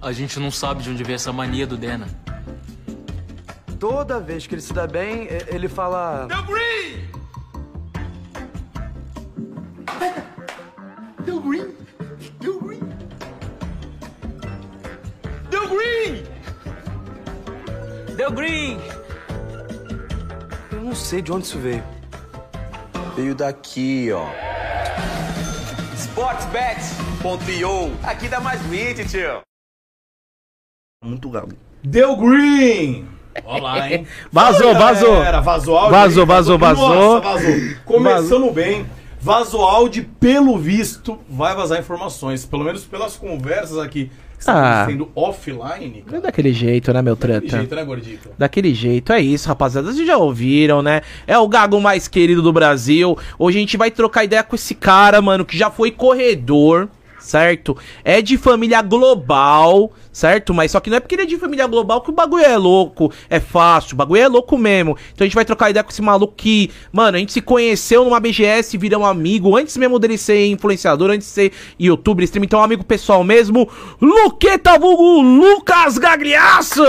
A gente não sabe de onde veio essa mania do Dena. Toda vez que ele se dá bem, e- ele fala. Deu green! Deu green! Deu green! Deu green! Deu green! Eu não sei de onde isso veio. Veio daqui, ó. Sportsbet.io. Aqui dá mais lead, tio. Muito galo. Deu green! Olha lá, hein? Vazou, Fala, vazou. galera, vazou áudio. Vazou, hein? vazou, vazou. Nossa, vazou. Começamos bem. Vazou áudio, pelo visto, vai vazar informações. Pelo menos pelas conversas aqui que estão Ah. acontecendo offline. É Cara. daquele jeito, né, meu Que treta? jeito, né, Gordito? Daquele jeito, é isso, rapaziada. Vocês já ouviram, né? É o gago mais querido do Brasil. Hoje a gente vai trocar ideia com esse cara, mano, que já foi corredor, certo? É de família global, certo? Mas só que não é porque ele é de família global que o bagulho é louco, é fácil, o bagulho é louco mesmo. Então a gente vai trocar ideia com esse maluco que, mano, a gente se conheceu numa BGS, virou um amigo, antes mesmo dele ser influenciador, antes de ser youtuber, streamer, então é um amigo pessoal mesmo, Luqueta Vulgo Lucas Gagliasso!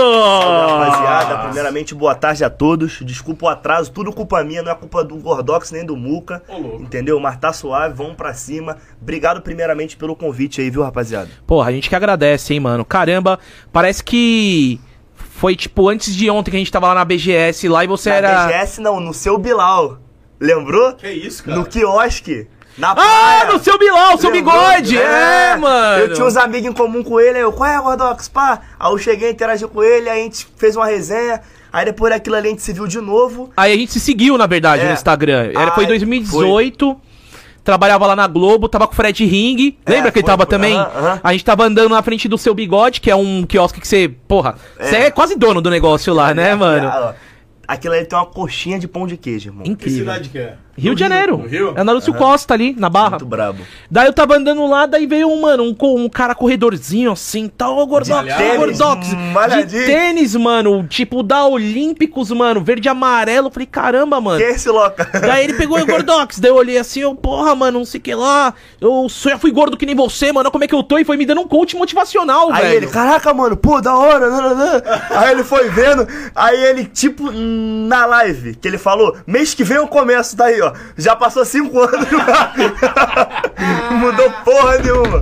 Rapaziada, primeiramente, boa tarde a todos. Desculpa o atraso, tudo culpa minha, não é culpa do Gordox nem do Muca. Ô, louco. Entendeu? Mas tá suave, vamos pra cima. Obrigado, primeiramente, pelo convite aí, viu, rapaziada? Porra, a gente que agradece, hein, mano. Caramba, parece que foi tipo antes de ontem que a gente tava lá na BGS lá e você Na era. BGS, não, no seu Bilal. Lembrou? Que isso, cara? No quiosque. Na Ah, praia. no seu Bilal, seu Lembrou? bigode! É, mano! Eu tinha uns amigos em comum com ele, aí eu, qual é, Gordox, pá? Aí eu cheguei, interagi com ele, aí a gente fez uma resenha, aí depois daquilo ali a gente se viu de novo. Aí a gente se seguiu, na verdade, É. no Instagram. Era, foi em Ah, 2018. Trabalhava lá na Globo, tava com o Fred Ring. Lembra É, que foi, ele tava foi. também? Aham, aham. A gente tava andando na frente do seu bigode, que é um quiosque que você. Porra, você é quase dono do negócio lá, né, mano? Ah, ó, Aquilo ali tem uma coxinha de pão de queijo, irmão. Que Incrível. cidade que é? Rio de Janeiro. No Rio? É na Lúcio Costa ali, na Barra. é Muito brabo. Daí eu tava andando lá, daí veio um, mano, um, co- um cara corredorzinho assim, tal, ô Gordox, tênis, ô Gordox. De Hum, malhadinho. tênis, mano, tipo da Olímpicos, mano, verde e amarelo. Eu Falei, caramba, mano. Que é esse loca? Daí ele pegou o Gordox, daí eu olhei assim, eu, porra, mano, não sei o que lá. Eu só já fui gordo que nem você, mano, olha como é que eu tô? E foi me dando um coach motivacional, Aí velho. ele, tá caraca, mano, pô, da hora, nananã. Aí ele foi vendo, aí ele, tipo, na live, que ele falou, mês que vem eu começo, daí, ó. Já passou cinco anos. Ah. Não Mudou porra nenhuma.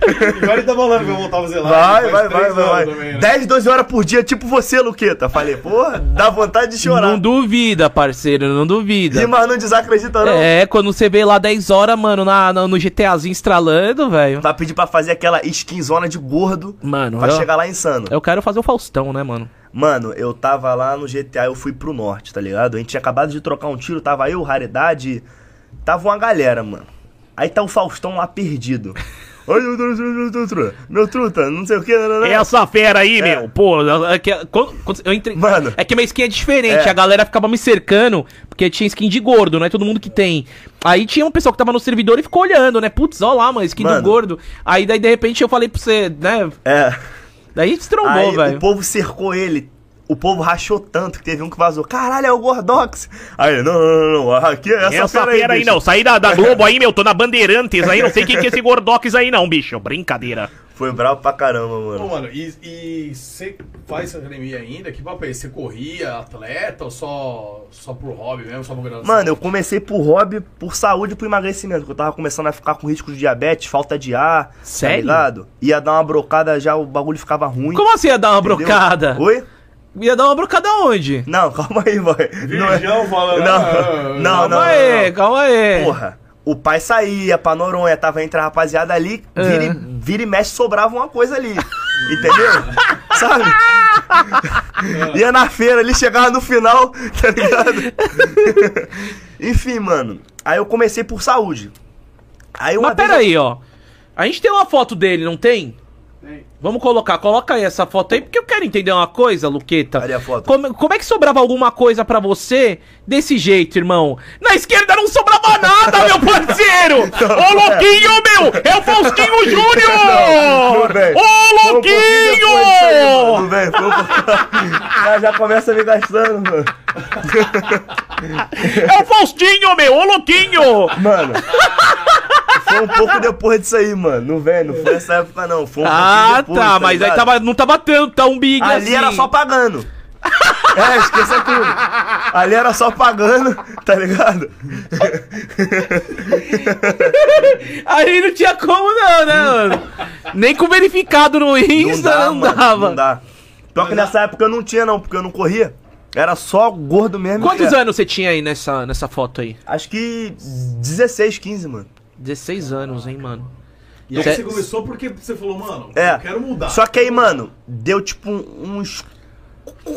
Agora ele tá falando que eu voltava a zelar. né? faz Vai, vai, vai, três vai. anos também, vai. né? 10, 12 horas por dia, tipo você, Luqueta. Falei, porra, dá vontade de chorar. Não duvida, parceiro, não duvida. E mas não desacredita, não. É, quando você vê lá 10 horas, mano, na, na- no GTAzinho estralando, velho. Vai pedir pra fazer aquela skinzona de gordo. Mano, Pra eu- chegar lá insano. Eu quero fazer o Faustão, né, mano? Mano, eu tava lá no GTA, eu fui pro norte, tá ligado? A gente tinha acabado de trocar um tiro, tava eu, Raridade, tava uma galera, mano. Aí tá o Faustão lá perdido. Oi, meu truta, meu truta, meu truta, não sei o né, que. É Essa fera aí, É. meu, pô, é que, quando- quando eu entrei, Mano. é que minha skin é diferente, É. a galera ficava me cercando, porque tinha skin de gordo, não é todo mundo que tem. Aí tinha um pessoal que tava no servidor e ficou olhando, né, putz, ó lá, mano, skin do Mano. gordo. Aí, daí, de repente, eu falei pra você, né, É. daí se trombou, Aí É o velho. povo cercou ele. O povo rachou tanto que teve um que vazou. Caralho, é o Gordox. Aí ele, não, não, não, não, aqui é essa, fera aí, bicho." saí da, Globo aí, meu, tô na Bandeirantes aí, não sei quem que é esse gordox aí não, bicho, brincadeira. Foi bravo pra caramba, Pô, mano. mano, e, e você faz academia ainda? Que papo é esse? Você corria, atleta ou só, só pro hobby mesmo? Só pro grado? Mano, eu comecei por hobby, por saúde e por emagrecimento. Porque eu tava começando a ficar com risco de diabetes, falta de ar. Sério? Tá ligado? Ia dar uma brocada já, o bagulho ficava ruim. Como assim ia dar uma entendeu? brocada? Oi? Ia dar uma brocada onde? Não, calma aí, boy. Não, é- Virgão falando. não, não, não, calma não, aí, calma aí. não. Porra. O pai saía pra Noronha, tava entre a rapaziada ali, vira, Ah. e, vira e mexe, sobrava uma coisa ali. entendeu? Sabe? Ia na feira ali, chegava no final, tá ligado? Enfim, mano. Aí eu comecei por saúde. Aí uma Mas vez pera aí, ó. A gente tem uma foto dele, não tem? Tem. Vamos colocar, coloca aí essa foto aí, porque eu quero entender uma coisa, Luqueta. Cadê a foto? Como, como é que sobrava alguma coisa pra você desse jeito, irmão? Na esquerda não sobrava nada, meu parceiro! Ô, Louquinho, meu! É o Faustinho Não, Júnior! tudo bem. Ô, Foi um pouquinho depois disso aí, mano. Louquinho! Tudo bem, foi um pouquinho. O cara já começa me gastando, mano. É o Faustinho, meu! Ô, Louquinho! Mano. Foi um pouco depois disso aí, mano. Não vem, não foi nessa época, não. Foi um pouquinho Ah, depois, tá, mas aí ligado? tava, não tava tanto, tão big Ali assim. era só pagando. É, esqueça tudo. Ali era só pagando, tá ligado? Aí não tinha como não, né, Hum. mano? Nem com verificado no Insta não, mano, dava. Não dá. Pior que nessa época eu não tinha, não, porque eu não corria. Era só gordo mesmo. Quantos que- anos você tinha aí nessa, nessa foto aí? Acho que 16, 15, mano. 16 anos, hein, mano? E aí Cê- você começou porque você falou, mano, É. eu quero mudar. Só que aí, mano, deu tipo uns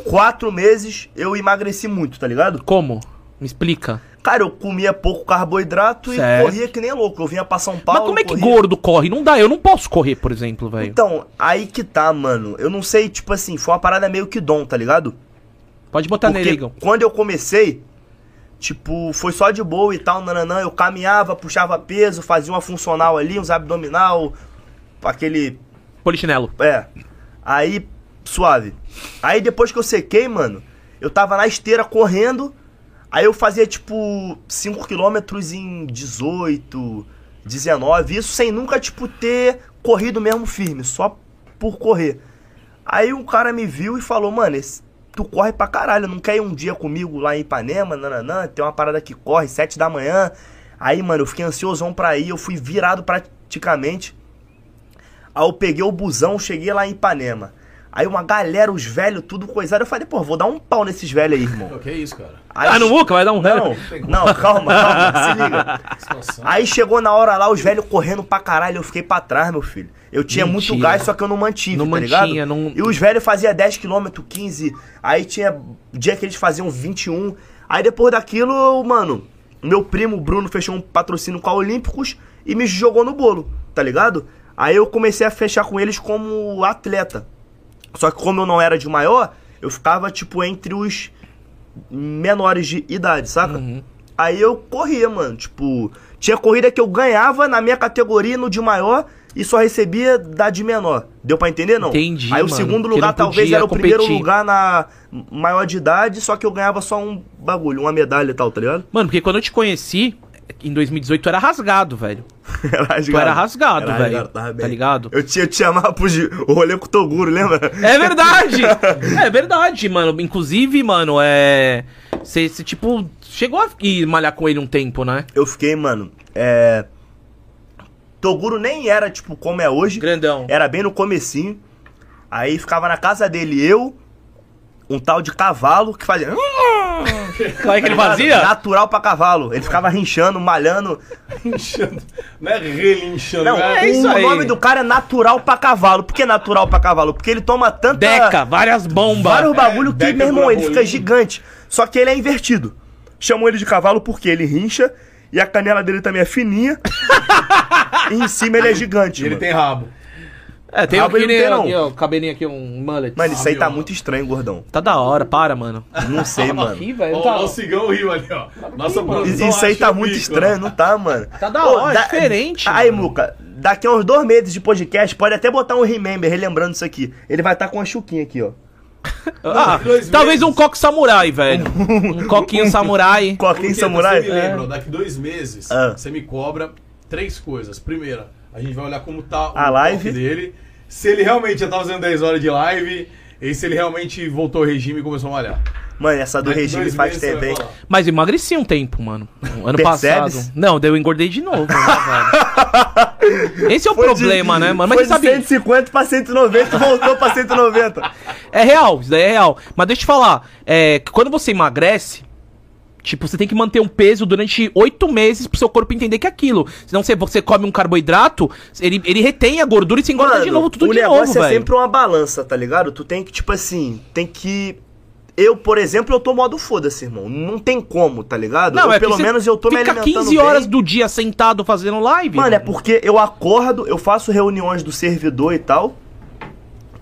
quatro meses, eu emagreci muito, tá ligado? Como? Me explica. Cara, eu comia pouco carboidrato Certo. e corria que nem louco. Eu vinha pra São Paulo. Mas como é que corria. gordo corre? Não dá, eu não posso correr, por exemplo, velho. Então, aí que tá, mano. Eu não sei, tipo assim, foi uma parada meio que dom, tá ligado? Pode botar nele, Porque Igão. quando eu comecei, tipo, foi só de boa e tal, nananã. Eu caminhava, puxava peso, fazia uma funcional ali, uns abdominal, aquele Polichinelo. É. Aí, suave. Aí depois que eu sequei, mano, eu tava na esteira correndo. Aí eu fazia tipo 5 km em 18, 19, isso sem nunca, tipo, ter corrido mesmo firme, só por correr. Aí um cara me viu e falou, mano, esse- tu corre pra caralho, não quer ir um dia comigo lá em Ipanema, nananã, tem uma parada que corre, 7 da manhã. Aí, mano, eu fiquei ansiosão pra ir, eu fui virado praticamente. Aí eu peguei o busão, cheguei lá em Ipanema. Aí uma galera, os velhos, tudo coisado. Eu falei, pô, vou dar um pau nesses velhos aí, irmão. Pô, Que isso, cara? Aí- Ah, no Muca? Vai dar um Não, não, calma, calma, se liga. Que situação. Aí chegou na hora lá, os velhos correndo pra caralho, eu fiquei pra trás, meu filho. Eu tinha Mentira. muito gás, só que eu não mantive, Não tá mantinha, ligado? não- E os velhos faziam 10km, 15, aí tinha dia que eles faziam 21. Aí depois daquilo, eu, mano, meu primo Bruno fechou um patrocínio com a Olímpicos e me jogou no bolo, tá ligado? Aí eu comecei a fechar com eles como atleta. Só que como eu não era de maior, eu ficava, tipo, entre os menores de idade, saca? Uhum. Aí eu corria, mano. Tipo, tinha corrida que eu ganhava na minha categoria no de maior e só recebia da de menor. Deu pra entender, não? Entendi, Aí mano, o segundo que não lugar talvez podia era o primeiro competir. lugar na maior de idade, só que eu ganhava só um bagulho, uma medalha e tal, tá ligado? Mano, porque quando eu te conheci, em 2018 tu era rasgado, velho. Era Tu rasgado. era rasgado, Era velho. rasgado, tava Tá bem. ligado? Eu te, eu te chamava pro gi- o rolê com o Toguro, lembra? É verdade! é verdade, mano. Inclusive, mano, é. Você, tipo, chegou a ir malhar com ele um tempo, né? Eu fiquei, mano, é... Toguro nem era, tipo, como é hoje. Grandão. Era bem no comecinho. Aí ficava na casa dele eu, um tal de cavalo que fazia. "Ah", tá Como é que ele fazia? Natural pra cavalo. Ele ficava rinchando, malhando. Relinchando. Não é relinchando. Não, é... isso o aí. nome do cara é natural pra cavalo. Por que natural pra cavalo? Porque ele toma tanta. Deca, várias bombas. Tá. Vários bagulho que, É, Deca meu irmão, ele Bolinho. fica gigante. Só que ele é invertido. Chamam ele de cavalo porque ele rincha e a canela dele também é fininha. e em cima ele é gigante. E ele mano. tem rabo. É, tem um Rabo ele que não nem tem, não. aqui, ó, o cabelinho aqui, um mullet. Mano, isso aí tá muito estranho, gordão. Tá da hora, para, mano. Não sei, mano. Aqui, velho, Ó, tá... o cigão riu ali, ó. Nossa produção Isso aí acha tá o muito bico, estranho, não tá, mano? Tá da hora, diferente, Aí, mano. Muca, daqui a uns dois meses de podcast, pode até botar um remember relembrando isso aqui. Ele vai estar com uma chuquinha aqui, ó. Ah, dois talvez meses. um coque samurai, velho. Um coquinho samurai. Coquinho Porque Samurai. É. Você me lembra, daqui dois meses, Ah. você me cobra três coisas. Primeira, a gente vai olhar como tá o A live. toque dele. Se ele realmente já tá fazendo 10 horas de live e se ele realmente voltou ao regime e começou a malhar. Mano, essa do Daqui regime dois faz meses é você tempo, vai hein? falar. Mas emagreci um tempo, mano. Um Ano Percebes? passado. Não, daí eu engordei de novo, né, velho? Esse é o Foi de- problema, né, mano? Mas foi você sabe. de 150 pra 190, voltou pra 190. É real, isso daí é real. Mas deixa eu te falar, é, que quando você emagrece, tipo, você tem que manter um peso durante oito meses pro seu corpo entender que é aquilo. Senão você, você come um carboidrato, ele, ele retém a gordura e você engorda de novo tudo o de negócio novo, é velho. sempre uma balança, tá ligado? Tu tem que, tipo assim, tem que... Eu, por exemplo, eu tô modo foda-se, irmão. Não tem como, tá ligado? eu, é pelo porque você menos eu tô me fica alimentando 15 horas bem. do dia sentado fazendo live. Mano, é porque eu acordo, eu faço reuniões do servidor e tal.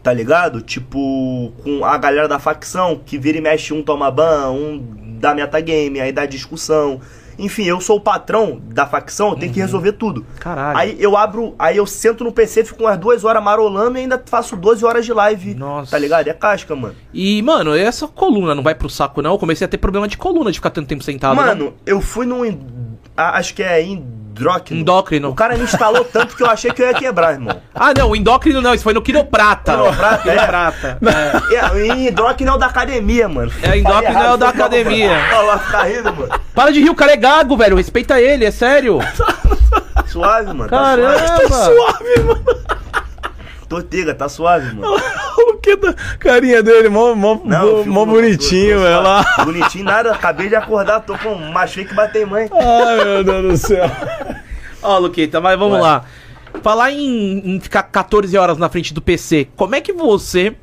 Tá ligado? Tipo, com a galera da facção, que vira e mexe, um toma ban, um dá metagame, aí dá discussão. Enfim, eu sou o patrão da facção, eu tenho que resolver tudo. Caralho. Aí eu abro, aí eu sento no PC, fico umas duas horas marolando e ainda faço 12 horas de live. Nossa. Tá ligado? É casca, mano. E, mano, essa coluna não vai pro Tá saco, não. Eu comecei a ter problema de coluna de ficar tanto tempo sentado. né? Mano, eu fui num. in- a- Acho que é em endócrino. Endócrino. O cara me instalou tanto que eu achei que eu ia quebrar, irmão. Ah, não, o endócrino não, isso foi no quiroprata. Prata, é. Quiroprata. E- E endócrino é o da academia, mano. É, endócrino é o da academia. Olha lá, tá rindo, mano. Para de rir, o cara é gago, velho. Respeita ele, é sério. Suave, mano. Tá suave. Caramba. Suave, mano. Tortiga, tá suave, mano. Olha o que da carinha dele, mó, mó, Não, eu mó, fico mó no- bonitinho, tô- tô velho. lá. suave. Bonitinho nada, acabei de acordar, tô com um macho que bateu em mãe. Ai, meu Deus do céu. Ó, Luquita, mas vamos Ué. lá. Falar em, em ficar 14 horas na frente do PC, como é que você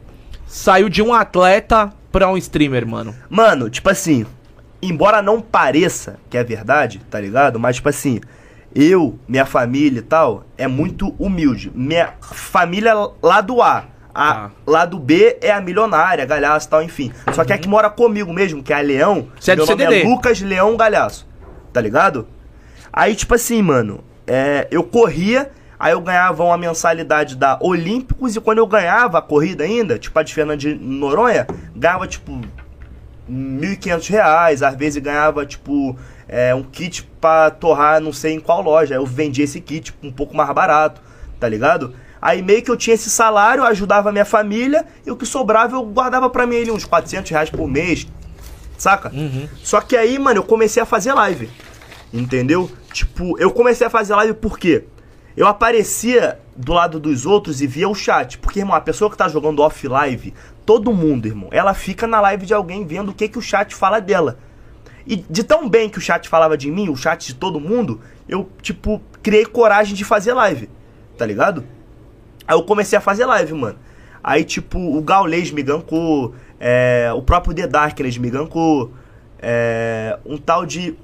saiu de um atleta pra um streamer, mano? Mano, tipo assim, embora não pareça que é verdade, tá ligado? Mas, tipo assim, eu, minha família e tal, é muito humilde. Minha família é lá do A. A Tá. lá do B é a milionária, galhaço e tal, enfim. Só que a que mora comigo mesmo, que é a Leão, Você é do nome é CDD. Lucas Leão Galhaço, tá ligado? Aí, tipo assim, mano, é, eu corria, aí eu ganhava uma mensalidade da Olímpicos e quando eu ganhava a corrida ainda, tipo a de Fernando de Noronha, ganhava, tipo, 1.500 reais, às vezes ganhava, tipo, é, um kit pra torrar não sei em qual loja. Aí Eu vendia esse kit um pouco mais barato, tá ligado? Aí meio que eu tinha esse salário, eu ajudava a minha família, e o que sobrava eu guardava pra mim ali uns 400 reais por mês, saca? Só que aí, mano, eu comecei a fazer live, entendeu? Tipo, eu comecei a fazer live porque eu aparecia do lado dos outros e via o chat. Porque, irmão, a pessoa que tá jogando off-live, todo mundo, irmão, ela fica na live de alguém vendo o que, que o chat fala dela. E de tão bem que o chat falava de mim, o chat de todo mundo, eu, tipo, criei coragem de fazer live, tá ligado? Aí eu comecei a fazer live, mano. Aí, tipo, o Gaulês me gancou, é, o próprio The Darkness me gancou, é, um tal de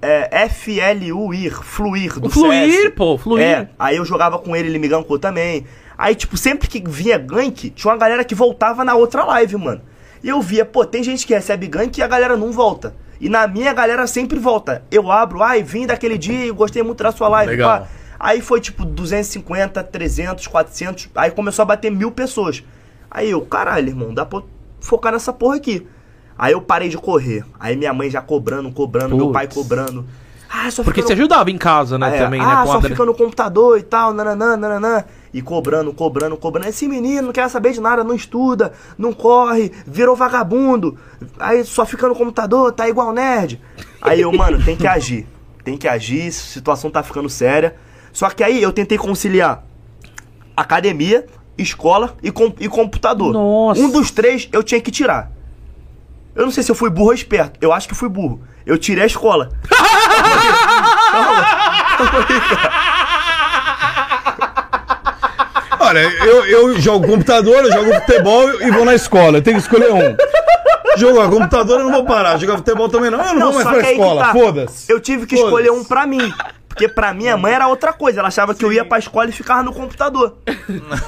é, FLUIR, Fluir, do O fluir, CS. pô, fluir. É, aí eu jogava com ele, ele me gancou também. Aí, tipo, sempre que vinha gank, tinha uma galera que voltava na outra live, mano. E eu via, pô, tem gente que recebe gank e a galera não volta. E na minha, a galera sempre volta. Eu abro, ai, vim daquele dia e gostei muito da sua live, Legal. pá. Aí foi, tipo, 250, 300, 400, aí começou a bater mil pessoas. Aí eu, caralho, irmão, dá pra eu focar nessa porra aqui. Aí eu parei de correr. Aí minha mãe já cobrando, cobrando, meu pai Putz. cobrando. Ah, só Porque fica no você ajudava em casa, né, ah, é. também, ah, né? com só a Adri- fica no computador e tal, nananã, nananã. E cobrando, cobrando, cobrando. Esse menino não quer saber de nada, não estuda, não corre, virou vagabundo. Aí só fica no computador, tá igual nerd. Aí eu, mano, tem que agir. Tem que agir, a situação tá ficando séria. Só que aí eu tentei conciliar academia, escola e, com- e computador. Nossa. Um dos três eu tinha que tirar. Eu não sei se eu fui burro ou esperto. Eu acho que fui burro. Eu tirei a escola. Olha, eu, eu jogo computador, eu jogo futebol e vou na escola. Eu tenho que escolher um. Jogar computador eu não vou parar. Jogar futebol também não. Eu não, vou mais só pra que aí que escola. tá. Foda-se. Eu tive que Foda-se. escolher um pra mim. Porque pra minha mãe era outra coisa. Ela achava que eu ia pra escola e ficava no computador.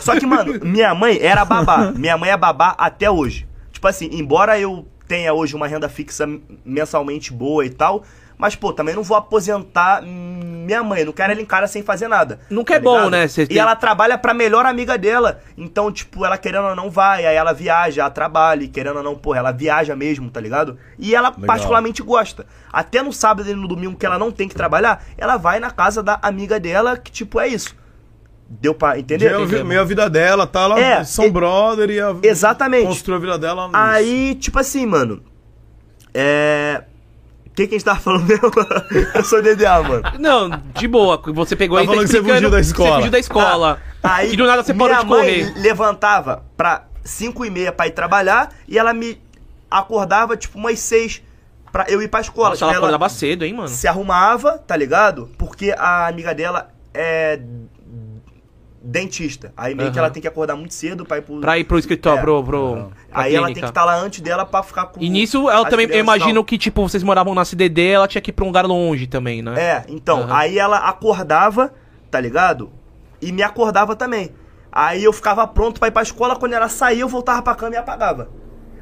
Só que, mano, minha mãe era babá. Minha mãe é babá até hoje. Tipo assim, embora eu tenha hoje uma renda fixa mensalmente boa e tal, mas, pô, também não vou aposentar minha mãe. Não quero ela em cara sem fazer nada. Tá Nunca é bom, ligado? né? Cê E tem- ela trabalha pra melhor amiga dela. Então, tipo, ela querendo ou não vai, aí ela viaja, ela trabalha, e querendo ou não, porra, ela viaja mesmo, tá ligado? E ela particularmente gosta. Até no sábado e no domingo que ela não tem que trabalhar, ela vai na casa da amiga dela, que, tipo, é isso. Deu pra entender? Meio a vi- meio a vida dela, tá? Ela É, são e- brother e a, Exatamente. construiu a vida dela. Aí, tipo assim, mano. É. O que, que a gente tava falando mesmo? Eu sou DDA, mano. Não, de boa. Você pegou Tá aí e tá falando que você explicando fugiu da escola. Você fugiu da escola. Ah, Aí, e do nada você parou minha de correr. mãe levantava pra 5 e meia pra ir trabalhar e ela me acordava tipo umas 6 pra eu ir pra escola. Nossa, ela Ela acordava cedo, hein, mano? se arrumava, tá ligado? Porque a amiga dela é dentista. Aí meio que Aham. ela tem que acordar muito cedo pra ir pro... Pra ir pro escritório, É. pro, pro pra Aí ela tem que clínica. estar lá antes dela pra ficar com E nisso, ela as também, eu crianças e tal. imagino que, tipo, vocês moravam na CDD, ela tinha que ir pra um lugar longe também, né? É, então, Aham. aí ela acordava, tá ligado? E me acordava também. Aí eu ficava pronto pra ir pra escola, quando ela saía, eu voltava pra cama e apagava.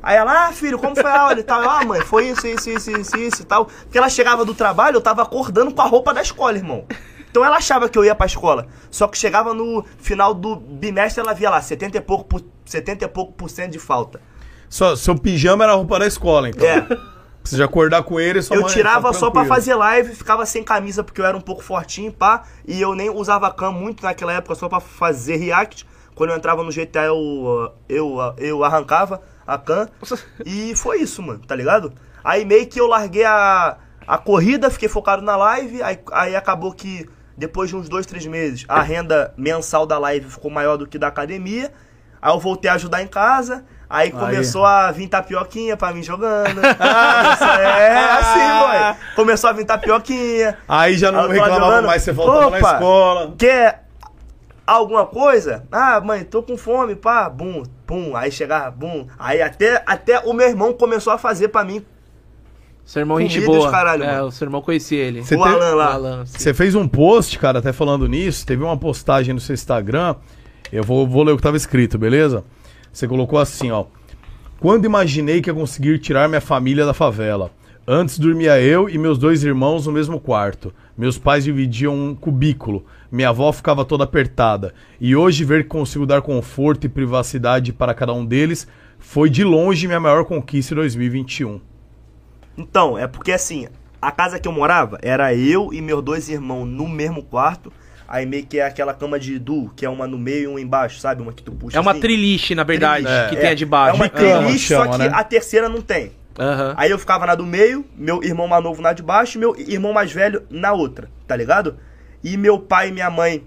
Aí ela, ah, filho, como foi a aula e tal? Eu, Ah, mãe, foi isso, isso, isso, isso, isso e tal. Porque ela chegava do trabalho, eu tava acordando com a roupa da escola, irmão. Então ela achava que eu ia pra escola. Só que chegava no final do bimestre, ela via lá, 70 e pouco por, 70 e pouco por cento de falta. Só, seu pijama era a roupa da escola, então. É. Precisa acordar com ele e sua eu mãe tirava tá só pra tranquila. fazer live, ficava sem camisa porque eu era um pouco fortinho, pá. E eu nem usava cam muito naquela época só pra fazer react. Quando eu entrava no GTA, eu, ah, eu, ah, eu arrancava a cam. E foi isso, mano, tá ligado? Aí meio que eu larguei a, a corrida, fiquei focado na live. Aí, aí acabou que depois de uns dois, três meses, a renda mensal da live ficou maior do que da academia. Aí eu voltei a ajudar em casa. Aí começou a vir tapioquinha pra mim jogando. é assim, boy. Começou a vir tapioquinha. Aí já não Aí eu tava reclamava jogando. mais, você voltava na Ah, Opa! escola. Quer alguma coisa? Ah, mãe, tô com fome, pá, bum, bum. Aí chegava, bum. Aí até, até o meu irmão começou a fazer pra mim. Seu irmão gente Comidas, boa. caralho, é, mano. o seu irmão conhecia ele. Você o teve- Alan lá. Alan, assim. sim. Você fez um post, cara, até falando nisso. Teve uma postagem no seu Instagram. Eu vou, vou ler o que tava escrito, beleza? Você colocou assim, ó. Quando imaginei que ia conseguir tirar minha família da favela? Antes dormia eu e meus dois irmãos no mesmo quarto. Meus pais dividiam um cubículo. Minha avó ficava toda apertada. E hoje ver que consigo dar conforto e privacidade para cada um deles foi de longe minha maior conquista em 2021. Então, é porque assim, a casa que eu morava era eu e meus dois irmãos no mesmo quarto. Aí meio que é aquela cama de duo, que é uma no meio e uma embaixo, sabe? Uma que tu puxa É uma assim. triliche, na verdade, Triliche, que é. tem a de É baixo. uma Bicama, triliche, só chama, que né? a terceira não tem. Aham. Aí eu ficava na do meio, meu irmão mais novo na de baixo e meu irmão mais velho na outra, tá ligado? E meu pai e minha mãe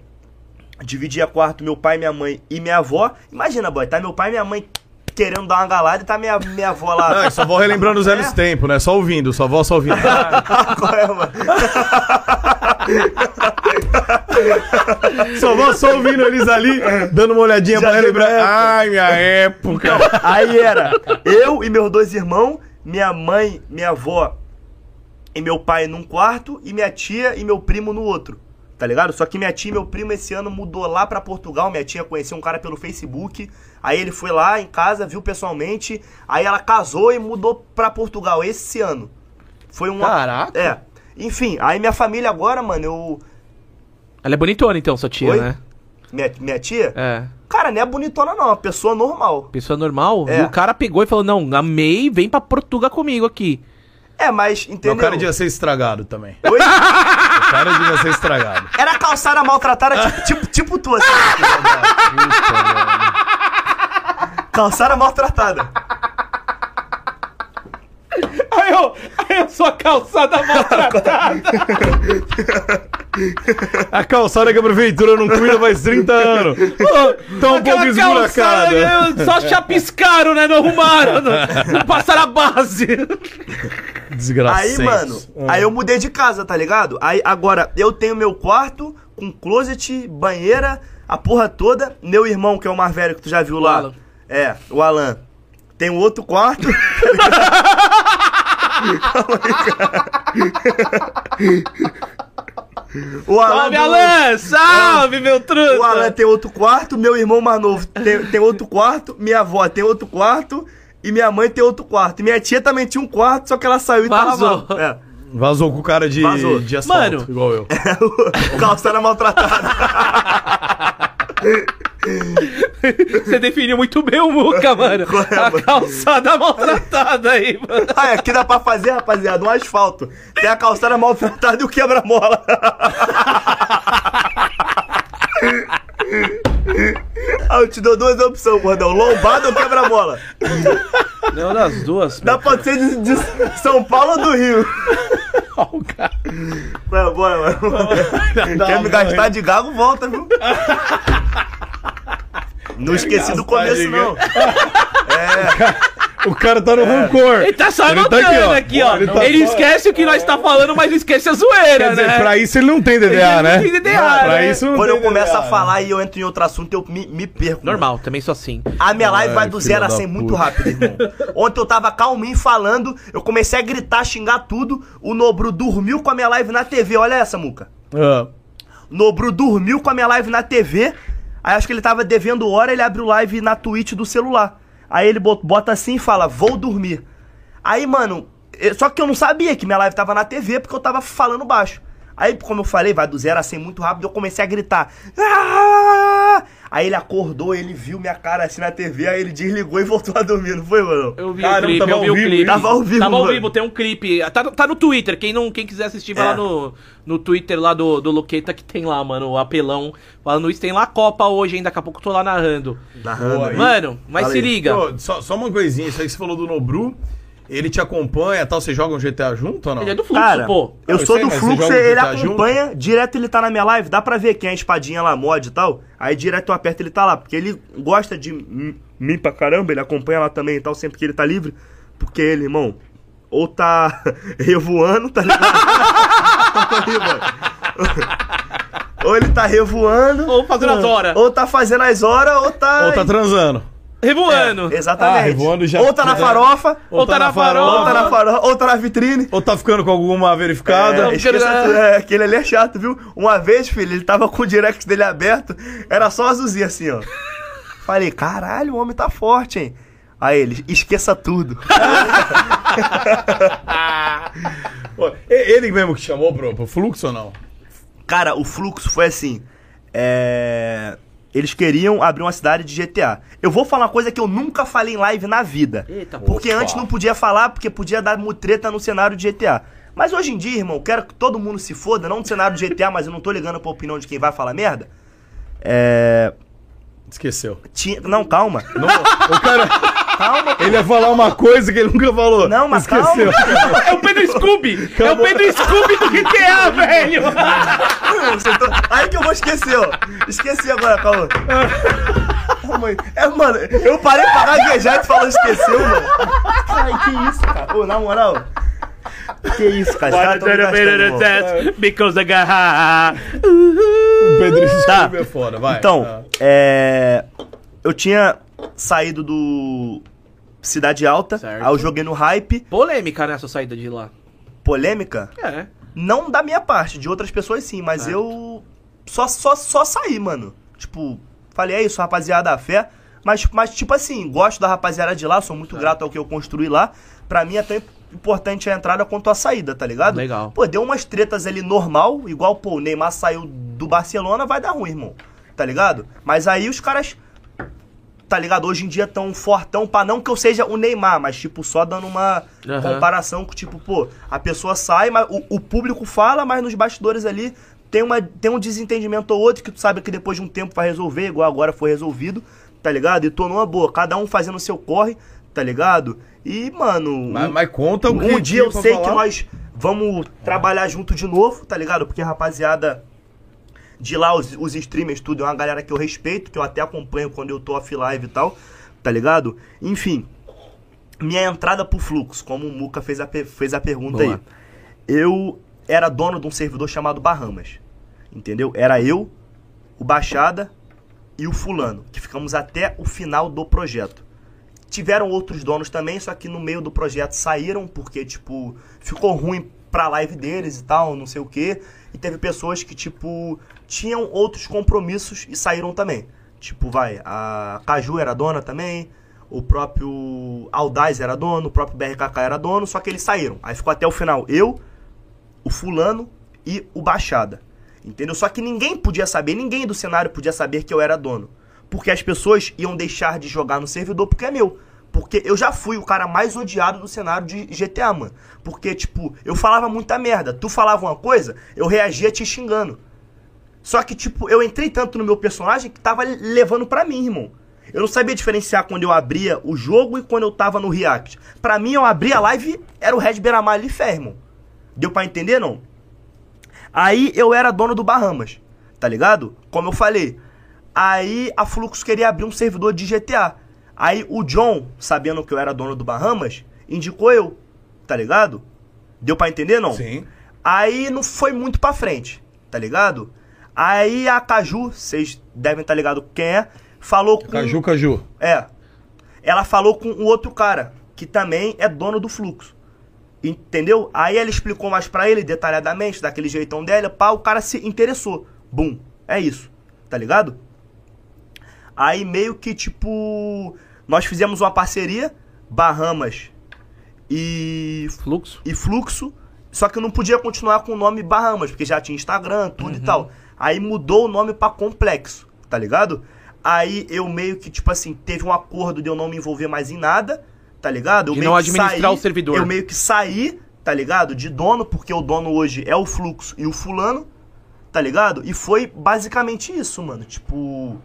dividia quarto, meu pai, minha mãe e minha avó. Imagina, boy, tá meu pai e minha mãe querendo dar uma galada e tá minha, minha avó lá. É, Ah, só vou relembrando os velhos tempos, né? Só ouvindo, só vó só ouvindo. Qual é, mano? Só vou só ouvindo eles ali, É. dando uma olhadinha pra relembrar. Ai, minha época. Aí era eu e meus dois irmãos, minha mãe, minha avó e meu pai num quarto, e minha tia e meu primo no outro. Tá ligado? Só que minha tia e meu primo esse ano mudou lá pra Portugal. Minha tia conheceu um cara pelo Facebook. Aí ele foi lá em casa, viu pessoalmente. Aí ela casou e mudou pra Portugal esse ano. Foi um. Caraca. É. Enfim, aí minha família agora, mano, eu. Ela é bonitona, então, sua tia, Oi? né? Minha, minha tia? É. Cara, não é bonitona, não. É uma pessoa normal. Pessoa normal. É. E o cara pegou e falou: Não, amei, vem pra Portugal comigo aqui. É, mas, entendeu? Não, o cara devia ser estragado também. Oi? O cara devia ser estragado. Era a calçada maltratada, tipo, tipo, tipo tu, assim. calçada maltratada. Aí eu, aí eu sou a calçada maltratada. A calçada que a prefeitura não cuida faz 30 anos. Tá um pouco Aquela calçada, esburacada. eu- só chapiscaram, né? Não arrumaram, não, não passaram a base. Desgraçado. Aí, mano, aí eu mudei de casa, tá ligado? Aí agora eu tenho meu quarto com closet, banheira, a porra toda. Meu irmão, que é o mais velho que tu já viu lá. Alan. É, o Alan. Tem um outro quarto. o Alan, Salve, do- Alan! Salve, meu truta! O Alan tem outro quarto, meu irmão mais novo tem, tem outro quarto, minha avó tem outro quarto e minha mãe tem outro quarto. E minha tia também tinha um quarto, só que ela saiu e tá Vazou. lavando. É. Vazou com o cara de, Vazou. de asfalto, Mano. igual eu. O é calçada maltratada. Você definiu muito bem o Muca, mano. A calçada maltratada aí, mano. Ah, é, aqui dá pra fazer, rapaziada, um asfalto. Tem a calçada maltratada e o quebra-mola. Ah, eu te dou duas opções, gordão. Lombada ou quebra-mola? Não, das duas. Dá pra ser de, de São Paulo ou do Rio? Vai, bora, mano. Quer me gastar de gago, volta, viu? Não esqueci do começo, não. O cara É. tá no rancor. Ele tá só Ele tá anotando aqui, aqui, ó. ó. Ele Ele, tá só- esquece o que nós tá falando, mas não esquece a zoeira, Quer dizer, né? pra isso ele não tem DDA, Ele não né? tem DDA, Pra né? isso não Quando tem eu começo DDA, a né? falar e eu entro em outro assunto, eu me, me perco. mano. Normal, também sou assim. A minha live vai do filha zero a da 100 muito puta. rápido, irmão. Ontem eu tava calminho falando, eu comecei a gritar, xingar tudo. O Nobru dormiu com a minha live na TV. Olha essa, Muca. Ah, Nobru dormiu com a minha live na TV. Aí acho que ele tava devendo hora, ele abre o live na Twitch do celular. Aí ele bota, bota assim e fala, vou dormir. Aí, mano, eh, só que eu não sabia que minha live tava na TV porque eu tava falando baixo. Aí, como eu falei, vai do zero a 100 muito rápido, eu comecei a gritar. "Ah!" Aí ele acordou, ele viu minha cara assim na TV, aí ele desligou e voltou a dormir, não foi, mano? Eu vi Caramba, o clipe, tava eu vi ao o vivo, clipe. hein? Tava ao vivo, Tava ao mano. vivo, tem um clipe. Tá, tá no Twitter, quem, não, quem quiser assistir, vai É. lá no, no Twitter lá do, do Luqueta que tem lá, mano, o apelão. Falando isso, tem lá a Copa hoje ainda, daqui a pouco eu tô lá narrando. Narrando. Boa, aí. Mano, mas Fala se aí. liga. Ô, só, só uma coisinha, isso aí que você falou do Nobru, ele te acompanha e tal, um vocês jogam GTA junto ou não? Ele é do Fluxo, Cara, pô. eu Não, sou eu sei, do mas fluxo, você joga ele GTA tá junto? acompanha, direto ele tá na minha live, dá pra ver quem é a espadinha lá, mod e tal. Aí direto eu aperto ele tá lá, porque ele gosta de m- mim pra caramba, ele acompanha lá também e tal, sempre que ele tá livre. Porque ele, irmão, ou tá revoando, tá ligado? Tamo aí, mano. ou ele tá revoando. Ou fazendo as horas. Ou tá fazendo as horas, ou tá. Ou tá transando? Revoando. Exatamente. Ah, revoando já- Ou tá na farofa, Ou tá na ou tá farofa. É, na farofa, ou tá na vitrine. Ou tá ficando com alguma verificada? É, esqueça tudo. É, aquele ali é chato, viu? Uma vez, filho, ele tava com o direct dele aberto, era só azulzinho assim, ó. Falei, caralho, o homem tá forte, hein? Aí ele, esqueça tudo. Pô, e- Ele mesmo que chamou pro, pro fluxo ou não? Cara, o fluxo foi assim. É. Eles queriam abrir uma cidade de GTA. Eu vou falar uma coisa que eu nunca falei em live na vida. Eita, porque antes não podia falar, porque podia dar mu- treta no cenário de GTA. Mas hoje em dia, irmão, quero que todo mundo se foda, não do cenário de GTA, mas eu não tô ligando pra opinião de quem vai falar merda. É. Esqueceu. Tinha... Não, calma. Não, o cara, Calma, ele ia falar uma coisa que ele nunca falou. Não, mas Esqueceu. É o Pedro Scooby! É o Pedro Scooby do GTA, velho! calma. você tá- Aí que eu vou esquecer, ó. Esqueci agora, calma. Ah, mãe. É, mano, eu parei pra gaguejar e tu falou esqueceu, mano. Ai, que isso, cara. Ô, na moral. Que isso, cara. Os caras tão me gastando, irmão. Because I got high. O Pedro Tá. Scooby é foda, vai. Então, é... Eu tinha saído do... Cidade Alta, Certo. aí eu joguei no hype, Polêmica nessa saída de lá. polêmica, É. Não da minha parte, de outras pessoas sim, mas eu só, só, só saí, mano. Tipo, falei, é isso, rapaziada da fé. Mas, mas, tipo assim, gosto da rapaziada de lá, sou muito grato ao que eu construí lá. Pra mim é tão importante a entrada quanto a saída, tá ligado? Legal. Pô, deu umas tretas ali normal, igual, pô, o Neymar saiu do Barcelona, vai dar ruim, irmão. Tá ligado? Mas aí os caras, tá ligado? Hoje em dia tão fortão, pra não que eu seja o Neymar, mas, tipo, só dando uma Aham. comparação com, tipo, pô, a pessoa sai, mas o, o público fala, mas nos bastidores ali tem, uma, tem um desentendimento ou outro que tu sabe que depois de um tempo vai resolver, igual agora foi resolvido, tá ligado? E tô numa boa, cada um fazendo o seu corre, tá ligado? E, mano. Mas, um- mas conta o que um dia eu pra sei falar. que nós vamos trabalhar junto de novo, tá ligado? Porque, rapaziada, de lá, os, os streamers, tudo, é uma galera que eu respeito, que eu até acompanho quando eu tô off live e tal, tá ligado? Enfim, minha entrada pro fluxo, como o Muca fez a, pe- fez a pergunta Boa. aí. Eu era dono de um servidor chamado Bahamas, entendeu? Era eu, o Baixada e o Fulano, que ficamos até o final do projeto. Tiveram outros donos também, só que no meio do projeto saíram, porque, tipo, ficou ruim pra live deles e tal, não sei o quê. E teve pessoas que, tipo, tinham outros compromissos e saíram também. Tipo, vai, a Caju era dona também, o próprio Aldaz era dono, o próprio BRKK era dono, só que eles saíram. Aí ficou até o final eu, o fulano e o Baixada. Entendeu? Só que ninguém podia saber, ninguém do cenário podia saber que eu era dono. Porque as pessoas iam deixar de jogar no servidor porque é meu. Porque eu já fui o cara mais odiado do cenário de GTA, mano. Porque, tipo, eu falava muita merda. Tu falava uma coisa, eu reagia te xingando. Só que, tipo, eu entrei tanto no meu personagem que tava levando pra mim, irmão. Eu não sabia diferenciar quando eu abria o jogo e quando eu tava no React. Pra mim, eu abria a live, era o Red Beramar ali e fé, irmão. Deu pra entender, não? Aí eu era dono do Bahamas, tá ligado? Como eu falei. Aí a Fluxo queria abrir um servidor de GTA. Aí o John, sabendo que eu era dono do Bahamas, indicou eu, tá ligado? Deu pra entender, não? Sim. Aí não foi muito pra frente, tá ligado? Aí a Caju, vocês devem estar tá ligado quem é, falou com. Caju, Caju. É. Ela falou com o outro cara, que também é dono do fluxo. Entendeu? Aí ela explicou mais pra ele, detalhadamente, daquele jeitão dela, pá, o cara se interessou. Bum. É isso. Tá ligado? Aí meio que tipo. Nós fizemos uma parceria, Bahamas e Fluxo. e Fluxo, só que eu não podia continuar com o nome Uhum. Bahamas, porque já tinha Instagram, tudo e tal. Aí mudou o nome pra Complexo, tá ligado? Aí eu meio que, tipo assim, teve um acordo de eu não me envolver mais em nada, tá ligado? Eu De meio não que administrar saí- o servidor. Eu meio que saí, tá ligado? De dono, porque o dono hoje é o Fluxo e o Fulano, tá ligado? E foi basicamente isso, mano. Tipo.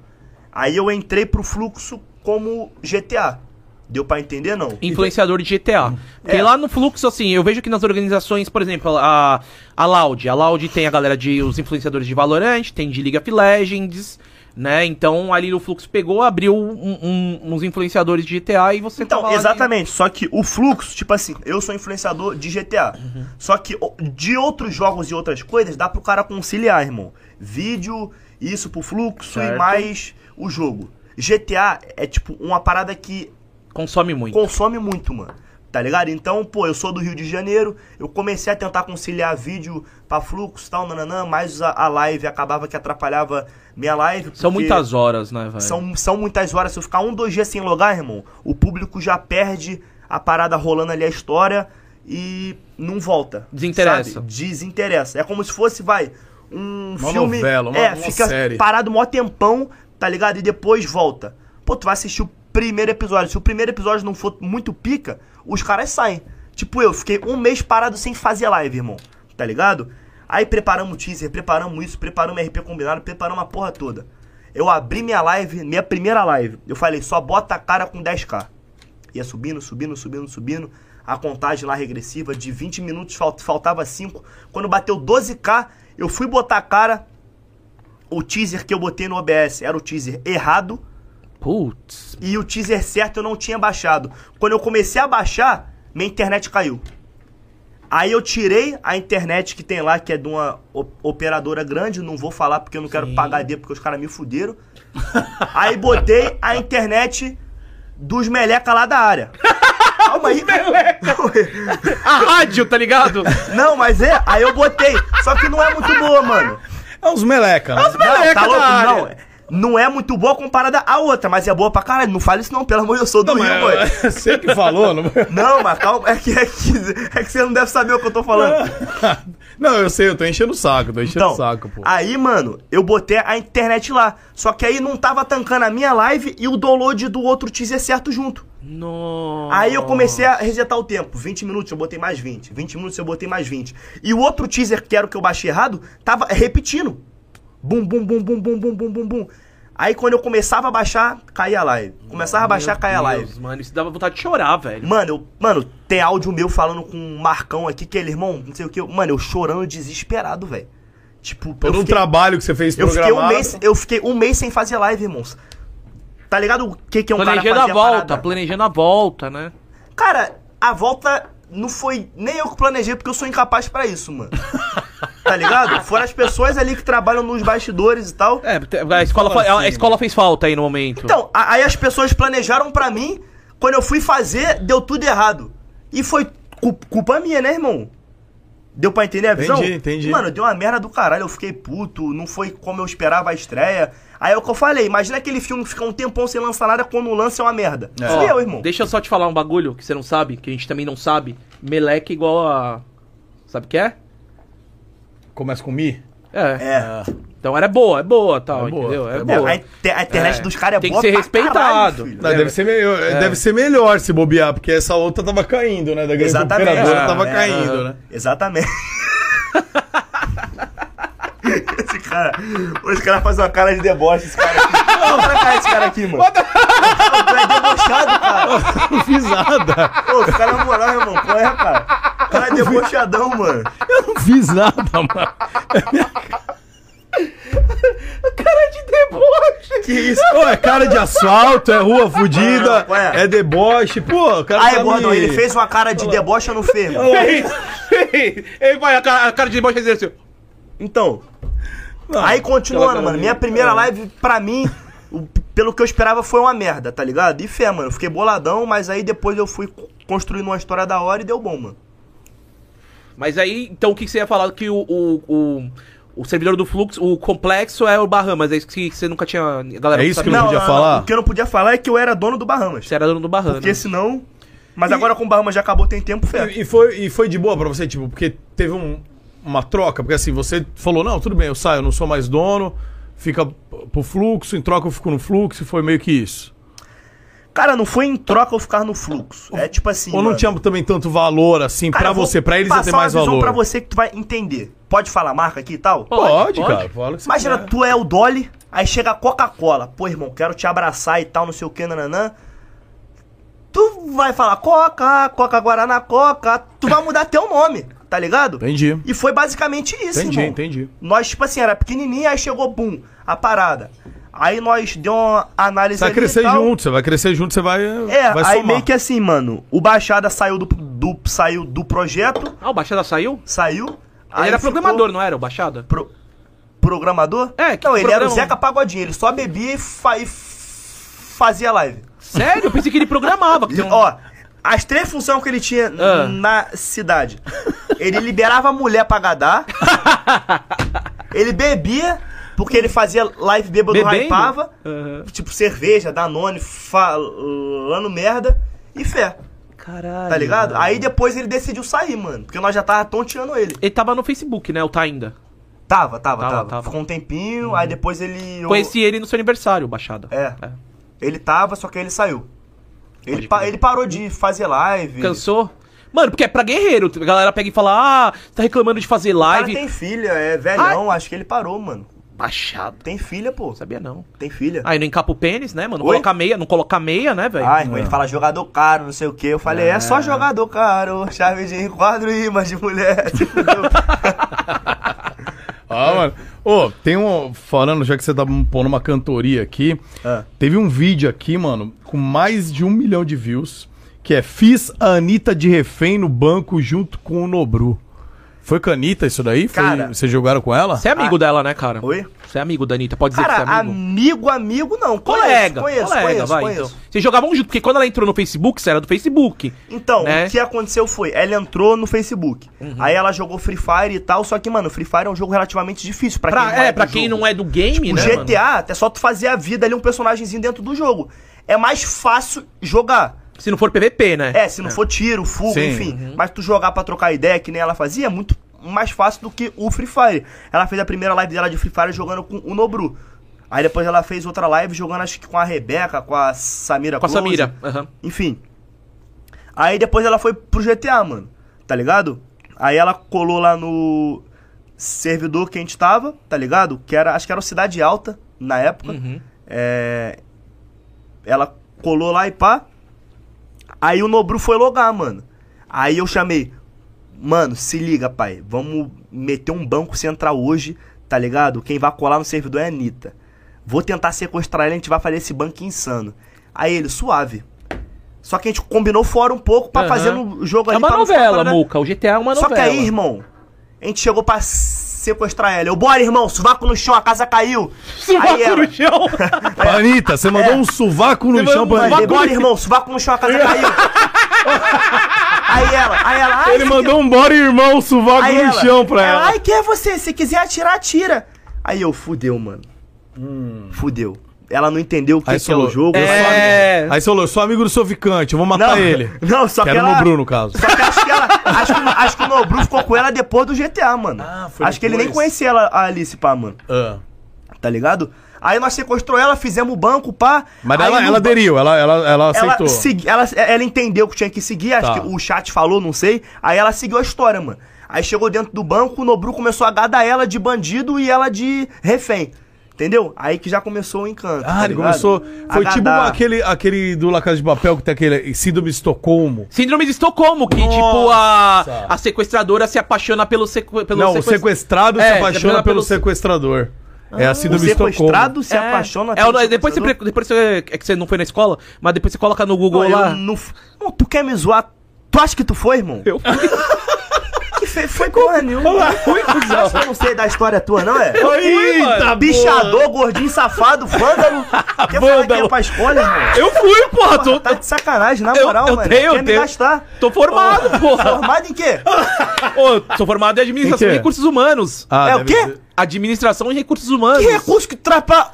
Aí eu entrei pro Fluxo como GTA. Deu pra entender, não? Influenciador de GTA. Porque É. lá no fluxo, assim, eu vejo que nas organizações, por exemplo, a, a Loud. A Loud tem a galera de os influenciadores de Valorant, tem de League of Legends, né? Então ali o fluxo pegou, abriu um- um- uns influenciadores de GTA e você tava Então, lá exatamente. Só que o fluxo, tipo assim, eu sou influenciador de GTA. Uhum. Só que o- de outros jogos e outras coisas, dá pro cara conciliar, irmão. Vídeo, isso pro fluxo e mais o jogo. GTA é tipo uma parada que dentro. Consome muito. consome muito, mano. Tá ligado? Então, pô, eu sou do Rio de Janeiro, eu comecei a tentar conciliar vídeo pra fluxo e tal, nananã, mas a, a live acabava que atrapalhava minha live. São porque- muitas horas, né, velho? são, são muitas horas. Se eu ficar um, dois dias sem logar, irmão, o público já perde a parada rolando ali a história e não volta. Desinteressa. sabe? Desinteressa. É como se fosse, vai, um Uma filme. novela, uma- é, uma fica série. parado mó tempão, tá ligado? E depois volta. Pô, tu vai assistir o primeiro episódio. Se o primeiro episódio não for muito pica, os caras saem. Tipo eu, fiquei um mês parado sem fazer live, irmão. Tá ligado? Aí preparamos o teaser, preparamos isso, preparamos RP combinado, preparamos a porra toda. Eu abri minha live, minha primeira live. Eu falei, só bota a cara com 10k. Ia subindo, subindo, subindo, subindo. A contagem lá regressiva de 20 minutos, falt- faltava 5. Quando bateu 12k, eu fui botar a cara. O teaser que eu botei no OBS era o teaser errado. Putz. E o teaser certo eu não tinha baixado. Quando eu comecei a baixar, minha internet caiu. Aí eu tirei a internet que tem lá, que é de uma o- operadora grande, não vou falar porque eu não quero pagar HD, porque os caras me fuderam. Aí botei a internet dos meleca lá da área. Calma aí. é. A rádio, tá ligado? Não, mas é, aí eu botei. Só que não é muito boa, mano. É uns meleca, né? Não, tá da louco? área. Não. Não é muito boa comparada à outra, mas é boa pra caralho. Não fala isso não, pelo amor de Deus, eu sou do Rio, mano. Você é, que falou. Não... Não, mas calma, é que, é, que, é que você não deve saber o que eu tô falando. É. Então, não, eu sei, eu tô enchendo o saco, tô enchendo o saco, pô. aí, mano, eu botei a internet lá. Só que aí não tava tancando a minha live e o download do outro teaser certo junto. Nossa. Aí eu comecei a resetar o tempo. 20 minutos eu botei mais 20. 20 minutos eu botei mais 20. E o outro teaser que era o que eu baixei errado, tava repetindo. Bum, bum, bum, bum, bum, bum, bum, bum, bum. Aí quando eu começava a baixar, caía a live. Começava a baixar, caía a live. Mano, isso dava vontade de chorar, velho. Mano, eu- mano, tem áudio meu falando com um Marcão aqui, que ele, irmão, não sei o que. eu- Mano, eu chorando desesperado, velho. Tipo, eu Todo um fiquei, trabalho que você fez eu fiquei um programado. mês, eu fiquei um mês sem fazer live, irmãos. Tá ligado o que que é um cara planejando fazer a a volta, parada? planejando a volta, né? Cara, a volta não foi nem eu que planejei, porque eu sou incapaz pra isso, mano. tá ligado? Foram as pessoas ali que trabalham nos bastidores e tal. É, a escola, fa- a escola fez falta aí no momento. Então, a- aí as pessoas planejaram pra mim, quando eu fui fazer, deu tudo errado. E foi cu- culpa minha, né, irmão? Deu pra entender a visão? Entendi, entendi. Mano, deu uma merda do caralho, eu fiquei puto, não foi como eu esperava a estreia. Aí é o que eu falei, imagina aquele filme que fica um tempão sem lançar nada, quando o lance é uma merda. É. Ó, eu, irmão. Deixa eu só te falar um bagulho que você não sabe, que a gente também não sabe. Meleca igual a. Sabe o que é? Começa com Mi? É. É, Então era boa, é boa tal, É boa, entendeu? É, é boa. a, inte- a internet É. dos caras é Tem que boa ser pra respeitado. caralho, filho. Não, deve, ser melhor, É. deve ser melhor se bobear, porque essa outra tava caindo, né? Da grande Exatamente. operadora Ah, tava né? caindo, né? Exatamente. esse cara. Esse cara faz uma cara de deboche, esse cara aqui. Olha pra cá esse cara aqui, mano. Tu é debochado, cara. Não fiz nada. Ô, esse cara é moral, irmão. Qual é, cara? O cara é debochadão, mano. Eu não fiz nada, mano. Cara de deboche! Que isso? Pô, é cara de asfalto, é rua fudida, Não, ué. é deboche. Pô, o cara Aí, tá Gordon, me- ele fez uma cara de deboche ou não fez, mano? Ele vai, a cara, a cara de deboche é assim. Então. Não, aquela aí é. continuando, cara mano. de- Minha primeira live, pra mim, o- pelo que eu esperava, foi uma merda, tá ligado? E fé, mano. eu Fiquei boladão, mas aí depois eu fui construindo uma história da hora e deu bom, mano. Mas aí, então o que que você ia falar? Que o, o, o, o servidor do fluxo, o complexo é o Bahamas, é isso que você nunca tinha. a Galera, É não isso sabe. que não- podia falar? O que eu não podia falar é que eu era dono do Bahamas. Você era dono do Bahamas. né? Porque senão. Mas agora com o Bahamas já acabou, tem tempo, fé. né? E, e foi, e foi de boa pra você, tipo, porque teve um- uma troca, porque assim, você falou, não, tudo bem, eu saio, eu não sou mais dono, fica p- pro fluxo, em troca eu fico no fluxo, e foi meio que isso. Cara, não foi em troca ou ficar no fluxo. É tipo assim. Ou não mano. tinha também tanto valor assim Cara, pra eu vou você, pra eles ia passar ter mais uma visão valor. pra você que tu vai entender. Pode falar a marca aqui e tal? Pode, Pode, cara. pode. Fala o que você Imagina, quiser. tu é o Dolly, aí chega a Coca-Cola. Pô, irmão, quero te abraçar e tal, não sei o que, nananã. Tu vai falar Coca, Coca Guaraná, Coca. Tu vai mudar teu nome, tá ligado? Entendi. E foi basicamente isso, Entendi, irmão. entendi. Nós, tipo assim, era pequenininho, aí chegou, bum, a parada. Aí nós deu uma análise Você vai ali e crescer tal. junto, você vai crescer junto, você vai. É, vai aí somar. meio que assim, mano, o Baixada saiu do, do, saiu do projeto, Ah, o Baixada saiu? Ele saiu. aí era ficou- programador, não era o Baixada? pro- programador? É, que Não, ele era o programa- Zeca Pagodinho, ele só bebia e, fa- e f- fazia live. Então, Sério? Eu pensei que ele programava. que tem um- Ó, as três funções que ele tinha Ah. na cidade. Ele liberava a mulher pra gadar. ele bebia, porque ele fazia live bêbado, Bebendo? hypava. Aham. Tipo cerveja, Danone, falando merda e fé. Caralho. Tá ligado? Aí depois ele decidiu sair, mano. Porque nós já tava tonteando ele. Ele tava no Facebook, né? O Tá ainda. Tava, tava, Tava, tava. tava. Uhum. Ficou um tempinho, aí depois ele. Conheci ele no seu aniversário, o Baixada. É. Ele tava, só que aí ele saiu. Ele, Pode pa- crer. ele parou de fazer live. Cansou? Mano, porque é pra guerreiro. A galera pega e fala, ah, tá reclamando de fazer O cara live. tem filha, é velhão, acho que ele parou, mano. Baixada. Tem filha, pô. Não sabia não. Tem filha. Aí não encapa o pênis, né, mano? Não Oi? coloca meia, não coloca meia, né, velho? Ah, irmão, ele fala jogador caro, não sei o que. Eu falei, é, só jogador caro, chave de quadro e imã de mulher. É. Ah, mano. Ô, tem um. Falando, já que você tá pondo uma cantoria aqui, Ah. teve um vídeo aqui, mano, com mais de um milhão de views, que é Fiz a Anitta de refém no banco junto com o Nobru. Foi com a Anitta isso daí? Foi- Cara- Vocês jogaram com ela? Você é amigo dela, né, cara? Ah. Oi? Você é amigo da Anitta, pode dizer que você Cara, é amigo? amigo, amigo não. Conheço, Colega, conheço, colega, conheço, vai. conheço. Então. Vocês jogavam junto, porque quando ela entrou no Facebook, você era do Facebook. Então, Né? Uhum. o que aconteceu foi, ela entrou no Facebook. Aí ela jogou Free Fire e tal, só que, mano, Free Fire é um jogo relativamente difícil pra, Pra- quem não é, do pra quem jogo. não é do game, O né? mano? GTA, é só tu fazer a vida ali, um personagemzinho dentro do jogo. É mais fácil jogar. Se não for PVP, né? É, se não for tiro, fuga, Sim. enfim. Uhum. Mas tu jogar pra trocar ideia, que nem ela fazia, é muito mais fácil do que o Free Fire. Ela fez a primeira live dela de Free Fire jogando com o Nobru. Aí depois ela fez outra live jogando acho que com a Rebeca, com a Samira Com a Close, Samira. aham. Enfim. Aí depois ela foi pro GTA, mano. Tá ligado? Aí ela colou lá no servidor que a gente tava, tá ligado? Que era, acho que era o Cidade Alta na época. É, ela colou lá e pá. Aí o Nobru foi logar, mano. Aí eu chamei. Mano, se liga, pai. Vamos meter um banco central hoje, tá ligado? Quem vai colar no servidor é a Anitta. Vou tentar sequestrar ela, a gente vai fazer esse banco insano. Aí ele, suave. Só que a gente combinou fora um pouco pra Aham. fazer no jogo É ali. uma pra não ficar novela, fora da- Muca. O GTA é uma né? Só novela. que aí, irmão, a gente chegou pra sequestrar ela. Eu, bora, irmão, sovaco no chão, a casa caiu. aí ela, chão. Anitta, você É. mandou um sovaco no Você chão mandou pra um Anitta. Mandei, Agora bora, que- é irmão, sovaco no chão, a casa caiu. aí ela, aí ela... ai, Ele você mandou um bora irmão sovaco Aí no ela, chão pra ela. Ai, quem é você? Se quiser atirar, atira. Aí eu, fudeu, mano. Hum. Fudeu. Ela não entendeu o que, Aí que é o falou, jogo. eu sou só- É. amigo- Aí você falou, eu sou amigo do sovicante, eu vou matar Não, ele. não, só que Quero ela- no Bruno, no caso. Só que acho que ela. Acho que, acho que o Nobru ficou com ela depois do GTA, mano. Ah, Ah, foi foi acho que ele nem depois. conhecia ela, a Alice, pá, mano. Ah. Tá ligado? Aí nós sequestrou ela, fizemos o banco, pá. Mas Aí ela, no ela ba- aderiu, ela, ela, ela Ela, aceitou. segui- ela, ela entendeu que tinha que seguir, acho Tá. que o chat falou, não sei. Aí ela seguiu a história, mano. Aí chegou dentro do banco, o Nobru começou a gadar ela de bandido e ela de refém. Entendeu? Aí que já começou o encanto. Ah, tá ele ligado? começou. A Foi tipo gadar. aquele, aquele do La Casa de Papel que tem aquele síndrome de Estocolmo. Síndrome de Estocolmo, que tipo Nossa. a, a sequestradora se apaixona pelo, sequ, pelo Não, sequest- o sequestrado É, se apaixona apaixona pelo pelo- sequestrador. é a O síndrome de Estocolmo. sequestrado se apaixona é, pelo é, depois você, sequestrador. pre- depois você. É que você não foi na escola, mas depois você coloca no Google Pô, eu lá. não f- Pô, tu quer me zoar? Tu acha que tu foi, irmão? Eu fui. Que fe... foi porra nenhuma. Acho que eu não sei da história tua, não é? Eita, Bichador, gordinho, safado, vândalo. Quer falar que Vândalo. é pra escola, irmão? Eu fui, porra! Tô, Tá de sacanagem, na Eu- moral, eu mano. tenho, eu Quer me tenho. gastar? tô formado, porra! Formado em quê? Ô, sou formado em administração Em quê? e recursos humanos. Ah, é o deve quê? ser. Administração e recursos humanos. Que recurso que traz pra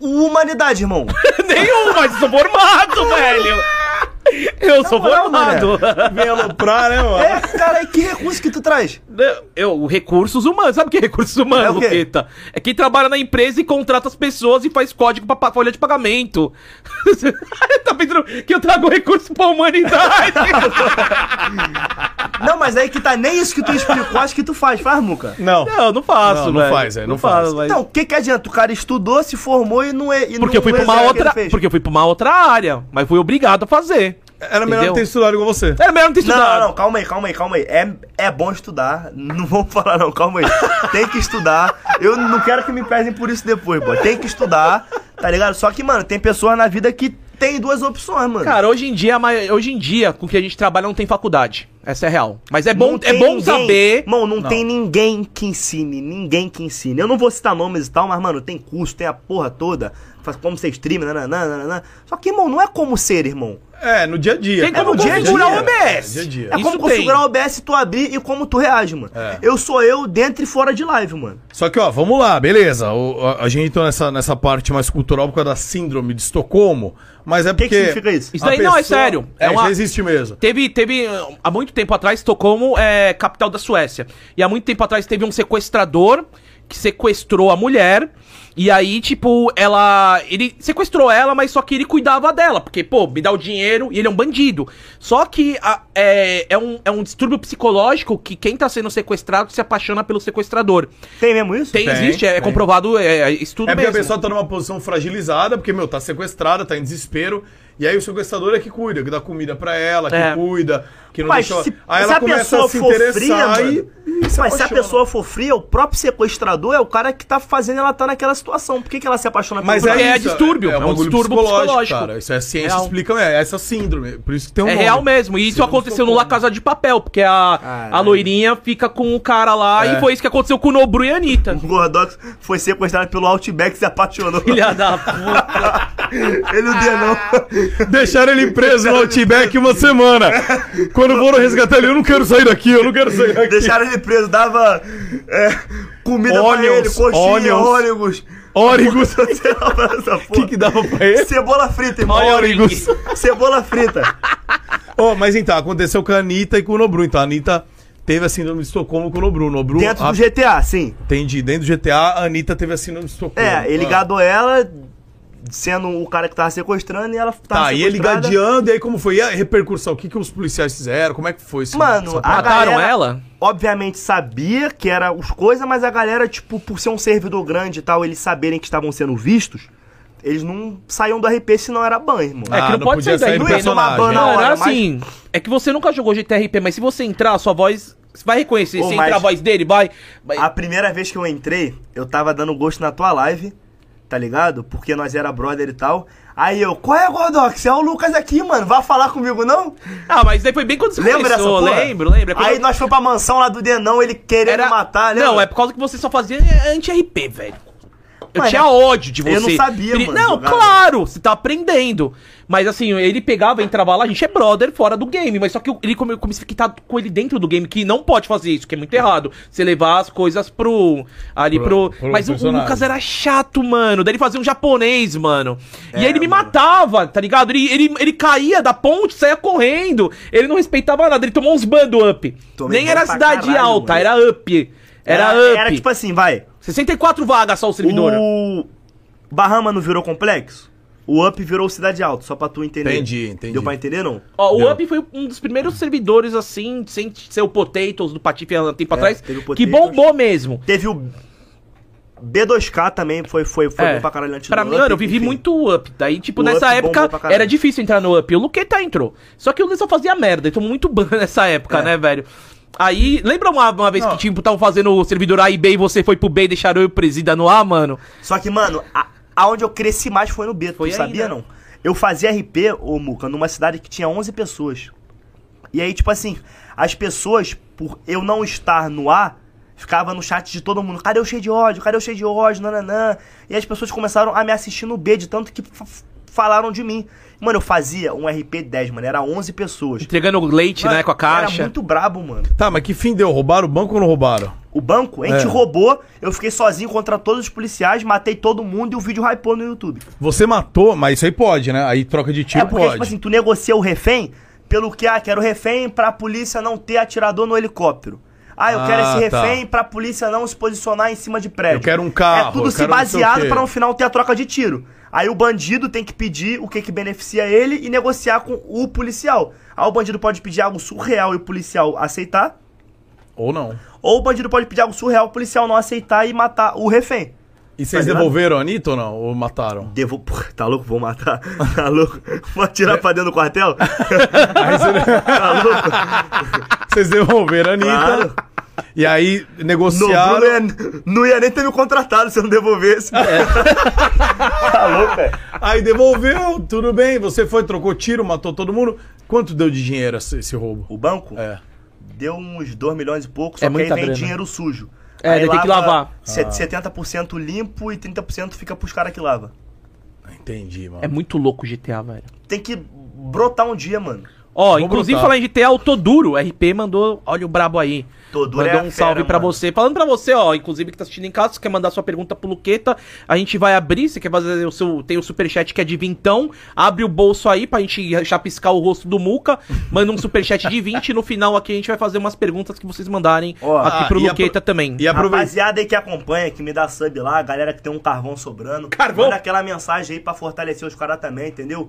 humanidade, irmão? Nenhum, mas sou formado, velho. Eu sou moral, formado. Vem aloprar, né, mano? É, cara, e que recurso que tu traz? Eu, recursos humanos. Sabe o que é recursos humanos, É o quê? Luqueta? É quem trabalha na empresa e contrata as pessoas e faz código pra pa- folha de pagamento. tá pensando que eu trago recurso pra humanidade? Não, mas aí que tá nem isso que tu explicou, acho que tu faz, faz, Muca. Não. não, não faço, Não, não faz, é, não faz. mas- Então, o que que adianta? O cara estudou, se formou e não é. e porque não eu fui pra exerce uma o que outra, ele fez. porque eu fui pra uma outra área, mas fui obrigado a fazer. Era melhor Entendeu? ter estudado igual você. Era melhor não ter Não, É estudado. não, não, calma aí, calma aí, calma aí. É, é bom estudar. Não vamos falar, não, calma aí. Tem que estudar. Eu não quero que me pesem por isso depois, boy. Tem que estudar, tá ligado? Só que, mano, tem pessoas na vida que tem duas opções, mano. Cara, hoje em dia, a mai- hoje em dia, com o que a gente trabalha não tem faculdade. Essa é real. Mas é bom, Não é tem bom ninguém- saber. Mano, não, tem ninguém que ensine, ninguém que ensine. Eu não vou citar nomes e tal, mas, mano, tem curso, tem a porra toda. Faz como ser streamer, nananã, nananã. Só que, irmão, não é como ser, irmão. É, no dia a dia. Tem cara. como No dia a configurar dia. o OBS. É, dia a É dia. Isso como tem. É. configurar o OBS, e tu abrir e como tu reage, mano. Eu sou eu dentro e fora de live, mano. Só que, ó, vamos lá, beleza. O- a, a gente entrou nessa, nessa parte mais cultural por causa da síndrome de Estocolmo, mas é que porque... significa isso? Isso a daí não, é pessoa- sério. É, É uma- já existe mesmo. Teve, teve uh, há muito tempo atrás, Estocolmo é capital da Suécia. E há muito tempo atrás teve um sequestrador que sequestrou a mulher. E aí, tipo, ela. Ele sequestrou ela, mas só que ele cuidava dela. Porque, pô, me dá o dinheiro e ele é um bandido. Só que a- é, é, um, é um distúrbio psicológico que quem tá sendo sequestrado se apaixona pelo sequestrador. Tem mesmo isso? Tem, Tem, existe, é, tem. comprovado, é, é estudo É porque mesmo. a pessoa tá numa posição fragilizada, porque, meu, tá sequestrada, tá em desespero. E aí o sequestrador é que cuida, que dá comida pra ela, que É. cuida, que não Mas deixa. se, aí se ela a começa pessoa a se for interessar fria, mano, e. mas se a apaixona. pessoa for fria, o próprio sequestrador é o cara que tá fazendo ela tá naquela situação. Por que, que ela se apaixona Mas pelo Porque é, é isso, distúrbio, é, um distúrbio psicológico, cara. Isso é a ciência Real. explica, é essa síndrome. Por isso que tem um É nome. real mesmo. E isso Síndrome aconteceu no Estocolmo. La Casa de Papel, porque a, a loirinha fica com o cara lá Ah, É. e foi isso que aconteceu com o Nobru e a Anitta. O Gordox foi sequestrado pelo Outback e se apaixonou. Ele Filha da puta. não deu, não. Deixaram ele preso no Outback uma semana. Quando foram resgatar ele, eu não quero sair daqui, eu não quero sair daqui. Deixaram ele preso, dava é, comida pra Onions, ele, coxinha, onions. ônibus. Órigos. O Sei lá, essa que, porra. assim que dava pra ele? Cebola frita, irmão. Órigos. Cebola frita. Ó, mas então, aconteceu com a Anitta e com o Nobru. Então a Anitta teve a síndrome de Estocolmo com o Nobru. O Nobru Dentro a- do GTA, sim. Entendi. Dentro do GTA, a Anitta teve assim, a síndrome de Estocolmo. É, ele Ah. gadou ela, sendo o cara que tava sequestrando, e ela tava Tá, e ele sequestrada. gadeando, e aí como foi? E a repercussão? O que, que os policiais fizeram? Como é que foi? esse- Ah, Mano, essa- a Mataram galera, ela? Obviamente sabia que era os coisas, mas a galera, tipo, por ser um servidor grande e tal, eles saberem que estavam sendo vistos, eles não saíam do RP se não era ban, irmão. É que Ah, não, não pode podia sair daí. sair do não é? personagem. Não é numa Mano, banda, mas- assim, é que você nunca jogou GTRP, mas se você entrar, sua voz... Você vai reconhecer. Ô, se mas- entrar a voz dele, vai... vai- A primeira vez que eu entrei, eu tava dando gosto na tua live, tá ligado? Porque nós era brother e tal. Aí eu, qual é, Gordox? É o Lucas aqui, mano. Vai falar comigo, não? Ah, mas daí foi bem quando você Lembra dessa porra? Lembro, lembro. É quando Aí eu- nós fomos pra mansão lá do Denão, ele querendo matar, né, lembra? Não, é por causa que você só fazia é, anti-RP, velho. Eu Mas tinha é- ódio de você. eu não sabia, Ele- mano, Não, jogar. claro, você tá aprendendo. Mas assim, ele pegava, entrava lá, a gente é brother fora do game, mas só que ele come- comecei a ficar com ele dentro do game, que não pode fazer isso, que é muito errado. Você levar as coisas pro. ali pro. Pro- pro mas o- o, personagem. Lucas era chato, mano. Daí ele fazia um japonês, mano. É, e aí ele me matava, tá ligado? Ele, ele, ele caía da ponte, saía correndo. Ele não respeitava nada, ele tomou uns bando up. Tomei Nem ban era pra cidade caralho, alta, mano. era up. Era, up. Era tipo assim, vai. 64 vagas só o servidor. O Bahama não virou complexo? O Up virou Cidade Alta, só pra tu entender. Entendi, entendi. Deu pra entender, não? Ó, o Deu. Up foi um dos primeiros servidores, assim, sem ser o Potatoes do Patife há um tempo atrás, É, teve o que Potatoes. bombou mesmo. Teve o B2K também, foi, foi, foi É. bom pra caralho antes Pra do mim, Up, mano, eu vivi enfim. muito Up. Daí, tipo, O nessa Up bombou época pra caralho. era difícil entrar no Up. O Luqueta entrou. Só que o Luqueta só fazia merda. Ele tomou muito ban nessa época, É. né, velho? Aí, lembra uma, uma vez que, tipo, estavam fazendo o servidor A e B e você foi pro B e deixaram eu e o Presida no A, mano? Só que, mano, a, aonde eu cresci mais foi no B, tu Foi aí, sabia, né? não? Eu fazia RP, ô Muca, numa cidade que tinha 11 pessoas. E aí, tipo assim, as pessoas, por eu não estar no A, ficava no chat de todo mundo, cadê o cheio de ódio, cadê o cheio de ódio, nananã. E as pessoas começaram a me assistir no B, de tanto que f- f- falaram de mim. Mano, eu fazia um RP10, mano, era 11 pessoas. Entregando leite, né, com a Era caixa. muito brabo, mano. Tá, mas que fim deu? Roubaram o banco ou não roubaram? O banco, a gente É. roubou, eu fiquei sozinho contra todos os policiais, matei todo mundo e o vídeo hypou no YouTube. Você matou, mas isso aí pode, né? Aí troca de tiro é porque, pode. tipo assim, tu negocia o refém pelo que, ah, quero refém pra polícia não ter atirador no helicóptero. Ah, eu quero Ah, esse tá. refém pra polícia não se posicionar em cima de prédio. Eu quero um carro, É tudo eu se quero não sei o baseado quê. pra no final ter a troca de tiro. Aí o bandido tem que pedir o que que beneficia ele e negociar com o policial. Aí o bandido pode pedir algo surreal e o policial aceitar. Ou não. Ou o bandido pode pedir algo surreal, o policial não aceitar e matar o refém. E vocês Tá ligado? devolveram a Anitta ou não? Ou mataram? Devo... Pô, tá louco? Vou matar. Tá louco? Vou É. atirar pra dentro do quartel? Aí você- Tá louco? vocês devolveram a Anitta. Claro. E aí Não, negociaram. Bruno é- ia, não ia nem ter me contratado se eu não devolvesse. É. tá louco, velho? Aí devolveu, tudo bem. Você foi, trocou tiro, matou todo mundo. Quanto deu de dinheiro esse, esse roubo? O banco É. deu uns 2 milhões e pouco, só É que aí muita vem grana. dinheiro sujo. É, aí ele tem que lavar. Ah. set- 70% limpo e 30% fica pros caras que lava. Entendi, mano. É muito louco o GTA, velho. Tem que brotar um dia, mano. Ó, Vou inclusive brotar. falar em GTA, o Toduro, RP, mandou. Olha o brabo aí. Toduro mandou é a um fera, salve pra mano. você. Falando pra você, ó, inclusive que tá assistindo em casa, se quer mandar sua pergunta pro Luqueta, a gente vai abrir. Você quer fazer o seu. Tem o superchat que é de vintão. Abre o bolso aí pra gente chapiscar o rosto do Muca. Manda um superchat de 20 e no final aqui a gente vai fazer umas perguntas que vocês mandarem Ó, aqui ah, pro e a Luqueta pro- também. E aproveitando. Rapaziada aí que acompanha, que me dá sub lá, a galera que tem um carvão sobrando. Carvão? Manda aquela mensagem aí pra fortalecer os caras também, entendeu?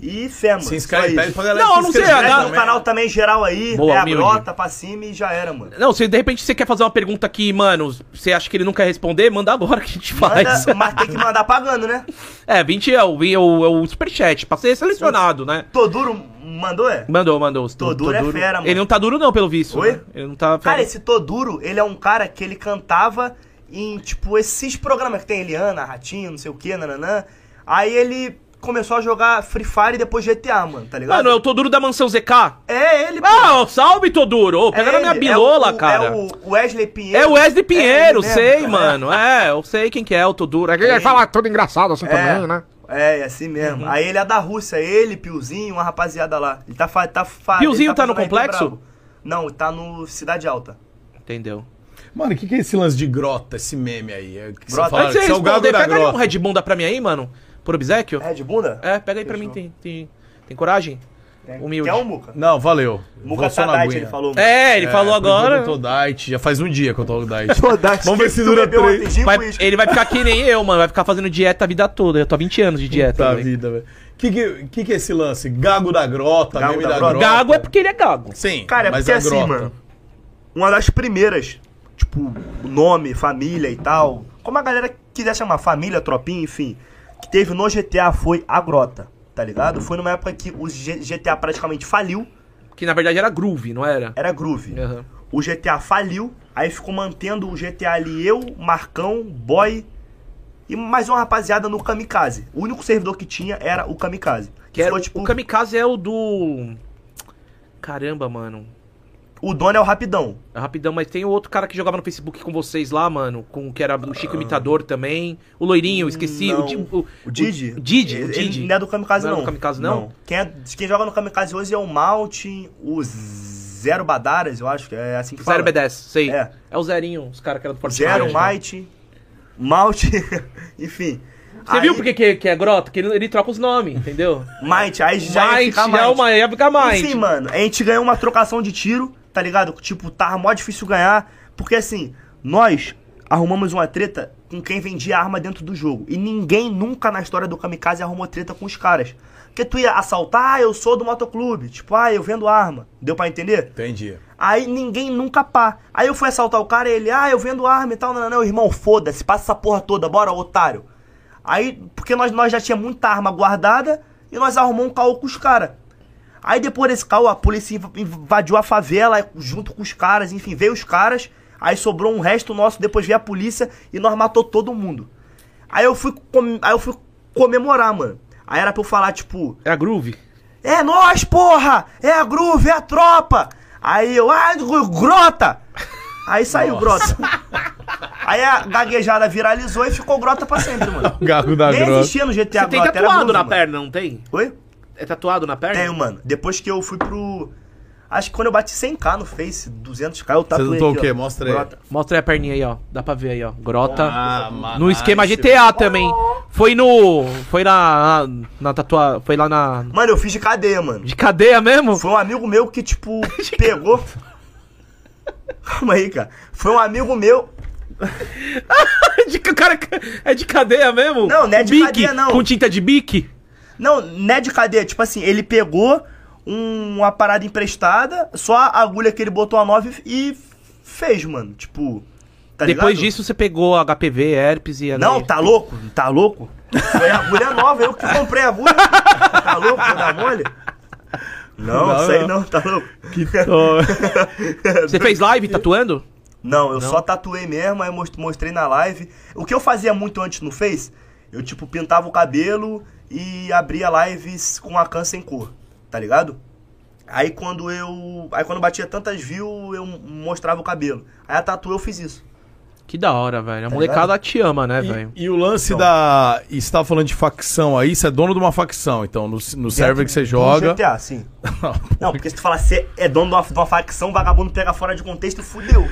E fé, mano. Se inscreve, só pede isso. pra galera Não, se eu não sei, é, inscrever a Inscreve galera- no também. canal também geral aí, Boa, é a humilde. brota pra cima e já era, mano. Não, se de repente você quer fazer uma pergunta que, mano, você acha que ele não quer responder, manda agora que a gente faz. Manda, mas tem que mandar pagando, né? É, 20 é o, é o, é o superchat, pra ser selecionado, né? Toduro mandou, é? Mandou, mandou. Toduro é fera, mano. Ele não tá duro, não, pelo visto. Oi? né? Ele não tá. Cara, esse Toduro, ele é um cara que ele cantava em, tipo, esses programas que tem Eliana, Ratinho, não sei o que, nananã. Aí ele começou a jogar Free Fire e depois GTA, mano, tá ligado? Mano, é o Toduro da mansão ZK? É ele, pô. Ah, ó, salve, Toduro! Ô, É Pega na minha ele, bilola, é o- cara. É o Wesley Pinheiro. É o Wesley Pinheiro, ele mesmo, sei, cara. mano. É, eu sei quem que é o Toduro. É que Ele ele fala- fala tudo engraçado assim É. também, né? É, é assim Uhum. mesmo. Aí ele é da Rússia, ele, Piozinho, uma rapaziada lá. Ele tá fa, tá fa, Piozinho ele tá no fazendo RP complexo? brabo. Não, tá no Cidade Alta. Entendeu? Mano, o que, que é esse lance de grota, esse meme aí? É, que Grota. Fala, Antes de isso você é o gago responder, da pega ali um grota. Red Bunda pra mim aí, mano. Por obsequio. É de bunda? É, pega aí pra mim, tem, tem, tem coragem? Humilde. Quer um Muca? Não, valeu. Muca Tadate, ele falou. É, ele falou agora. Eu tô diet, já faz um dia que eu tô diet. Tadate. Vamos ver se dura três. Vai- Tipo ele vai ficar que nem eu, mano. Vai ficar fazendo dieta a vida toda. Eu tô há 20 anos de dieta. Puta velho. vida, velho. Que que, que que é esse lance? Gago da grota, Gago meme da da, grota. grota. Gago é porque ele é gago. Sim, Cara, é mas porque é assim, grota. mano. Uma das primeiras, tipo, nome, família e tal. Como a galera quiser chamar, família, tropinha, enfim. Que teve no GTA foi a Grota, tá ligado? Foi numa época que o G- GTA praticamente faliu. Que na verdade era groove, não era? Era Groove. Aham. O GTA faliu, aí ficou mantendo o GTA ali eu, Marcão, Boy e mais uma rapaziada no Kamikaze. O único servidor que tinha era o Kamikaze. Que era, ficou, tipo, O Kamikaze é o do. Caramba, mano. o dono é o Rapidão. É rapidão, mas tem o outro cara que jogava no Facebook com vocês lá, mano. Com, que era o Chico Imitador também. O Loirinho, esqueci. Ah. Não. O, Di- O Didi? O Didi, o Ele- Didi. Ele não é do Kamikaze, Não não. é do Kamikaze, não? Quem, é- quem joga no Kamikaze hoje é o Mountain, o Zero Badaras, eu acho que é assim que Zero fala. B10, sei. É. É. o Zerinho, os caras que eram do Fortnite. Zero, né? Might, Mount, enfim. Você viu porque que, que é grota? Que ele, ele troca os nomes, entendeu? Might, aí já ia Might, ficar já é Might. uma, ia ficar Might. Enfim, mano, a gente ganhou uma trocação de tiro, tá ligado? Tipo, tava mó difícil ganhar, porque assim, nós arrumamos uma treta com quem vendia arma dentro do jogo. E ninguém nunca na história do Kamikaze arrumou treta com os caras. Porque tu ia assaltar, ah, eu sou do motoclube, tipo, ah, eu vendo arma. Deu pra entender? Entendi. Aí ninguém nunca pá. Aí eu fui assaltar o cara e ele, ah, eu vendo arma e tal. Não, não, não, irmão, foda-se, passa essa porra toda, bora, otário. Aí, porque nós, nós já tinha muita arma guardada e nós arrumamos um caô com os caras. Aí depois desse caô, a polícia inv- invadiu a favela junto com os caras, enfim, veio os caras. Aí sobrou um resto nosso, depois veio a polícia e nós matou todo mundo. Aí eu fui, com- aí eu fui comemorar, mano. Aí era pra eu falar, tipo, É a groove. é nós, porra! É a Groove, é a "Ah, tropa! Aí eu, ai, gr- grota! Aí saiu grota. Aí a gaguejada viralizou e ficou grota pra sempre, mano. Gago da Nem grota. existia no GTA Você tem grota, era tatuado blusa, na mano. perna, não tem? Oi? É tatuado na perna? Tenho, mano. Depois que eu fui pro... Acho que quando eu bati 100k no Face, 200k, eu tatuei tatuou aqui, o quê? ó. Mostra aí. Grota. Mostra aí a perninha aí, ó. Dá pra ver aí, ó. Grota. Ah, no manasse. esquema GTA também. Foi no. Foi na. Na, na tatua. Foi lá na. Mano, eu fiz de cadeia, mano. De cadeia mesmo? Foi um amigo meu que, tipo, pegou... Calma aí, cara. Foi um amigo meu... De, ca- cara, é de cadeia mesmo? Não, não é Com de bique? cadeia, não. Com tinta de bique? Não, não é de cadeia. Tipo assim, ele pegou um- uma parada emprestada, só a agulha que ele botou a 9 e fez, mano. Tipo, tá Depois ligado? disso né? você pegou HPV, herpes e. Não, tá louco? Tá louco? Foi a agulha nova, eu que comprei a agulha. Tá louco? Vou dar mole? Não, Não, isso aí não. não, tá louco? Você fez live tatuando? Não, eu só tatuei mesmo, aí eu most- mostrei na live. O que eu fazia muito antes no Face, eu tipo pintava o cabelo e abria lives com a can sem cor, tá ligado? Aí quando eu. Aí quando batia tantas views, eu mostrava o cabelo. Aí a tatu eu fiz isso. Que da hora, velho. A molecada te ama, né, velho? E, e o lance da. E você tava falando de facção aí, você é dono de uma facção, então, no, no server que você Do joga. GTA, sim. Não, porque se tu falar você é dono de uma, de uma facção, o vagabundo pega fora de contexto e fudeu.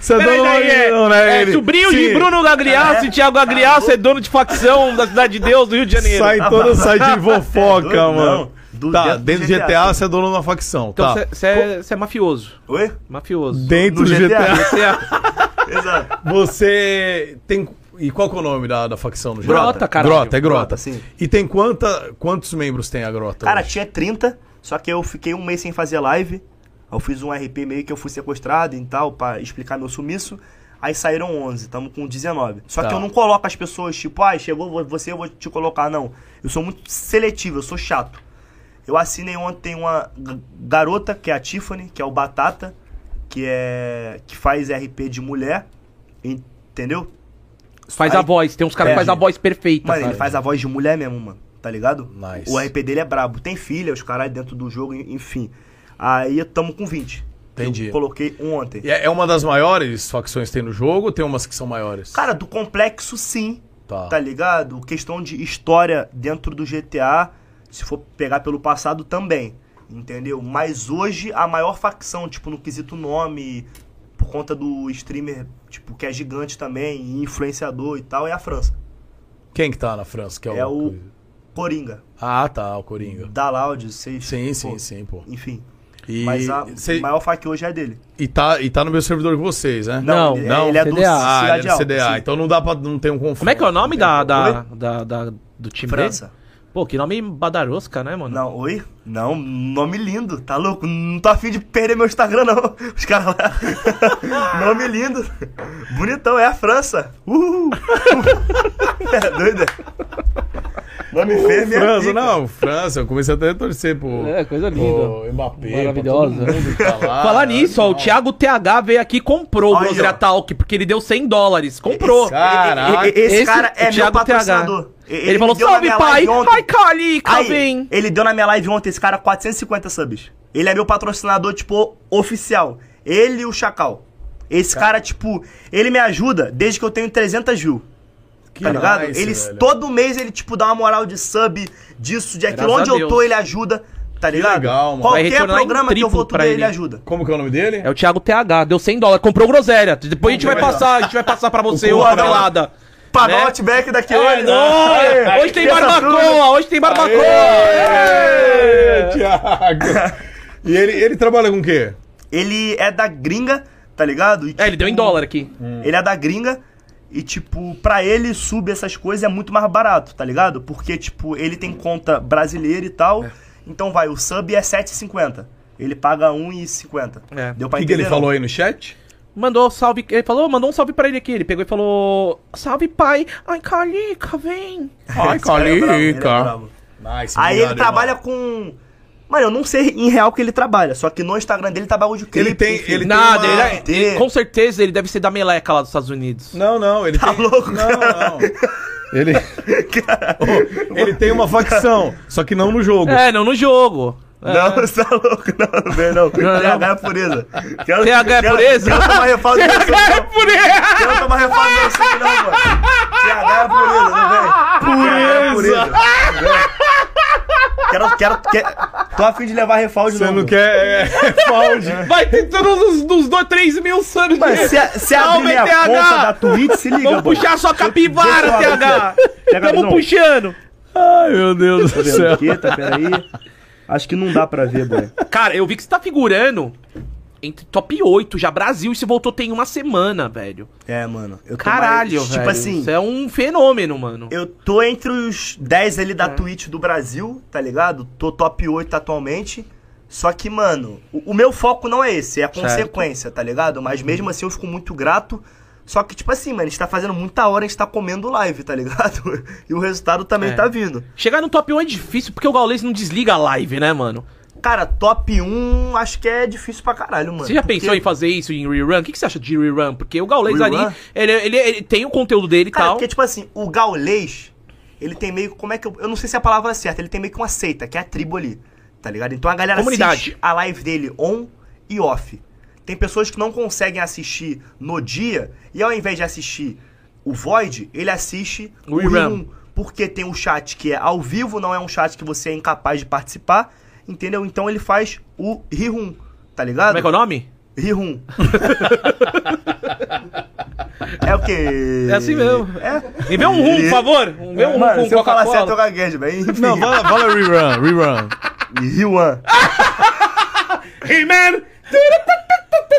Você é Peraí, dono daí, é, não, né, é ele? sobrinho de Sim. Bruno Gagliasso É. e Thiago Gagliasso é dono de facção da Cidade de Deus do Rio de Janeiro. Sai todo site de Você é fofoca, mano. doido? Não, do- tá, dentro dentro do do GTA, GTA, você é dono de uma facção. Então tá. você é, cê é mafioso. Oi? Mafioso. Dentro no do GTA. GTA. Você é Exato. Você tem. E qual que é o nome da, da facção no geral? Grota, caralho. Grota, é grota. Grota, sim. E tem quanta, quantos membros tem a grota? Cara, hoje? tinha 30, só que eu fiquei um mês sem fazer live. Eu fiz um RP meio que eu fui sequestrado e tal, pra explicar meu sumiço. Aí saíram 11, tamo com 19. Só que Tá. eu não coloco as pessoas, tipo, ah, chegou vo- você, eu vou te colocar, não. Eu sou muito seletivo, eu sou chato. Eu assinei ontem uma g- garota, que é a Tiffany, que é o Batata, que é. que faz RP de mulher, entendeu? Faz a Aí- voz. Tem uns caras É, que faz a gente. voz perfeita. Mano, ele cara. faz a voz de mulher mesmo, mano. Tá ligado? Nice. O RP dele é brabo. Tem filha, os caras dentro do jogo, en- enfim. Aí tamo com 20. Entendi. Eu coloquei um ontem. E É é uma das maiores facções que tem no jogo ou tem umas que são maiores? Cara, do complexo sim. Tá. Tá ligado? Questão de história dentro do GTA, se for pegar pelo passado também. Entendeu? Mas hoje a maior facção, tipo, no quesito nome, por conta do streamer, tipo, que é gigante também, e influenciador e tal, é a França. Quem que tá na França? Que é, É o Coringa. Ah, tá, o Coringa. Da Loud, vocês. Sim, pô, sim, sim, pô. Enfim. E, Mas a cê- maior faca hoje é dele. e, tá, e tá no meu servidor com vocês, né? Não, ele, não, ele é do CDA. Ah, ele é Cidade do Alta. CDA, sim. então não dá pra não ter um conflito. Como é que é o nome da, da, Oi? da, da- do time França. dele? Pô, que nome badarosca, né, mano? Não, oi? Não, nome lindo, tá louco? Não tô afim de perder meu Instagram, não. Os caras lá. nome lindo. Bonitão, é a França. Uhul. é doida. Nome feio é mesmo. França, não, França, eu comecei até a torcer pro... É, coisa linda. pro Mbappé, Maravilhosa. pra todo mundo que tá lá. Falar nisso, ó, o Thiago TH veio aqui e comprou o Ah, Aí, Brosera ó. Talk, porque ele deu 100 dólares. Comprou. Caraca. Esse, Esse- cara o é meu Thiago patrocinador. TH. Ele, falou, me deu na salve minha pai, live ontem. pai Cali, Aí, Calvin. ele deu na minha live ontem, esse cara, 450 subs. Ele é meu patrocinador, tipo, oficial. Ele e o Chacal. Esse cara, tipo, ele me ajuda desde que eu tenho 300 views. Que tá ligado? nice, ele, velho. todo mês ele, tipo, dá uma moral de sub, disso, de aquilo. Graças Onde a eu tô, Deus. ele ajuda. Tá ligado? legal, mano. Vai Qualquer retornar em programa que eu triplo vou tudo, pra ele, ele. ajuda. Como que é o nome dele? É o Thiago TH, deu 100 dólares, comprou o Groselha. Depois a gente vai passar, a gente vai passar pra você uma Boa, tabelada. Pra Né? dar o outback né? daqui É, não, Aê, hoje tem terça tudo. barbacoa, hoje tem barbacoa. Ê, Thiago! E ele, ele trabalha com o quê? Ele é da gringa, tá ligado? E, É, ele deu em tipo, dólar aqui. Hum. Ele é da gringa e, tipo, pra ele subir essas coisas é muito mais barato, tá ligado? Porque, tipo, ele tem conta brasileira e tal. É. Então vai, o sub é 7,50. Ele paga 1,50. É. Deu O pra que, que entender? ele não? falou aí no chat? Mandou salve, ele falou, mandou um salve pra ele aqui. Ele pegou e falou: Salve pai, ai Calica, vem. Ai, Esse cara é brabo, ele é brabo. Nice, Aí ele obrigado, trabalha irmão. com. Mano, eu não sei em real o que ele trabalha, só que no Instagram dele tá bagulho de clipe. Ele tem- enfim. ele- Nada, tem ele uma- é- ele- com certeza ele deve ser da meleca lá dos Estados Unidos. Não, não, ele Tá tem... louco, Não, não. Ele... Ô, ele tem uma facção, só que não no jogo. É, não no jogo. Não, você tá louco, não, não vem não. não. TH é pureza. Quero, TH é quero- pureza? Quero tomar refaldo do meu TH sangue, é não. pureza! Quero tomar refaldo do meu sangue, não, mano. TH é pureza, não vem. é Pureza! Quero, quero, quero, tô afim de levar refaldo, Você não mano. quer. É, balde. Vai ter todos os, os dois, três mil sanos de... Mas se, a- se Salve, abrir a TH. conta da Twitch, se liga, Vamos pô. puxar sua capivara, deixa eu TH! falar, TH, Tamo não. puxando! Ai, meu Deus do céu. Eita, peraí. Acho que não dá pra ver, boy. Cara, eu vi que você tá figurando entre top 8 já Brasil e você voltou tem uma semana, velho. É, mano. Eu tô Caralho, mais- velho. Tipo assim, Você é um fenômeno, mano. eu tô entre os 10 ali da Twitch do Brasil, tá ligado? Tô top 8 atualmente. Só que, mano, o, o meu foco não é esse, é a consequência, tá ligado? Mas mesmo Uhum. assim eu fico muito grato. Só que, tipo assim, mano, a gente tá fazendo muita hora, a gente tá comendo live, tá ligado? E o resultado também É. tá vindo. Chegar no top 1 é difícil porque o Gaules não desliga a live, né, mano? Cara, top 1 acho que é difícil pra caralho, mano. Você já porque- pensou em fazer isso em rerun? O que que você acha de rerun? Porque o Gaules ali, Rerun? ele, ele, ele tem o conteúdo dele e Cara, tal. porque, tipo assim, o gaulês, ele tem meio. Como é que eu. Eu não sei se a palavra é certa, ele tem meio que uma seita, que é a tribo ali. Tá ligado? Então a galera Comunidade. assiste a live dele on e off. Tem pessoas que não conseguem assistir no dia, e ao invés de assistir o Void, ele assiste O rerun. Porque tem um chat que é ao vivo, não é um chat que você é incapaz de participar, entendeu? Então ele faz o rerun, tá ligado? Como é que é o nome? Rihun. é o quê? É assim mesmo. É? Me vê um rum, por favor. Me vê um rum Mano, com se eu falar certo, eu Coca-Cola. gaguejo, velho. Enfim, Não, fala, fala rerun, rerun. Riwan. Ah, Hey, man!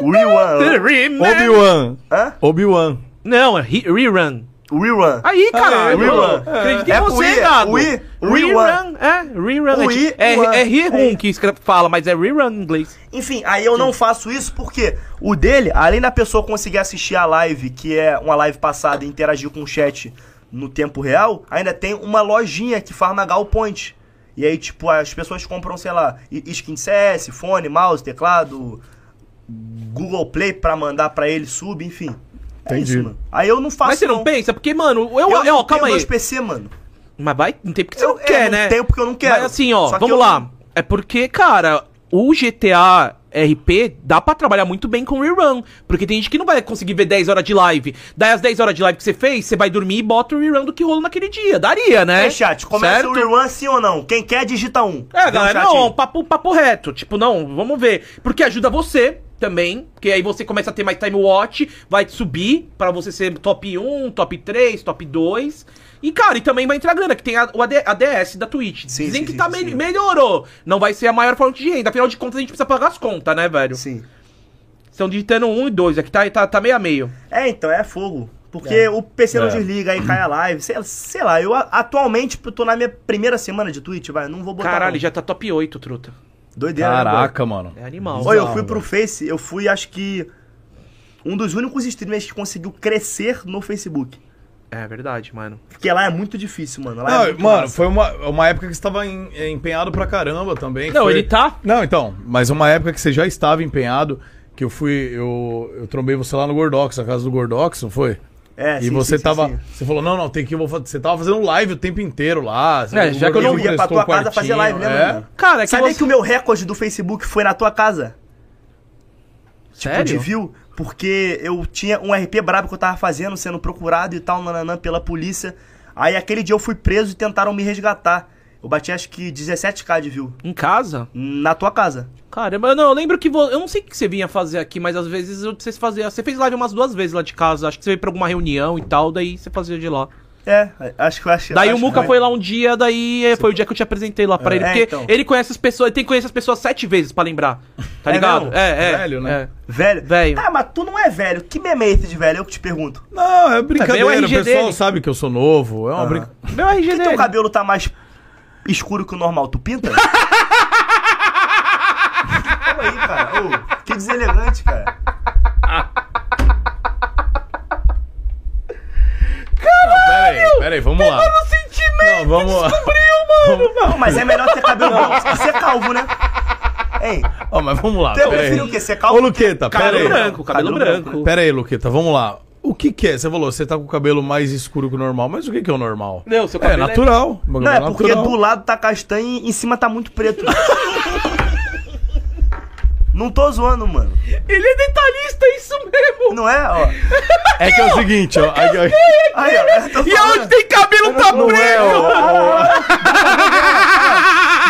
Riwan. Rerun! Obi-Wan. Hã? Obi-Wan. Não, é re- rerun. Riwan. Aí, caralho. rerun. Acreditei Ah, em É você, Wii, é Gago. Wii, Rerun. rerun. É, rerun. Wii, É, rerun. é, é rerun que escreve- fala, mas é rerun em inglês. Enfim, aí eu não faço isso porque o dele, além da pessoa conseguir assistir a live, que é uma live passada e interagir com o chat no tempo real, ainda tem uma lojinha que farma Gal Point. E aí, tipo, as pessoas compram, sei lá, i- skin de CS, fone, mouse, teclado, Google Play pra mandar pra ele sub, enfim. É Entendi. isso, mano. Aí eu não faço Mas você não pensa? Porque, mano, eu, eu, não ó, calma tenho aí. dois PC, mano. Mas vai, não tem porque você Eu- não quer, eu não né? tenho porque eu não quero. Mas assim, ó, Só que vamos eu lá. não- É porque, cara, o GTA RP dá pra trabalhar muito bem com rerun. Porque tem gente que não vai conseguir ver 10 horas de live. Daí as 10 horas de live que você fez, você vai dormir e bota o rerun do que rolou naquele dia. Daria, né? É, chat, começa Certo? o rerun sim ou não? Quem quer, digita um. É, Vê o galera, chat aí. não, papo, papo reto. Tipo, não, vamos ver. Porque ajuda você também, porque aí você começa a ter mais time watch, vai subir pra você ser top 1, top 3, top 2. E, cara, e também vai entrar grana, que tem a, o AD, ADS da Twitch. Sim, Dizem sim, que sim, tá sim. mel- melhorou. Não vai ser a maior fonte de renda. Afinal de contas, a gente precisa pagar as contas, né, velho? Sim. Estão digitando 1 e 2, aqui tá, tá, tá meio a meio. É, então, é fogo. Porque o PC não É. desliga, aí cai a live. Sei, sei lá, eu a- atualmente tipo, tô na minha primeira semana de Twitch, vai. Não vou botar. um. Caralho, não. já tá top 8, truta. Doideira. né, Caraca, mano. É animal. boy? Olha, eu bizarro, fui pro Face, eu fui, acho que. Um dos únicos streamers que conseguiu crescer no Facebook. É verdade, mano. Porque lá é muito difícil, mano. Lá é Não, muito mano, massa. foi uma, uma época que você tava em- empenhado pra caramba também. Não, Foi- ele tá. Não, então, mas uma época que você já estava empenhado, que eu fui, eu, eu trombei você lá no Gordox, na casa do Gordox, não foi? É, e sim, você sim, sim, tava. sim. Você falou, não, não, tem que. eu Vou, fa- você tava fazendo live o tempo inteiro lá. você- É, já o que eu Gordox Eu não ia pra emprestou tua um casa fazer quartinho, live, né, é. mano? Cara, é que Sabia você- que o meu recorde do Facebook foi na tua casa? Sério? Tipo, de view, porque eu tinha um RP brabo que eu tava fazendo, sendo procurado e tal, nananã, pela polícia. Aí aquele dia eu fui preso e tentaram me resgatar. Eu bati acho que 17k de view. Em casa? Na tua casa. Caramba, eu não, eu lembro que vo- eu não sei o que você vinha fazer aqui, mas às vezes eu- vocês faziam. Você fez live umas duas vezes lá de casa, acho que você veio pra alguma reunião e tal, daí você fazia de lá. É, acho que eu acho. Daí o acho Muca que foi lá um dia, daí eh, foi o dia que eu te apresentei lá pra ele, É, porque então. ele conhece as pessoas, ele tem que conhecer as pessoas sete vezes pra lembrar. Tá É ligado? mesmo? É, é. Velho, né? é. Velho. Velho. Ah, mas tu não é velho. Que meme é esse de velho? Eu que te pergunto. Não, é brincadeira. É, veio o o RG pessoal dele. sabe que eu sou novo. É uma brinca- Meu RG Por que dele. teu cabelo tá mais escuro que o normal? Tu pinta? Calma aí, cara. Ô, que deselegante, cara. Pera aí, pera aí, vamos lá. Não, vamos lá. Não, mas é melhor ter cabelo branco do que ser calvo, né? Hein? Ó, mas vamos lá. pera Eu aí. prefiro o quê? Ser calvo? Ô, Luqueta, pera Cabelo aí. branco, cabelo, Cabelo branco. Pera aí, Luqueta, vamos lá. O que que é? Você falou, você tá com o cabelo mais escuro que o normal, mas o que que é o normal? Não, seu É cabelo é- natural. Não, é porque do lado tá castanho e em cima tá muito preto. Não tô zoando, mano. Ele é detalhista, é isso mesmo. Não é, ó. É que é o seguinte, ó. aí- aí- Aí, ó. eu tô E aonde falando. tem cabelo tá Não é, preto. ó.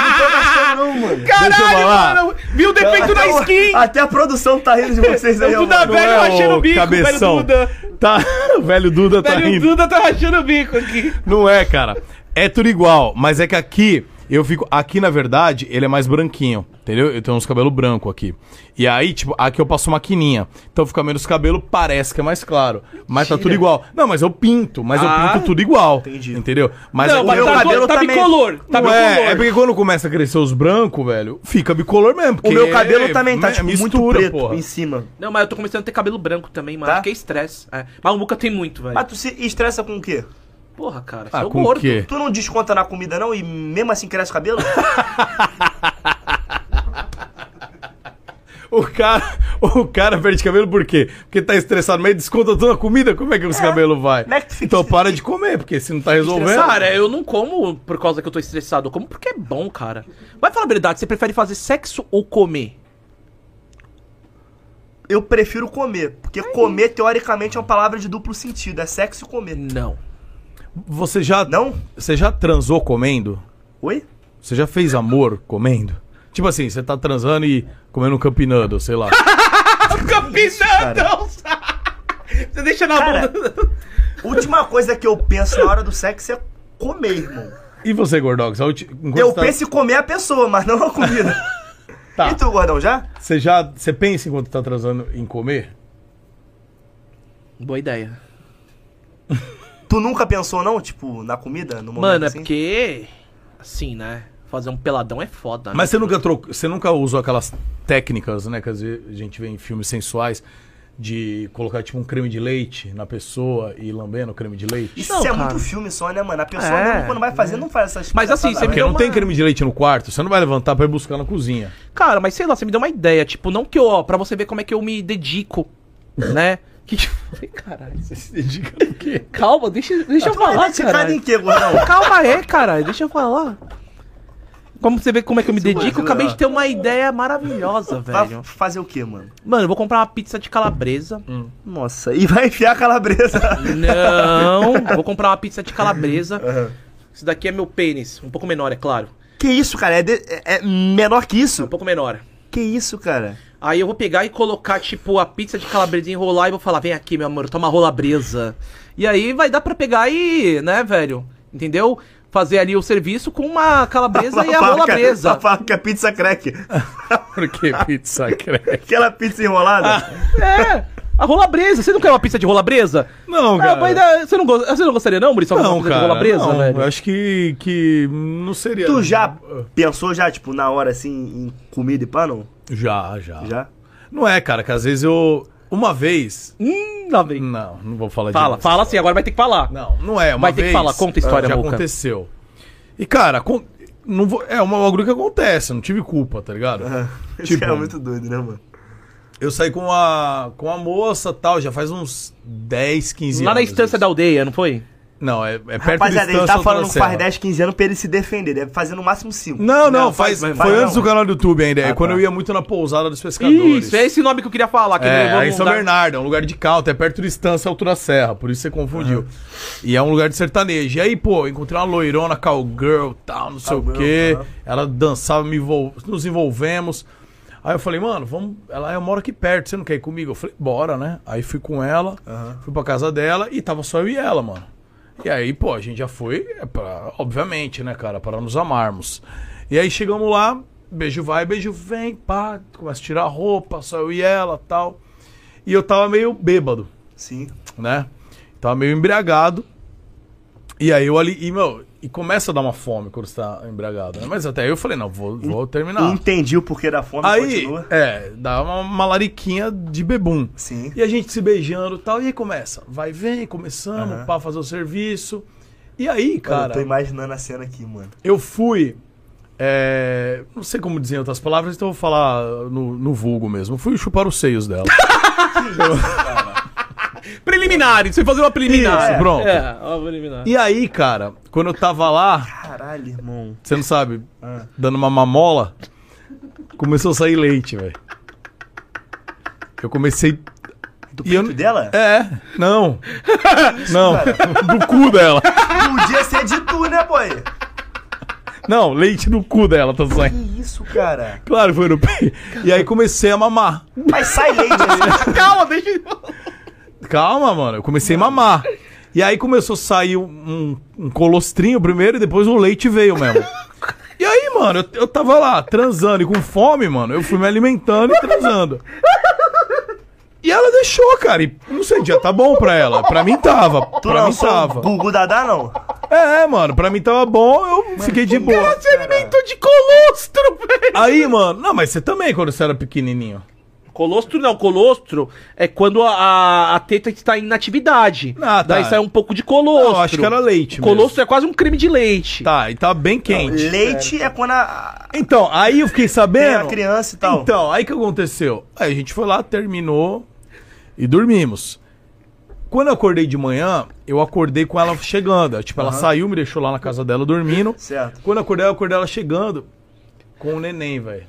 Não tô gastando, não, mano. Deixa eu Caralho, falar. mano. Viu o defeito na Até o- tá skin. Até a produção tá rindo de vocês aí, O ó, Duda mano. velho não é rachando o o bico, cabeção. velho Duda. Tá, o velho Duda tá Velho rindo. Duda tá rachando o bico aqui. Não é, cara. É tudo igual, mas é que aqui eu fico. Aqui, na verdade, ele é mais branquinho, entendeu? Eu tenho uns cabelos branco aqui. E aí, tipo, aqui eu passo maquininha. Então fica menos cabelo, parece que é mais claro. Mas tá tudo igual. Não, mas eu pinto, mas eu Ah. pinto tudo igual. Entendi. Entendeu? Mas é Não, aqui mas eu- meu tá, cabelo bicolor, tá também- bicolor. Tá Não é, é bicolor. porque quando começa a crescer os brancos, velho, fica bicolor mesmo. O porque meu cabelo também tá, me- tipo, muito mistura, preto porra. em cima. Não, mas eu tô começando a ter cabelo branco também, mano. Tá? Porque é estresse. É. Mas o Muca tem muito, velho. Mas Ah, tu se estressa com o quê? Porra, cara, Ah, sou com o gordo. quê? Tu não desconta na comida, não? E mesmo assim cresce o cabelo? O cara, o cara perde cabelo por quê? Porque tá estressado, mas desconta toda a comida, como é que esse cabelo vai? Como é que tu fica então para de comer, porque se não tá resolvendo. Cara, eu não como por causa que eu tô estressado. Eu como porque é bom, cara. Vai falar a verdade, você prefere fazer sexo ou comer? Eu prefiro comer, porque comer, teoricamente, é uma palavra de duplo sentido. É sexo e comer. Não. Você já Não? Você já transou comendo? Oi? Você já fez amor comendo? Tipo assim, você tá transando e comendo um campinando, sei lá. Capinadão! Você deixa na Cara, bunda. Última coisa que eu penso na hora do sexo é comer, irmão. E você, Gordox? A ulti- enquanto Eu você tá- penso em comer a pessoa, mas não a comida. Tá. E tu, gordão, já? Você já. Você pensa enquanto tá transando em comer? Boa ideia. Tu nunca pensou, não? Tipo, na comida? No momento Mano, é assim? porque. Assim, né? Fazer um peladão é foda, né? Mas você nunca trocou. Você nunca usou aquelas técnicas, né? Que às vezes a gente vê em filmes sensuais de colocar tipo um creme de leite na pessoa e ir lambendo o creme de leite. Isso Não, é cara. muito filme só, né, mano? A pessoa, É, não- quando vai fazer, não faz essas Mas assim, palhaçadas, você né? Porque deu não uma- tem creme de leite no quarto, você não vai levantar pra ir buscar na cozinha. Cara, mas sei lá, você me deu uma ideia. Tipo, não que eu, ó, pra você ver como é que eu me dedico, né? Que que foi, caralho? Você se dedica no quê? Calma, deixa, deixa eu Mas falar, é dedicado em cara. quê, gordão? Calma aí, caralho, deixa eu falar. Como você vê como é que eu me dedico, eu acabei de ter uma Tá. ideia maravilhosa, Vai velho. fazer o quê, mano? Mano, eu vou comprar uma pizza de calabresa. Nossa, e vai enfiar a calabresa. Não, vou comprar uma pizza de calabresa. Isso daqui é meu pênis, um pouco menor, é claro. que isso, cara? É, de- é- é menor que Um isso? pouco menor. Que isso, cara? Aí eu vou pegar e colocar, tipo, a pizza de calabresa e enrolar e vou falar, vem aqui, meu amor, toma rolabresa. E aí vai dar pra pegar e, né, velho? Entendeu? Fazer ali o serviço com uma calabresa e a rolabresa. Fala que é pizza crack. Por que pizza crepe? Aquela pizza enrolada. É! A rolabresa! Você não quer uma pizza de rolabresa? Não, Ah, cara. mas, ah, você, não go- você não gostaria, não, Muricy? Não, pizza cara. de rolabresa, não, velho? Eu acho que, que não seria. tu já pensou já, tipo, na hora assim, em comida e pá, não? Já, já. Já? Não é, cara, que às vezes eu. Uma vez. Hum, lá vem. Não, não vou falar Fala, de fala sim, agora vai ter que falar. Não, não é. Uma Vai ter vez, que falar, conta a história, Já Boca. aconteceu. E, cara, con- não vou- é uma bagulho que acontece, eu não tive culpa, tá ligado? Isso Tipo- é muito doido, né, mano? Eu saí com a, com a moça tal, já faz uns 10, 15 Lá anos. na instância isso. da aldeia, não foi? Não, é, é perto Rapaziada, da ele instância tá falando da que faz Serra. 10, 15 anos pra ele se defender. Deve fazer no máximo 5. Não, não, Não, faz, faz mesmo. foi Faz antes não. do canal do YouTube ainda. É Ah, quando tá. eu ia muito na pousada dos pescadores. Isso, é esse nome que eu queria falar. Que É, eu vou aí em São mudar. Bernardo, é um lugar de calta, é perto do Estância, altura serra, por isso você confundiu. E é um lugar de sertanejo. E aí, pô, encontrei uma loirona, cowgirl, tal, não sei o Cowgirl, quê. aham. Ela dançava, me envol- nos envolvemos. Aí eu falei, mano, vamos. Ela, eu moro aqui perto, você não quer ir comigo? Eu falei, bora, né? Aí fui com ela, fui pra casa dela e tava só eu e ela, mano. E aí, pô, a gente já foi, é pra- obviamente, né, cara, para nos amarmos. E aí chegamos lá, beijo vai, beijo vem, pá, começa a tirar a roupa, só eu e ela tal. E eu tava meio bêbado, Sim. né? Tava meio embriagado. E aí eu ali, e meu, e começa a dar uma fome quando você tá embriagado, né? Mas até aí eu falei, não, vou, vou terminar. Entendi o porquê da fome, Aí, Um continua. é, dá uma malariquinha de bebum. Sim. E a gente se beijando e tal, e aí começa. Vai, vem, começamos, pra fazer o serviço. E aí, Cara, cara, eu tô imaginando a cena aqui, mano. eu fui. é, não sei como dizer em outras palavras, então eu vou falar no, no vulgo mesmo. Eu Fui chupar os seios dela. Preliminares, você fazer uma preliminar. Isso, pronto. É, uma preliminar. E aí, cara, quando eu tava lá, Caralho, irmão. você não sabe, Ah. dando uma mamola, começou a sair leite, velho. Eu comecei. Do E eu- peito dela? É, não. não, do cu dela. Podia ser de tu, né, boy? Não, leite no cu dela, tá saindo. Que isso, cara? Claro, foi no peito. E aí comecei a mamar. Mas sai leite assim. Calma, deixa eu... Calma, mano, eu comecei a mamar. E aí começou a sair um, um colostrinho primeiro e depois o leite veio mesmo. E aí, mano, eu, eu tava lá transando e com fome, mano, eu fui me alimentando e transando. E ela deixou, cara, e não sei, já tá bom pra ela. Pra mim tava, Tu pra mim lançou um tava. Gugu Dadá, não? É, mano, pra mim tava bom, eu fiquei de boa. Você alimentou de colostro, velho. Aí, mano, não, mas você também quando você era pequenininho. Colostro não, colostro é quando a, a, a teta está em inatividade. Ah, tá. Daí sai um pouco de colostro. Não, acho que era leite mesmo. Colostro é quase um creme de leite. Tá, e tá bem quente. Leite é quando a, Então, aí eu fiquei tem sabendo. a criança e tal. Então, aí que aconteceu? Aí a gente foi lá, terminou e dormimos. Quando eu acordei de manhã, eu acordei com ela chegando. Tipo, ela saiu, me deixou lá na casa dela dormindo. Certo. Quando eu acordei, eu acordei ela chegando com o neném, velho.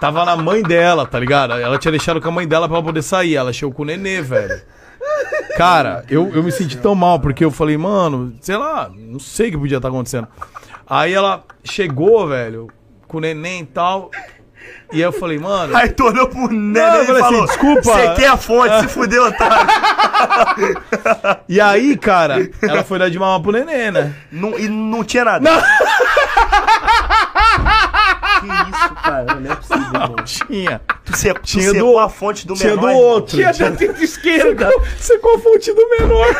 Tava na mãe dela, tá ligado? Ela tinha deixado com a mãe dela pra ela poder sair. Ela chegou com o nenê, velho. Cara, eu, eu me senti tão mal, porque eu falei, mano, sei lá, não sei o que podia estar acontecendo. Aí ela chegou, velho, com o neném e tal. E aí eu falei, mano. Aí tornou pro Não, neném eu e falei assim, falou, desculpa. Você quer a fonte, se fudeu, tá otário. E aí, cara, ela foi dar de mamar pro nenê, né? Não, e não tinha nada. Que isso, cara? Não é possível, irmão. Tinha. Tu, se, é- tu Tinha secou do- a fonte do tinha menor. do irmão. outro. Tinha da teta esquerda. Você confundiu do menor.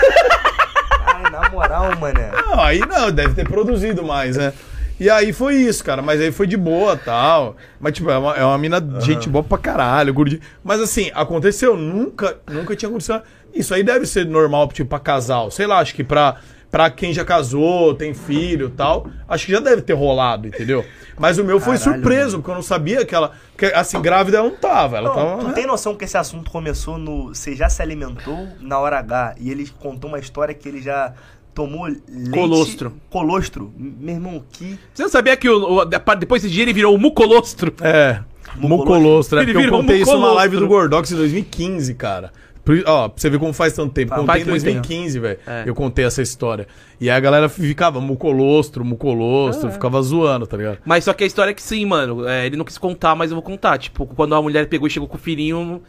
Ai, na moral, mané. Não, aí não, deve ter produzido mais, né? E aí foi isso, cara. Mas aí foi de boa tal. Mas, tipo, é uma, é uma mina de gente boa pra caralho, gordinho. Mas assim, aconteceu, nunca, nunca tinha acontecido. Isso aí deve ser normal, tipo, pra casal. Sei lá, acho que pra, pra quem já casou, tem filho tal. Acho que já deve ter rolado, entendeu? Mas o meu foi surpreso, porque eu não sabia que ela. Porque, assim, grávida ela não tava. Ela Não, tava. tu né? tem noção que esse assunto começou no. Você já se alimentou na hora H e ele contou uma história que ele já tomou leite. Colostro. Colostro. Meu irmão, que. Você não sabia que o- o- depois desse dia ele virou o mucolostro? É. Mucolostro, né? Ele Porque eu virou né? contei isso numa mucolostro. live do Gordox em 2015, cara. Por- Ó, pra você ver como faz tanto tempo. contei faz em tanto tempo. 2015, velho. É. Eu contei essa história. E aí a galera ficava mucolostro, Ah, é. mucolostro, ficava zoando, tá ligado? Mas só que a história é que sim, mano. é, ele não quis contar, mas eu vou contar. Tipo, quando a mulher pegou e chegou com o filhinho, não-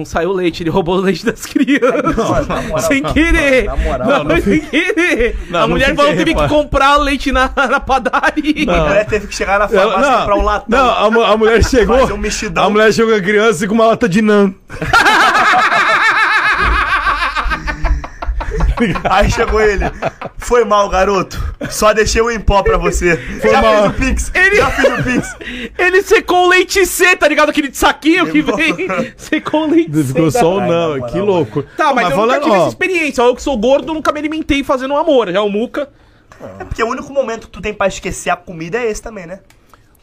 não saiu leite, ele roubou o leite das crianças. Mano, na moral, sem querer! Na moral. não, sem querer! Não, a não mulher fiquei falou que teve que reparado. comprar leite na, na padaria. A mulher teve que chegar na farmácia Ela- comprar um latão. Ah. não, a, mu- a mulher chegou. Fazer um mexidão. a mulher chegou com a criança e com uma lata de nan. Aí chegou ele. Foi mal, garoto. Só deixei o em pó pra você. já mal. fiz o Pix. Ele- Já fiz o Pix. Ele secou o leite C, tá ligado? Aquele de saquinho que vem. secou o leite C. Ficou só o Ai, nan. na moral, Que louco. Tá, mas, eu nunca falando, tive essa ó, experiência. Eu que sou gordo, nunca me alimentei fazendo amor. Já o Muca. Porque o único momento que tu tem pra esquecer a comida é esse também, né?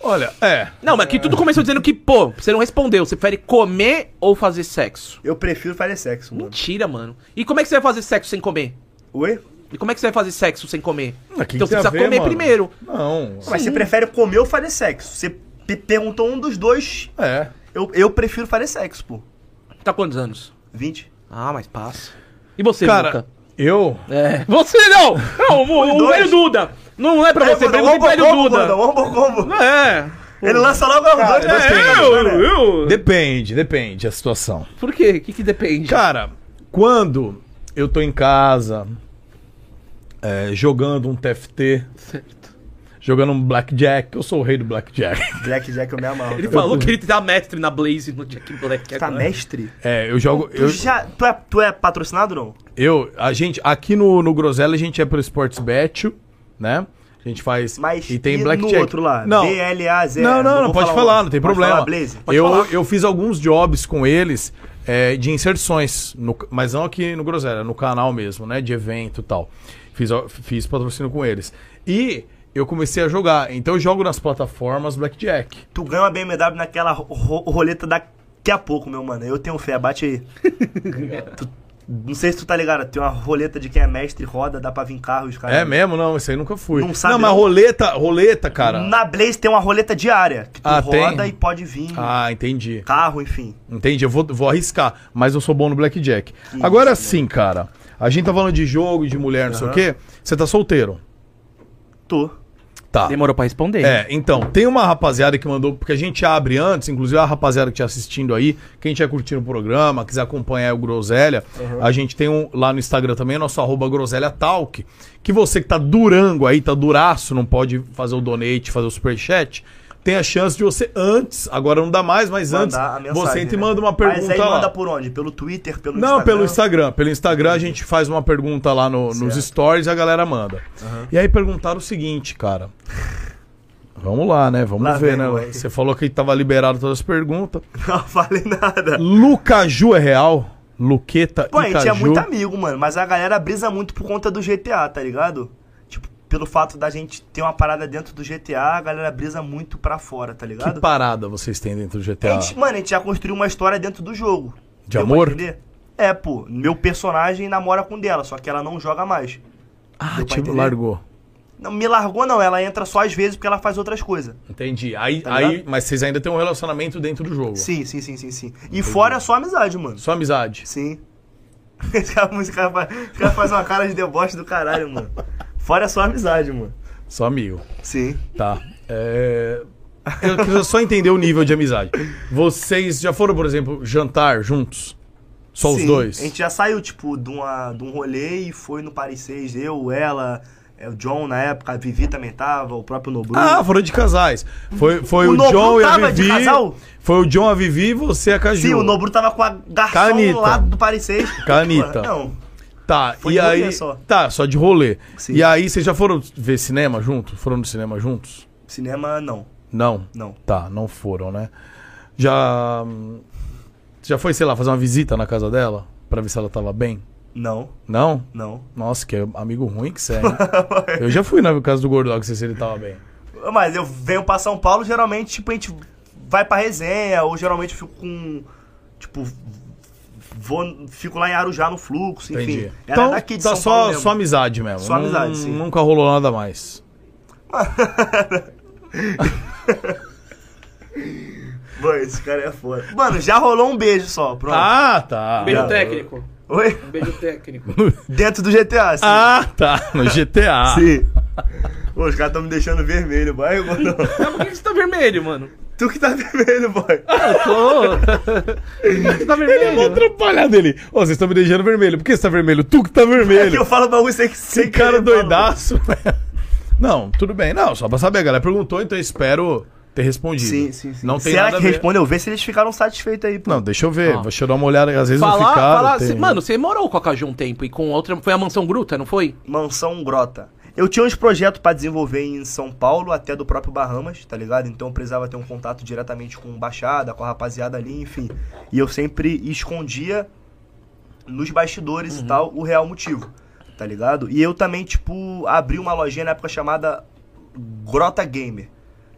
Olha, é. Não, mas que tudo começou dizendo que, pô, você não respondeu. Você prefere comer ou fazer sexo? Eu prefiro fazer sexo, mano. Mentira, mano. E como é que você vai fazer sexo sem comer? Oi? E como é que você vai fazer sexo sem comer? Ah, que então que você tem a precisa ver, comer mano? primeiro. Não. Mas você prefere comer ou fazer sexo? Você pe- perguntou um dos dois. É. Eu, eu prefiro fazer sexo, pô. Tá quantos anos? 20. Ah, mas passa. E você, Cara, Muca? eu. É. Você não! Não, o, o dois. velho Duda! Não é pra você, Aí, pergunta pro Wombo velho combo, Duda! mano, Wombo combo. É. Ele lança logo a dois. mas dois, tem- três, Eu, né? eu. Depende, depende a situação. Por quê? O que, que depende? Cara, quando eu tô em casa é, jogando um TFT, Certo. jogando um Blackjack, eu sou o rei do Blackjack. Blackjack eu me amarro. Ele cara. falou que ele tá mestre na Blaze no Jack Black Tá agora. mestre? É, eu jogo. Tu, né? Eu, já, tu, é, tu é patrocinado, não? eu a gente, aqui no, no Groselha, a gente é pro Sportsbet, né? A gente faz. Mas e tem e Blackjack. no outro lá? Não. BLAZ. Não, não, não vou pode falar, o- não tem pode problema. falar, Blaze? Pode eu, falar. eu fiz alguns jobs com eles é, de inserções, no- mas não aqui no Groselha, no canal mesmo, né? De evento e tal. Fiz, fiz patrocínio com eles. E eu comecei a jogar. Então eu jogo nas plataformas Blackjack. Tu ganha uma BMW naquela ro- ro- roleta da daqui a pouco, meu mano. Eu tenho fé, bate aí. Tu- não sei se tu tá ligado, tem uma roleta de quem é mestre, roda, dá pra vir carro e os caras. É mesmo? Não, isso aí nunca fui. Não sabe, não mas não. roleta, roleta, cara. Na Blaze tem uma roleta diária, que tu Ah, tem? roda e pode vir Ah, entendi. carro, enfim. Entendi, eu vou, vou arriscar, mas não sou bom no blackjack. Agora sim, né? cara. A gente tá falando de jogo, de mulher, não sei o quê. Você tá solteiro? Tu. Tá. Demorou pra responder. É, então, tem uma rapaziada que mandou, porque a gente abre antes, inclusive a rapaziada que tá assistindo aí, quem tiver curtindo o programa, quiser acompanhar é o Groselha, a gente tem um lá no Instagram também, nosso arroba Groselha Talk, que você que tá durango aí, tá duraço, não pode fazer o donate, fazer o superchat, tem a chance de você antes, agora não dá mais, mas antes, Mandar a mensagem, você entra e né? manda uma pergunta Mas aí lá. manda por onde? Pelo Twitter, pelo Não, pelo Instagram. Pelo Instagram a gente faz uma pergunta lá no- nos stories e a galera manda. E aí perguntaram o seguinte, cara. Vamos lá, né? Vamos Lá ver, vem né? o Wayne. Você falou que tava liberado todas as perguntas. Não falei nada. Lucaju é real? Luqueta Pô, a e gente é Caju. muito amigo, mano, mas a galera brisa muito por conta do GTA, tá ligado? Tipo, pelo fato da gente ter uma parada dentro do GTA, a galera brisa muito pra fora, tá Que ligado? parada vocês têm dentro do A GTA? gente, mano, a gente já construiu uma história dentro do jogo. De Deu pra amor? entender? É, pô, meu personagem namora com dela, só que ela não joga mais. Ah, Deu pra tipo, entender? largou. Não, me largou não, ela entra só às vezes porque ela faz outras coisas. Entendi. Aí, Tá aí, ligado? mas vocês ainda têm um relacionamento dentro do jogo. Sim, sim, sim, sim, sim. E fora é só amizade, mano. Só amizade. Sim. Os caras cara fazem uma cara de deboche do caralho, mano. Fora é só amizade, mano. Só amigo. Sim. Tá. É... Eu queria só entender o nível de amizade. Vocês já foram, por exemplo, jantar juntos? Só os Sim. dois? A gente já saiu, tipo, de, uma, de um rolê e foi no Paris 6, eu, ela, é, o John na época, a Vivi também tava, o próprio Nobru. Ah, foram de casais. Foi, foi O o, Nobru John e a tava de Vivi. casal? Foi o John, a Vivi e você, a Caju. Sim, o Nobru tava com a garçom Canita. do lado do Paris 6. Canita. Não, Tá, Foi e de rolê aí. só. Tá, só de rolê. Sim. E aí, vocês já foram ver cinema junto? Foram no cinema juntos? cinema não, Não. não. Tá, não foram, né? Já. hum, Já foi, sei lá, fazer uma visita na casa dela? Pra ver se ela tava bem? Não, Não? não. Nossa, que amigo ruim que você é, hein? Eu já fui na casa do Gordog, sei se ele tava bem. Mas eu venho pra São Paulo, geralmente, tipo, a gente vai pra resenha, ou geralmente eu fico com. Tipo, vou, fico lá em Arujá no fluxo, enfim. Entendi. Ela é então, daqui de tá São só, Paulo mesmo. só amizade mesmo. Só amizade, sim. Nunca rolou nada mais. Mano, esse cara é foda. Mano, já rolou um beijo só, pronto. Ah, Um tá. Beijo técnico. Oi? Beijo técnico. Dentro do GTA, sim. Ah, tá. No GTA. Sim. Pô, os caras tão me deixando vermelho, boy. Mano. Mas por que você tá vermelho, mano? Tu que tá vermelho, boy. Tô. Por que você tá Vou vermelho? atrapalhar dele. Ô, vocês estão me deixando vermelho. Por que você tá vermelho? Tu que tá É que vermelho. eu falo bagulho sem, sem Que cara querer, mano. doidaço. né? Não, tudo bem. Não, só pra saber. A galera perguntou, então eu espero ter respondido. Sim, sim, sim. Não tem Será nada que a ver. respondeu? Vê se eles ficaram satisfeitos aí, pô. Não, deixa eu ver. Ó. Deixa eu dar uma olhada. Às vezes não Falar, ficaram. falar. tem- cê- Mano, você morou com a Caju um tempo e com outra. Foi a mansão Gruta, não foi? Mansão Grota. Eu tinha uns projetos pra desenvolver em São Paulo, até do próprio Bahamas, tá ligado? Então eu precisava ter um contato diretamente com Baixada, com a rapaziada ali, enfim. E eu sempre escondia nos bastidores e tal o real motivo, tá ligado? E eu também, tipo, abri uma lojinha na época chamada Grota Gamer,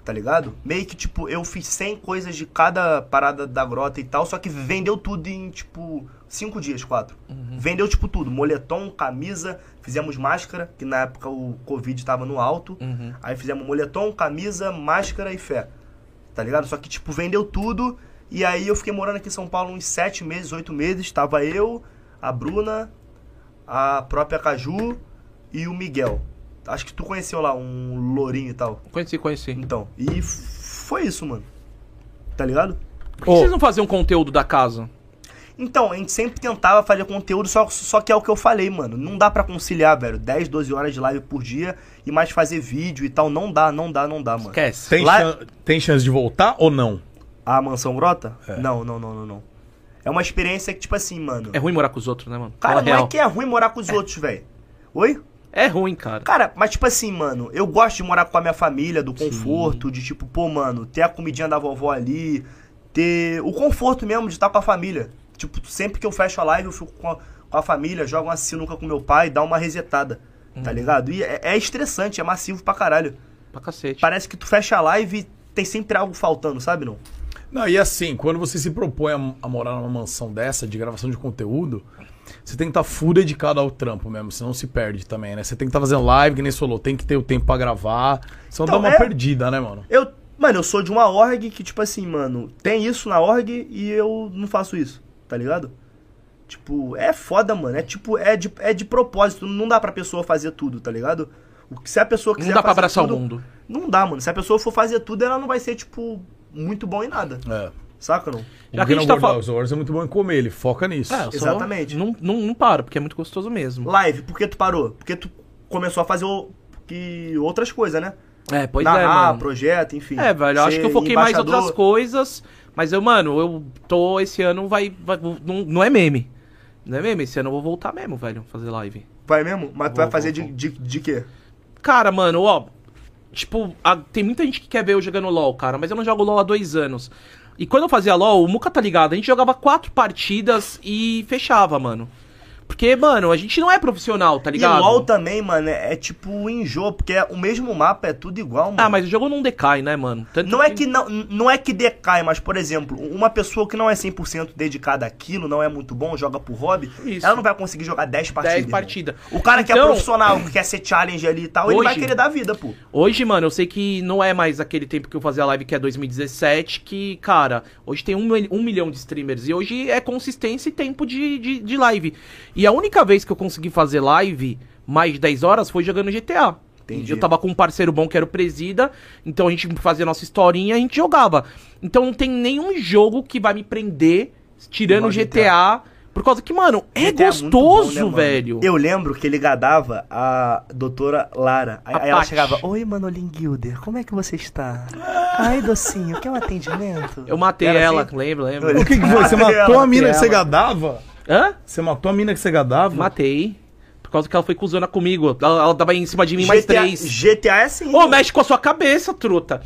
tá ligado? Meio que, tipo, eu fiz 100 coisas de cada parada da grota e tal, só que vendeu tudo em, tipo, 5 dias, 4. Vendeu, tipo, tudo. Moletom, camisa, fizemos máscara, que na época o Covid tava no alto. Aí fizemos moletom, camisa, máscara e fé, tá ligado? Só que, tipo, vendeu tudo. E aí eu fiquei morando aqui em São Paulo uns 7 meses, 8 meses. Tava eu, a Bruna, a própria Caju e o Miguel. Acho que tu conheceu lá um lourinho e tal. Conheci, conheci. Por Então, e f- foi isso, mano. Tá ligado? que vocês não faziam conteúdo da casa? Então, a gente sempre tentava fazer conteúdo, só, só que é o que eu falei, mano. Não dá pra conciliar, velho. 10, 12 horas de live por dia e mais fazer vídeo e tal. Não dá, não dá, não dá, mano. Esquece. Tem, Lá- chan- tem chance de voltar ou não? A mansão grota? Não, não, não, não, não. É uma experiência que, tipo assim, mano. É ruim morar com os outros, né, mano? Cara, Fala não real. é que é ruim morar com os outros, velho. Oi? É ruim, cara. Cara, mas tipo assim, mano, eu gosto de morar com a minha família, do conforto, de tipo, pô, mano, ter a comidinha da vovó ali, ter o conforto mesmo de estar com a família. Tipo, sempre que eu fecho a live, eu fico com a, com a família, jogo uma sinuca com meu pai, dá uma resetada, tá ligado? E é, é estressante, é massivo pra caralho. Pra cacete. Parece que tu fecha a live e tem sempre algo faltando, sabe não? Não, e assim, quando você se propõe a, a morar numa mansão dessa, de gravação de conteúdo, você tem que estar full dedicado ao trampo mesmo, senão se perde também, né? Você tem que estar fazendo live, que nem você falou, tem que ter o tempo pra gravar, senão Então, dá uma é- perdida, né, mano? Eu, mano, eu sou de uma org que, tipo assim, mano, tem isso na org e eu não faço isso, tá ligado? Tipo, é foda, mano. É tipo, é de, é de propósito. Não dá pra pessoa fazer tudo, tá ligado? O que- Se a pessoa quiser Não dá pra fazer abraçar tudo- o mundo. Não dá, mano. Se a pessoa for fazer tudo, ela não vai ser, tipo, muito bom em nada. É. Saca, não? Já o que a Renan gente tá Gordal, falando. o Zorzi é muito bom em comer, ele foca nisso. É, eu só Exatamente. Não, não, não paro, porque é muito gostoso mesmo. Live, por que tu parou? Porque tu começou a fazer o- que outras coisas, né? É, pois é, Narrar, mano. projeto, enfim. É, velho, eu acho Ser que eu foquei mais em embaixador. outras coisas, mas eu, mano, eu tô esse ano vai, vai- não, não é meme. Não é meme, esse ano eu vou voltar mesmo, velho, fazer live. Vai mesmo? Mas tu Vou, vai fazer vou, de, de, de quê? Cara, mano, ó, tipo, a- tem muita gente que quer ver eu jogando LoL, cara, mas eu não jogo LoL há dois anos. E quando eu fazia LoL, o Muca tá ligado, a gente jogava quatro partidas e fechava, mano. Porque, mano, a gente não é profissional, tá ligado? E LOL também, mano, é, é tipo um enjoo, porque é o mesmo mapa é tudo igual, mano. Ah, mas o jogo não decai, né, mano? Tanto Não é que não, não é que decai, mas, por exemplo, uma pessoa que não é 100% dedicada àquilo, não é muito bom, joga por hobby, Isso. ela não vai conseguir jogar 10 partidas. 10 irmão. partidas. O cara que é Então- profissional, que quer ser challenge ali e tal, ele vai Hoje- querer dar vida, pô. Hoje, mano, eu sei que não é mais aquele tempo que eu fazia live que é 2017, que, cara, hoje tem um, mil- um milhão de streamers. E hoje é consistência e tempo de, de, de live. E a única vez que eu consegui fazer live mais de 10 horas foi jogando GTA. Entendi. Eu tava com um parceiro bom que era o Presida, então a gente fazia nossa historinha e a gente jogava. Então não tem nenhum jogo que vai me prender, tirando o Igual GTA, por causa que, mano, é GTA muito bom, gostoso, né, mano? velho. Eu lembro que ele gadava a doutora Lara. Aí, A aí ela Paty. chegava, Oi, Manolin Gilder, como é que você está? Ai, docinho, quer um atendimento? Eu matei Era ela, assim? lembra, Olha. lembra? O que, que foi? Você Ela- matou a mina que ela- você gadava? Hã? Você matou a mina que você gadava? Matei. Por causa que ela foi cuzona comigo. Ela, ela dava em cima de mim mais GTA, três. GTA é assim. Ô, mexe com a sua cabeça, truta.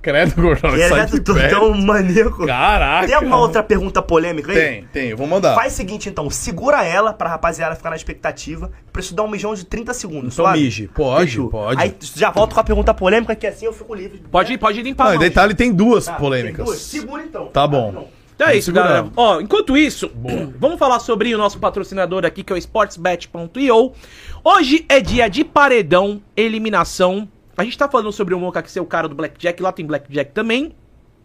Credo, Gordão, Ele sai é de do- perto. tão maníaco. Caraca. Tem alguma outra pergunta polêmica aí? Tem, tem, eu vou mandar. Faz o seguinte então, segura ela pra rapaziada ficar na expectativa. Pra isso dar um mijão de 30 segundos. Então suave? mije, pode, Fechou. pode. Aí já volto com a pergunta polêmica, que assim eu fico livre. Pode, pode limpar. Não, em não. detalhe tem duas Tá, tem polêmicas. duas. Segura então. Tá bom. Então é isso, Segurando. galera. Ó, enquanto isso, vamos falar sobre o nosso patrocinador aqui, que é o sportsbet.io. Hoje é dia de paredão, eliminação. A gente tá falando sobre o Moca que é o cara do Blackjack, lá tem Blackjack também.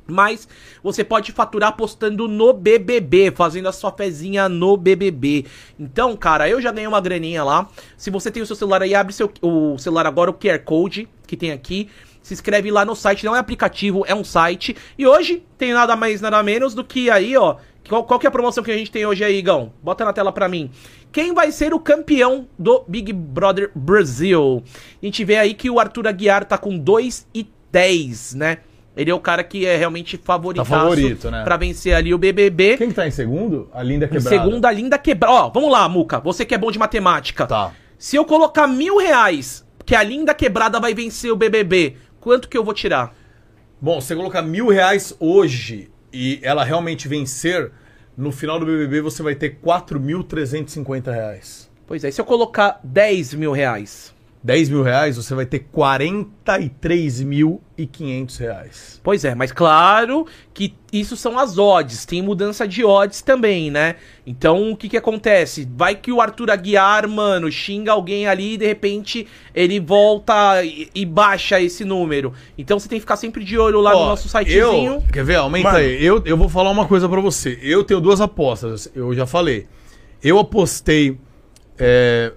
Mas você pode faturar apostando no BBB, fazendo a sua fezinha no BBB. Então, cara, eu já ganhei uma graninha lá. Se você tem o seu celular aí, abre seu, o celular agora, o QR Code que tem aqui. Se inscreve lá no site, não é aplicativo, é um site. E hoje tem nada mais, nada menos do que aí, ó. Qual, qual que é a promoção que a gente tem hoje aí, Igão? Bota na tela pra mim. Quem vai ser o campeão do Big Brother Brasil? A gente vê aí que o Arthur Aguiar tá com 2 e 10, né? Ele é o cara que é realmente favoritaço favorito, né? pra vencer ali o BBB. Quem que tá em segundo? A Linda Em Quebrada. segunda linda quebra. Ó, vamos lá, Muca. Você que é bom de matemática. Tá. Se eu colocar mil reais que a linda quebrada vai vencer o BBB, quanto que eu vou tirar? Bom, se você colocar mil reais hoje e ela realmente vencer, no final do BBB você vai ter 4.350 reais. Pois é, e se eu colocar 10 mil reais? 10 mil reais, você vai ter 43.500 reais. Pois é, mas claro que isso são as odds, tem mudança de odds também, né? Então o que que acontece? Vai que o Arthur Aguiar, mano, xinga alguém ali e de repente ele volta e, e baixa esse número. Então você tem que ficar sempre de olho lá Ó, no nosso eu, sitezinho. quer ver? Aumenta Mano. aí. Eu, eu vou falar uma coisa pra você. Eu tenho duas apostas, eu já falei. Eu apostei é,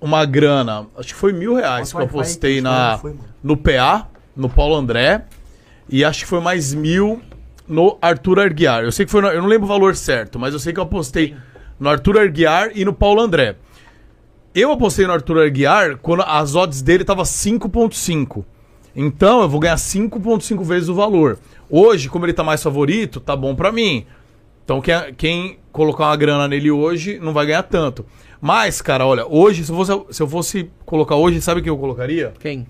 uma grana, acho que foi mil reais que eu apostei na, no PA, no Paulo André, e acho que foi mais mil no Arthur Arguiar. Eu sei que foi, no- eu não lembro o valor certo, mas eu sei que eu apostei no Arthur Arguiar e no Paulo André. Eu apostei no Arthur Aguiar quando as odds dele estavam 5.5. Então eu vou ganhar 5.5 vezes o valor. Hoje, como ele tá mais favorito, tá bom pra mim. Então quem, quem colocar uma grana nele hoje não vai ganhar tanto. Mas, cara, olha, hoje, se eu fosse, se eu fosse colocar hoje, sabe quem eu colocaria? Quem?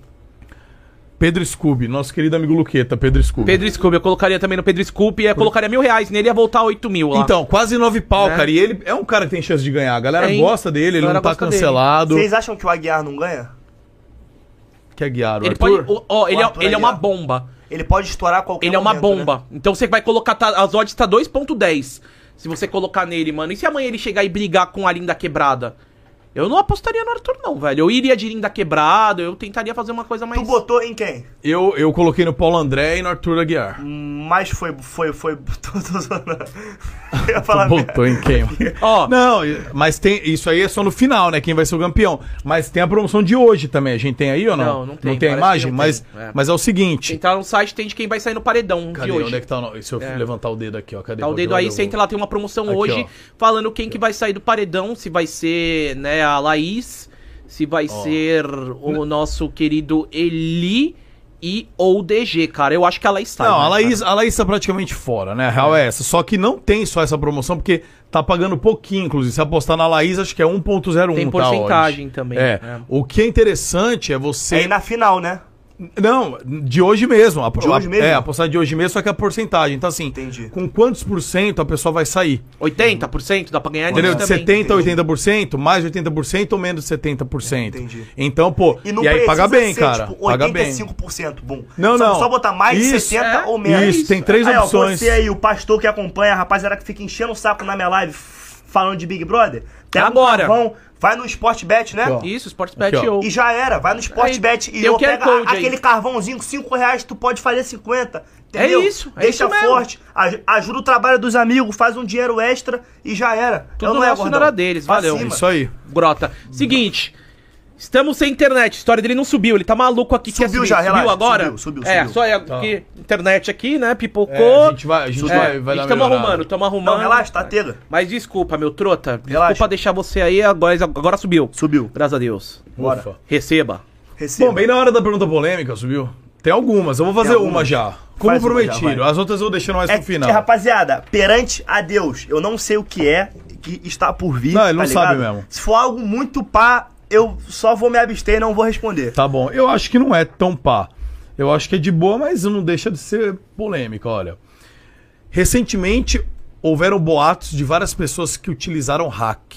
Pedro Scooby, nosso querido amigo Luqueta, Pedro Scooby. Pedro Scoop, eu colocaria também no Pedro Scoop e eu colocaria mil reais nele e ia voltar oito mil lá. Então, quase nove pau, Né? cara. E ele é um cara que tem chance de ganhar. A galera Tem. gosta dele, ele A não galera tá gosta dele. cancelado. Vocês acham que o Aguiar não ganha? Que é guiar, o ele Arthur? pode. Ó, ó, ele, é, Arthur ele é aí, uma ó. bomba. ele pode estourar a qualquer Ele é uma momento, né? bomba. Então você vai colocar. tá- as odds tá 2.10. Se você colocar nele, mano. E se amanhã ele chegar e brigar com a linda quebrada? Eu não apostaria no Arthur, não, velho. Eu iria de linda quebrada, eu tentaria fazer uma coisa mais. Tu botou em quem? Eu, eu coloquei no Paulo André e no Arthur Aguiar. Mas foi. Foi. Foi. Tô, tô zoando. Eu ia falar. Botou em quem? mano? Ó, Não, e- mas tem. Isso aí é só no final, né? Quem vai ser o campeão. Mas tem a promoção de hoje também. A gente tem aí ou não? Não, não tem, Não tem a parece imagem? que não Mas, tem, é. mas é o seguinte. entrar no site tem de quem vai sair no paredão Cadê? de hoje. Onde é que tá o nome? Se eu levantar o dedo aqui, ó. Cadê? Tá o Porque dedo eu- aí, eu- você entra lá, tem uma promoção Aqui, hoje ó. falando quem que vai sair do paredão, se vai ser, né, a Laís, se vai ser o nosso querido Eli e ou DG, cara. Eu acho que a Laís sai. Não, né, a cara? Laís, a Laís tá praticamente fora, né? A real é essa. Só que não tem só essa promoção, porque tá pagando pouquinho, inclusive. Se apostar na Laís, acho que é 1.01. Tem tá, a odd. porcentagem também, É. né? O que é interessante é E você. aí na final, né? Não, de hoje mesmo. A, de hoje mesmo? É, a postagem de hoje mesmo, só que a porcentagem. Então, assim, Entendi. com quantos por cento a pessoa vai sair? 80% dá pra ganhar nisso Entendeu? De também. 70% a 80%, mais 80% ou menos 70%. Entendi. Então, pô, e, aí paga bem, cara. tipo, paga bem. 85%, bom. Não, só, não. Só botar mais de Isso, 70 é, ou menos. isso, tem três aí, opções. Ó, você aí, o pastor que acompanha, a rapaziada que fica enchendo o saco na minha live f- falando de Big Brother. Pega Agora. Um carvão, vai no Sportbet, né? Aqui, ó. Aqui, Isso, Sportsbet ó. ou E já era, vai no Sportbet Aí, e tem eu o QR pega Code aí. aquele carvãozinho, 5 reais, tu pode fazer 50. Entendeu? É isso, é Deixa isso mesmo. forte, aj- ajuda o trabalho dos amigos, faz um dinheiro extra e já era. Tudo Eu não é, nosso, gordão. nada deles, Pra valeu. É cima. Isso aí. Grota. Seguinte, estamos sem internet. A história dele não subiu, ele tá maluco aqui. Subiu quer subir. já, subiu relaxa, agora? subiu, subiu, É, subiu. Tá. só é que internet aqui, né? Pipocou. É, a gente vai- a gente vai- É, vai a dar gente tamo melhorada. arrumando, tamo arrumando. Não, relaxa, tá tega. é Mas desculpa, meu trota. Desculpa Relaxa. deixar você aí, agora, agora subiu. Subiu. Graças a Deus. Bora. Ufa. Receba. Receba. Bom, bem na hora da pergunta polêmica, subiu? Tem algumas, eu vou fazer Tem uma algumas. já. Como Faz uma já, prometido. vai. As outras eu vou deixando mais É, pro final. que, rapaziada, perante a Deus, eu não sei o que é que está por vir. Não, ele não tá sabe ligado? mesmo. Se for algo muito pá, eu só vou me abster e não vou responder. Tá bom. Eu acho que não é tão pá. Eu acho que é de boa, mas não deixa de ser polêmica, olha. Recentemente, houveram boatos de várias pessoas que utilizaram hack.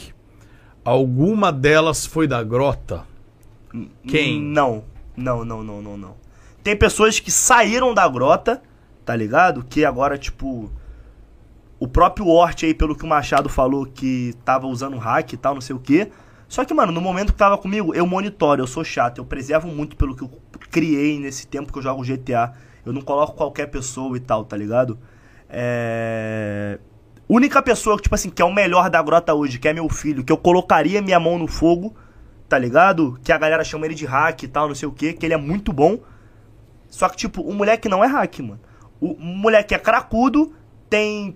Alguma delas foi da grota. Quem? Não. Não, não, não, não, não. Tem pessoas que saíram da grota, tá ligado? Que agora, tipo. O próprio Hort aí, pelo que o Machado falou, que tava usando hack e tal, não sei o quê. Só que, mano, no momento que tava comigo, eu monitoro, eu sou chato, eu preservo muito pelo que eu criei nesse tempo que eu jogo GTA. Eu não coloco qualquer pessoa e tal, tá ligado? É. Única pessoa que, tipo assim, que é o melhor da grota hoje, que é meu filho, que eu colocaria minha mão no fogo, tá ligado? Que a galera chama ele de hack e tal, não sei o que, que ele é muito bom. Só que, tipo, o moleque não é hack, mano. O moleque é cracudo, tem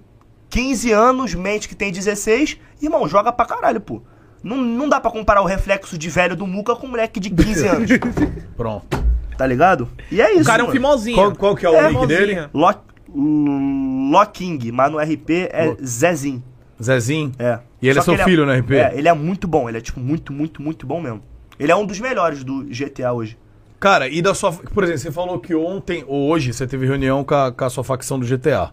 15 anos, mente que tem 16. Irmão, joga pra caralho, pô. Não, não dá pra comparar o reflexo de velho do Muca com um moleque de 15 anos, Pronto. tá ligado? E é isso, O cara é um mano. fimozinho. Qual, qual que é o É, link dele? Lo- Locking, mas no RP é Zezinho. Zezinho. É. E ele é Só que seu filho no RP? É, ele é muito bom, ele é tipo muito, muito, muito bom mesmo. Ele é um dos melhores do GTA hoje. Cara, e da sua. Por exemplo, você falou que ontem ou hoje você teve reunião com a, com a sua facção do GTA,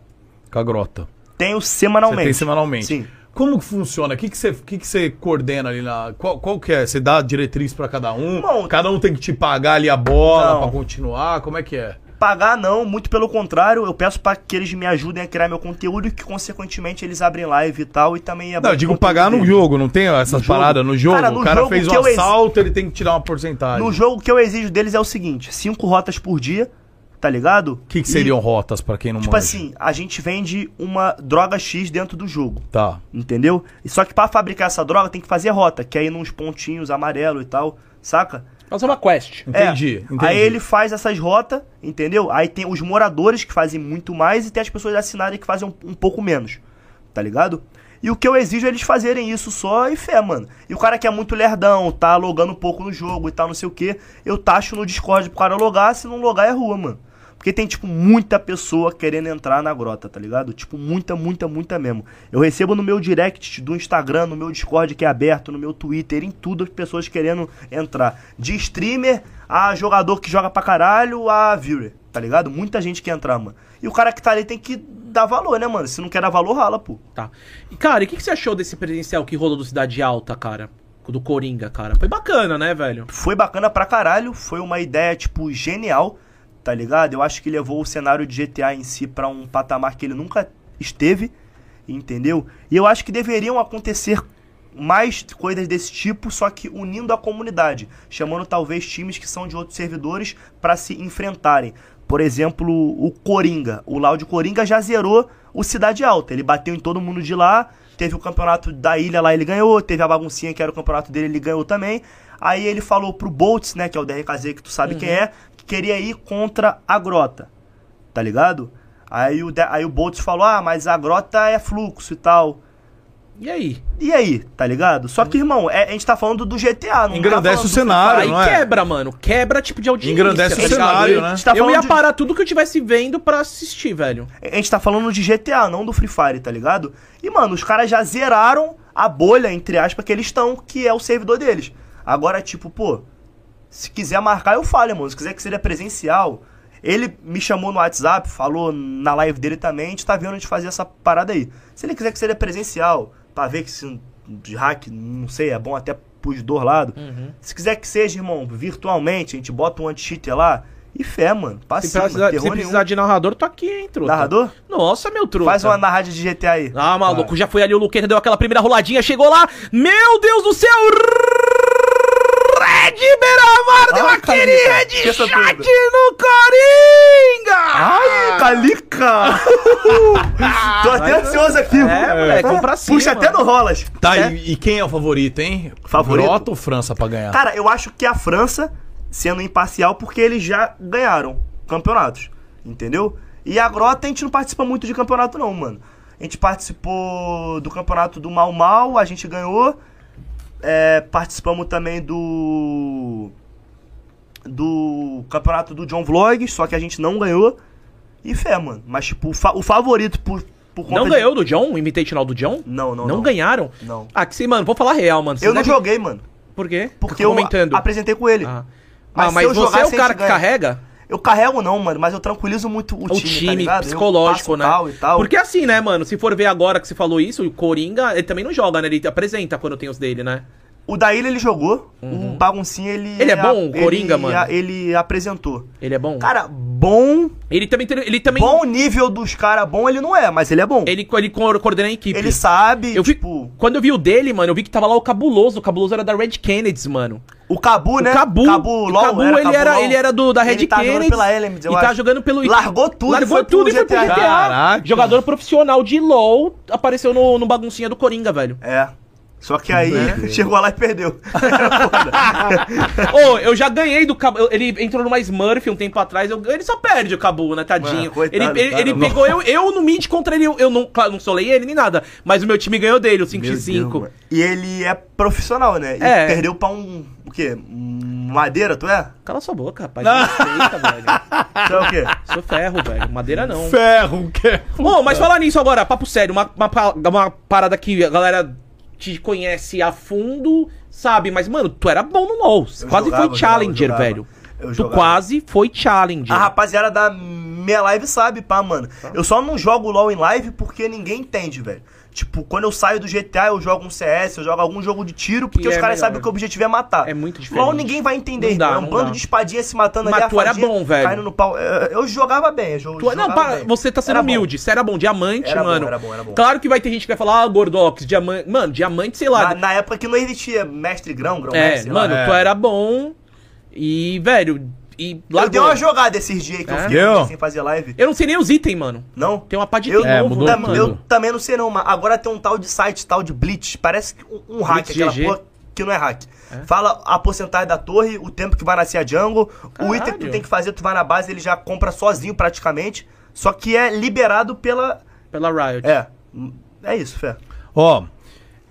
com a Grota. Tenho Você semanalmente. tem semanalmente. Sim. Como que funciona? O que, que, você, o que, que você coordena ali na. Qual, qual que é? Você dá diretriz pra cada um? Bom, cada um tem que te pagar ali a bola Não. pra continuar? Como é que é? Pagar não, muito pelo contrário, eu peço pra que eles me ajudem a criar meu conteúdo e que consequentemente eles abrem live e tal e também é Não, eu digo pagar no jogo, não tem essas jogo. paradas no jogo? Cara, no o cara jogo fez que um eu ex- assalto, ele tem que tirar uma porcentagem. No jogo o que eu exijo deles é o seguinte, cinco rotas por dia, tá ligado? O que, um que seriam rotas pra quem não Tipo manja? assim, a gente vende uma droga X dentro do jogo. Tá. Entendeu? E Só que pra fabricar essa droga tem que fazer rota, que é ir nos pontinhos amarelo e tal, saca? Fazer uma quest. É, Entendi, entendi. Aí ele faz essas rotas, entendeu? Aí tem os moradores que fazem muito mais e tem as pessoas assinadas que fazem um, um pouco menos, tá ligado? E o que eu exijo é eles fazerem isso só e fé, mano. E o cara que é muito lerdão, tá logando um pouco no jogo e tal, não sei o que, eu taxo no Discord pro cara logar, se não logar é rua, mano. Porque tem, tipo, muita pessoa querendo entrar na grota, tá ligado? Tipo, muita, muita, muita mesmo. Eu recebo no meu direct do Instagram, no meu Discord que é aberto, no meu Twitter, em tudo, as pessoas querendo entrar. De streamer a jogador que joga pra caralho a viewer, tá ligado? Muita gente quer entrar, mano. E o cara que tá ali tem que dar valor, né, mano? Se não quer dar valor, rala, pô. Tá. E, cara, e o que, que você achou desse presencial que rolou do Cidade Alta, cara? Do Coringa, cara? Foi bacana, né, velho? Foi bacana pra caralho, foi uma ideia, tipo, genial, tá ligado? Eu acho que levou o cenário de GTA em si pra um patamar que ele nunca esteve, entendeu? E eu acho que deveriam acontecer mais coisas desse tipo, só que unindo a comunidade, chamando talvez times que são de outros servidores pra se enfrentarem. Por exemplo, o Coringa, o Loud Coringa já zerou o Cidade Alta, ele bateu em todo mundo de lá, teve o campeonato da ilha lá, ele ganhou, teve a baguncinha que era o campeonato dele, ele ganhou também. Aí ele falou pro Boltz, né, que é o DRKZ que tu sabe Uhum. quem é, que queria ir contra a Grota, tá ligado? Aí o, de- aí o Boltz falou, ah, mas a Grota é fluxo e tal. E aí? E aí, tá ligado? Só Uhum. que, irmão, é- a gente tá falando do GTA, não Engrandece tá falando o do cenário, aí não é? quebra, mano. Quebra tipo de audiência. Engrandece o tá ligado? cenário, né? A gente tá eu falando ia de- parar tudo que eu tivesse vendo pra assistir, velho. A gente tá falando de GTA, não do Free Fire, tá ligado? E, mano, os caras já zeraram a bolha, entre aspas, que eles estão, que é o servidor deles. Agora, tipo, pô, se quiser marcar, eu falo, mano. Se quiser que seja presencial. Ele me chamou no WhatsApp, falou na live dele também, a gente tá vendo de fazer essa parada aí. Se ele quiser que seja presencial, pra ver que se um, de hack, não sei, é bom até pros dois lados. Se quiser que seja, irmão, virtualmente, a gente bota um anti-cheater lá e fé, mano. Passa Se precisar, se precisar de narrador, tô aqui, hein, truta. Narrador? Nossa, meu truta. Faz uma narrada de GTA aí. Ah, maluco, já foi ali o Luqueta, deu aquela primeira roladinha, chegou lá. Meu Deus do céu! Red Beramar deu Ai, aquele Calica, headshot Ah, tá esqueça no tudo. Ah, Coringa! Ai, Calica! Tô até ansioso aqui. É, moleque, vamos pra cima. Puxa até no rolas. Tá, e, e quem é o favorito, hein? Favorito? Grota ou França pra Tá. ganhar? Cara, eu acho que a França, sendo imparcial, porque eles já ganharam campeonatos, entendeu? E a Grota a gente não participa muito de campeonato não, mano. A gente participou do campeonato do Mal Mal, a gente ganhou. É, participamos também do do campeonato do John Vlog, só que a gente não ganhou. E fé, mano. Mas tipo, o, fa- o favorito por, por conta Não de- ganhou do John? O Invitational do John? Não, não, Não, não. ganharam? Não. Ah, que sim, mano, vou falar real, mano. Eu não Vocês devem- joguei, mano. Por quê? Porque Fica eu comentando. a- apresentei com ele. Ah, Mas mas, se mas eu você jogar, é o se a cara gente que ganha. carrega? Eu carrego não, mano, mas eu tranquilizo muito o, O time, tá time, ligado? Eu psicológico, passo né? Tal e tal. Porque assim, né, mano? Se for ver agora que você falou isso, o Coringa, ele também não joga, né? Ele apresenta quando tem os dele, né? O Daíla ele jogou, o Baguncinha ele. Uhum. Ele é a- bom, o ele Coringa, a- mano? Ele apresentou. Ele é bom. Cara, bom. ele também. tem- Ele também. Bom nível dos caras, bom ele não é, mas ele é bom. Ele, Ele, ele co- coordena a equipe. sabe, eu vi, tipo. Quando eu vi o dele, mano, eu vi que tava lá o Cabuloso. O Cabuloso era da Red Kennedys, mano. O Cabu, né? O Cabu. Cabu, o LOL, Cabu, ele, Cabu era, LOL. ele era do, da Red Ele tá jogando Kennedys pela Elements, eu E tá acho. jogando pelo... Largou tudo, Largou foi pro tudo e foi pro GTA. GTA. Caraca. Jogador profissional de LoL apareceu no, no baguncinha do Coringa, velho. É. Só que aí Uhum. chegou lá e perdeu. Ô, eu já ganhei do Cabu. eu- Ele entrou numa Smurf um tempo atrás. eu- ele só perde o Cabu, né, tadinho. Ah, coitado, ele ele, cara, ele não. pegou eu, eu no mid contra ele. Eu, eu não, claro, não solei ele nem nada. Mas o meu time ganhou dele, o 5x5. E ele é profissional, né? E É. perdeu pra um. O quê? Um madeira, tu é? Cala sua boca, rapaz. Ah. Me respeita, velho. Tu é o quê? Sou ferro, velho. Madeira não. Ferro, que... é. Ô, mas falar nisso agora, papo sério, uma, uma, pa- uma parada que a galera te conhece a fundo, sabe? Mas, mano, tu era bom no LoL. quase jogava, foi challenger, jogava, velho. eu Tu jogava. Ah, quase foi challenger. A rapaziada da minha live sabe, pá, mano. Tá. Eu só não jogo LOL em live porque ninguém entende, velho. Tipo, quando eu saio do GTA, eu jogo um CS, eu jogo algum jogo de tiro, porque Que os é caras melhor. sabem que o objetivo é matar. É muito diferente. LOL ninguém vai entender, Não dá, irmão. é um não bando dá. de espadinha se matando Mas ali, a tu era fadinha bom, velho. Caindo no pau. Eu, eu jogava bem, eu jo- Tu- é- jogava não, para, bem. você tá sendo Era bom. humilde, você era bom, diamante, Era bom, mano. era bom, era bom. Claro que vai ter gente que vai falar, ah, Gordox, diamante. Mano, diamante, sei lá. Na, na época que Ah, não existia mestre grão, grão é, mestre, sei lá. mano, É. tu era bom. E, velho, e Eu dei largou. uma jogada esses dias que eu É? fiquei Deu? sem fazer live. Eu não sei nem os itens, mano. Não? Tem uma pá de Eu, item É, novo, mudou né, tam- tudo. eu também não sei não, mas agora tem um tal de site, tal de Blitz, parece que um, um hack, Blitz aquela GG. porra que não é hack. Fala a porcentagem da torre, o tempo que vai nascer a jungle, o Caralho. item que tu tem que fazer, tu vai na base, ele já compra sozinho praticamente, só que é liberado pela... Pela Riot. É, é isso, Fé. Ó,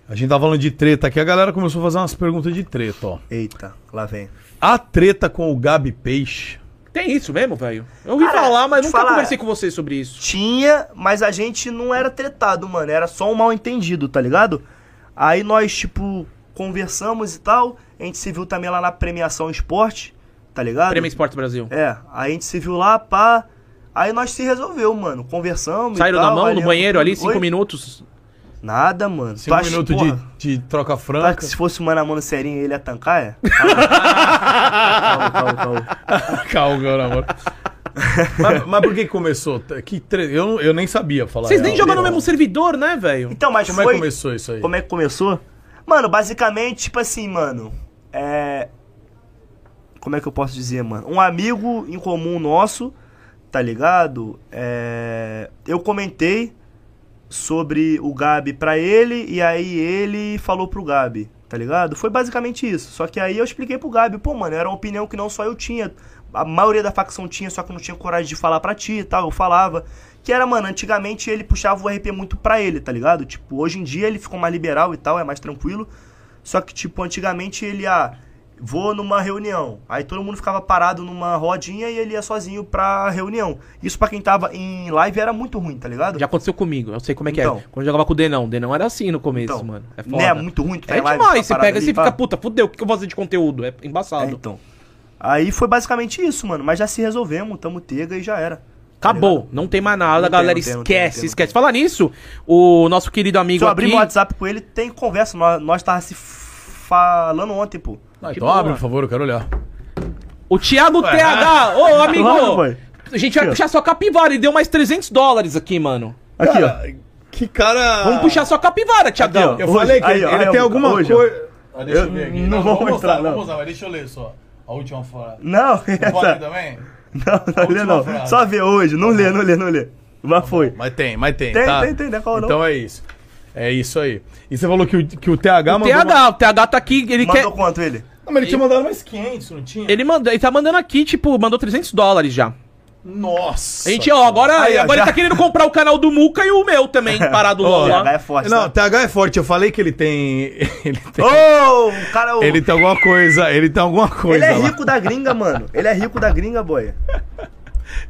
a gente tá falando de treta aqui, a galera começou a fazer umas perguntas de treta, ó. Eita, lá vem. A treta com o Gabi Peixe. Tem isso mesmo, velho? Eu ouvi Cara, falar, mas te nunca falar. conversei com você sobre isso. Tinha, mas a gente não era tretado, mano. Era só um mal entendido, tá ligado? Aí nós, tipo, conversamos e tal. A gente se viu também lá na premiação esporte, tá ligado? Prêmio Esporte Brasil. É, aí a gente se viu lá, pá. Aí nós se resolveu, mano. Conversamos. Saíram e tal, na mão, aí no lembro- banheiro ali, cinco Oi? minutos. Nada, mano. Tu Cinco acha- minutos porra, de, de troca tu acha franca. que se fosse mano a mano serinho ele ia tancar, é? Calma, meu amor. mas, mas por que que começou? Que tre... eu, eu nem sabia falar. Vocês real. nem jogam no mesmo servidor, né, velho? Então, mas Como é foi... que começou isso aí? Como é que começou? Mano, basicamente, tipo assim, mano. É. Como é que eu posso dizer, mano? Um amigo em comum nosso, tá ligado? É. Eu comentei sobre o Gabi pra ele e aí ele falou pro Gabi, tá ligado? Foi basicamente isso. Só que aí eu expliquei pro Gabi, pô, mano, era uma opinião que não só eu tinha, a maioria da facção tinha, só que eu não tinha coragem de falar pra ti e tal, eu falava. Que era, mano, antigamente ele puxava o RP muito pra ele, tá ligado? Tipo, hoje em dia ele ficou mais liberal e tal, é mais tranquilo. Só que, tipo, antigamente ele, ah, vou numa reunião. Aí todo mundo ficava parado numa rodinha e ele ia sozinho pra reunião. Isso pra quem tava em live era muito ruim, tá ligado? Já aconteceu comigo, eu sei como é que Então. é. Quando eu jogava com o Denão, o Denão era assim no começo, Então, mano. É foda. né, muito ruim, tu tá É em live, demais, tá você parado pega assim ali, e fica, pá. puta, fudeu, o que que eu vou fazer de conteúdo? É É, embaçado. então. Aí foi basicamente isso, mano. Mas já se resolvemos, tamo tega e já era. Acabou, não tem mais nada, Não a galera tem, não tem, não tem, esquece, não tem, não esquece. Falar nisso, o nosso querido Se amigo eu aqui... abrir meu WhatsApp com ele, tem conversa. Nós, nós tava se falando ontem, pô. Ah, Que então abre, porra. por favor, eu quero olhar. O Thiago TH, ô amigo, Claro, vai. a gente vai puxar sua capivara e deu mais 300 dólares aqui, mano. Aqui, ó. Cara, Que cara. Vamos puxar sua capivara, Thiagão. Ah. ó. Eu falei que Hoje- aí, ele, ó, ele aí, tem ó, alguma hoje, ó. coisa. É, Ah, deixa eu ver aqui. não vou vamos mostrar, entrar, não. vou mostrar, mas deixa eu ler só. A última fora. Não, Pode aqui essa. também? Não, não lê última não. frase. Só vê hoje. Não lê, não lê, não lê. Mas foi. Mas tem, mas tem. Tem, tá? tem, tem, não é qual não. Então é isso. É isso aí. E você falou que o, que o TH O mandou. TH, uma- o TH tá aqui, ele Mandou quer... quanto ele? Não, mas ele tinha mandado mais 500, não tinha? Ele, manda, ele tá mandando aqui, tipo, mandou 300 dólares já. Nossa! A gente, ó, agora, Aí, ó, agora já. ele tá querendo comprar o canal do Muca e o meu também, parado Ó, lá. TH é forte, Não, Não, TH é forte. Eu falei que ele tem. Ele tem, Ô, o cara... o- ele tem alguma coisa. Ele tem alguma coisa. ele é lá. rico da gringa, mano. Ele é rico da gringa, boy.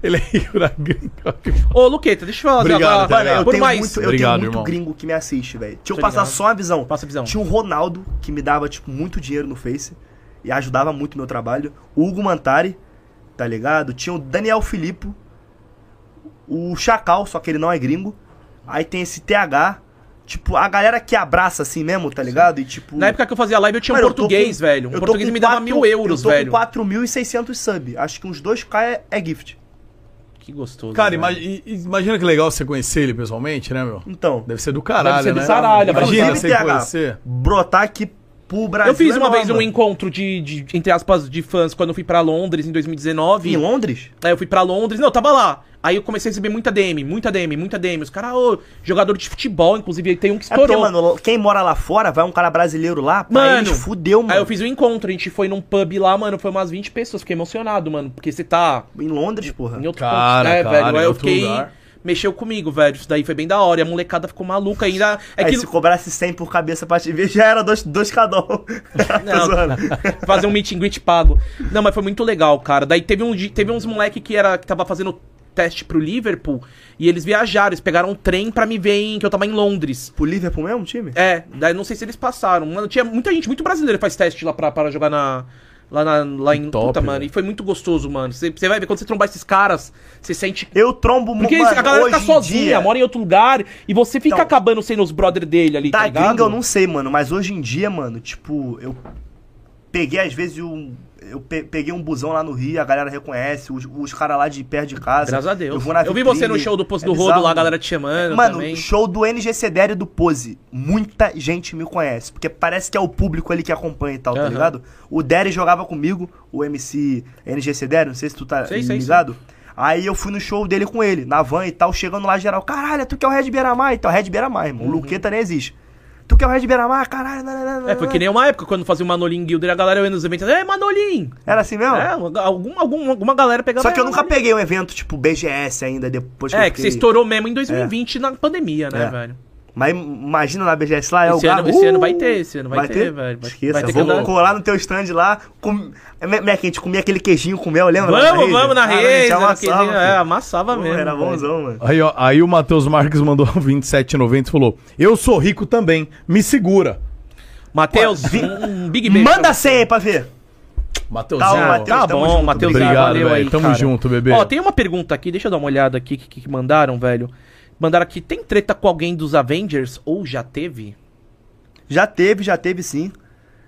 Ele é rico da gringa. Ô, Luqueta, deixa eu falar Obrigado, agora- tá ligado. Eu por tenho mais... muito, eu Obrigado, tenho muito irmão. gringo que me assiste, velho. Deixa eu Tô passar ligado. só uma visão. Passa a visão. Tinha o Ronaldo, que me dava, tipo, muito dinheiro no Face e ajudava muito o meu trabalho. O Hugo Mantari, tá ligado? Tinha o Daniel Filippo, o Chacal, só que ele não é gringo. Aí tem esse TH. Tipo, a galera que abraça assim mesmo, tá ligado? E tipo. Na época que eu fazia live, eu tinha Mano, um eu tô português, com- velho. eu Um tô português com me dava quatro- mil euros, velho. Eu tô com 4.600 sub. Acho que uns 2k é, é gift. Que gostoso. Cara, velho. imagi- i- imagina que legal você conhecer ele pessoalmente, né, meu? Então. Deve ser do caralho, Deve ser do né? caralho, Imagina Inclusive, você TH, conhecer. brotar aqui pro Brasil. Eu fiz é uma vez nova. um encontro de, de- entre aspas, de fãs quando eu fui pra Londres em 2019. Em Londres? Aí eu fui pra Londres, não, eu tava lá. Aí eu comecei a receber muita DM, muita DM, muita DM. Os caras, ô, jogador de futebol, inclusive, aí tem um que É porque, estourou. mano, quem mora lá fora, vai um cara brasileiro lá, pra Mano, eles fudeu, mano. Aí eu fiz um encontro, a gente foi num pub lá, mano, foi umas 20 pessoas, fiquei emocionado, mano, porque você tá Em Londres, porra. em outro Cara, né, cara, velho? Aí em eu outro fiquei. lugar. Mexeu comigo, velho. Isso daí foi bem da hora. E a molecada ficou maluca ainda. É Aí que. se cobrasse 100 por cabeça pra te ver, já era dois, dois um. cadão. tá Não, fazer um meet and greet pago. Não, mas foi muito legal, cara. Daí teve, um, di- teve uns moleque que era que tava fazendo teste pro Liverpool e eles viajaram, eles pegaram um trem pra me ver em, que eu tava em Londres. Pro Liverpool mesmo, time? É, daí não sei se eles passaram. Mano, tinha muita gente, muito brasileiro faz teste lá pra, pra jogar na. Lá, na, lá em Top, puta, mano. velho. E foi muito gostoso, mano. Você você vai ver, quando você trombar esses caras, você sente. Eu trombo muito, Porque esse- a galera tá sozinha, mora em outro lugar, e você fica Então, acabando sendo os brother dele ali, Da tá ligado? gringa eu não sei, mano, mas hoje em dia, mano, tipo, eu peguei às vezes um... Eu pe- peguei um busão lá no Rio, a galera reconhece, os, os caras lá de perto de casa. Graças a Deus. Eu, vou na Eu vi você vitrine. no show do Poço É do Rodo bizarro, lá, a mano. galera te chamando Mano, também. show do NG Cedério do Pose. Muita gente me conhece, porque parece que é o público ali que acompanha e tal, tá Aham. ligado? O Derry jogava comigo, o MC NG Cedério, não sei se tu tá Sei, sei, sei. ligado. Aí eu fui no show dele com ele, na van e tal, chegando lá geral, caralho, tu que é o Red Beiramar? Então, Red Beiramar, irmão, o Luqueta nem existe. Tu que é o Red Beiramar? Caralho, não, não, não, Uhum. É, foi que nem uma época quando fazia o Manolin Guilder, a galera ia nos eventos, é Manolin! Era assim mesmo? É, algum, algum, alguma galera pegava... Só que eu "É, nunca Manolin". peguei um evento tipo BGS ainda, depois É, eu que você fiquei- estourou mesmo em 2020 na pandemia, né, É. velho? Mas imagina na BGS lá, é Esse o ano- Gabo. esse ano vai ter, esse ano vai ter, velho. Vai- Esqueça, vai ter vou que andar- colar no teu stand lá. Com... Como é que a gente comia aquele queijinho com mel, lembra? Vamos, vamos na rede, Ah, a amassava, gente amassava, é, pô. amassava Pô, mesmo. Era velho. bonzão, mano. Aí, ó, aí o Matheus Marques mandou 27,90 e falou: Eu sou rico também, me segura. Matheus, um big beijo. pra Manda você. 100 aí pra ver. Matheus, Tá, o ó, Matheus. Tá tamo bom, junto, Matheus. obrigado, valeu velho. aí, Tamo cara. junto, bebê. Ó, tem uma pergunta aqui, deixa eu dar uma olhada aqui que, que- que mandaram, velho. Mandaram aqui, tem treta com alguém dos Avengers ou já teve? Já teve, já teve sim.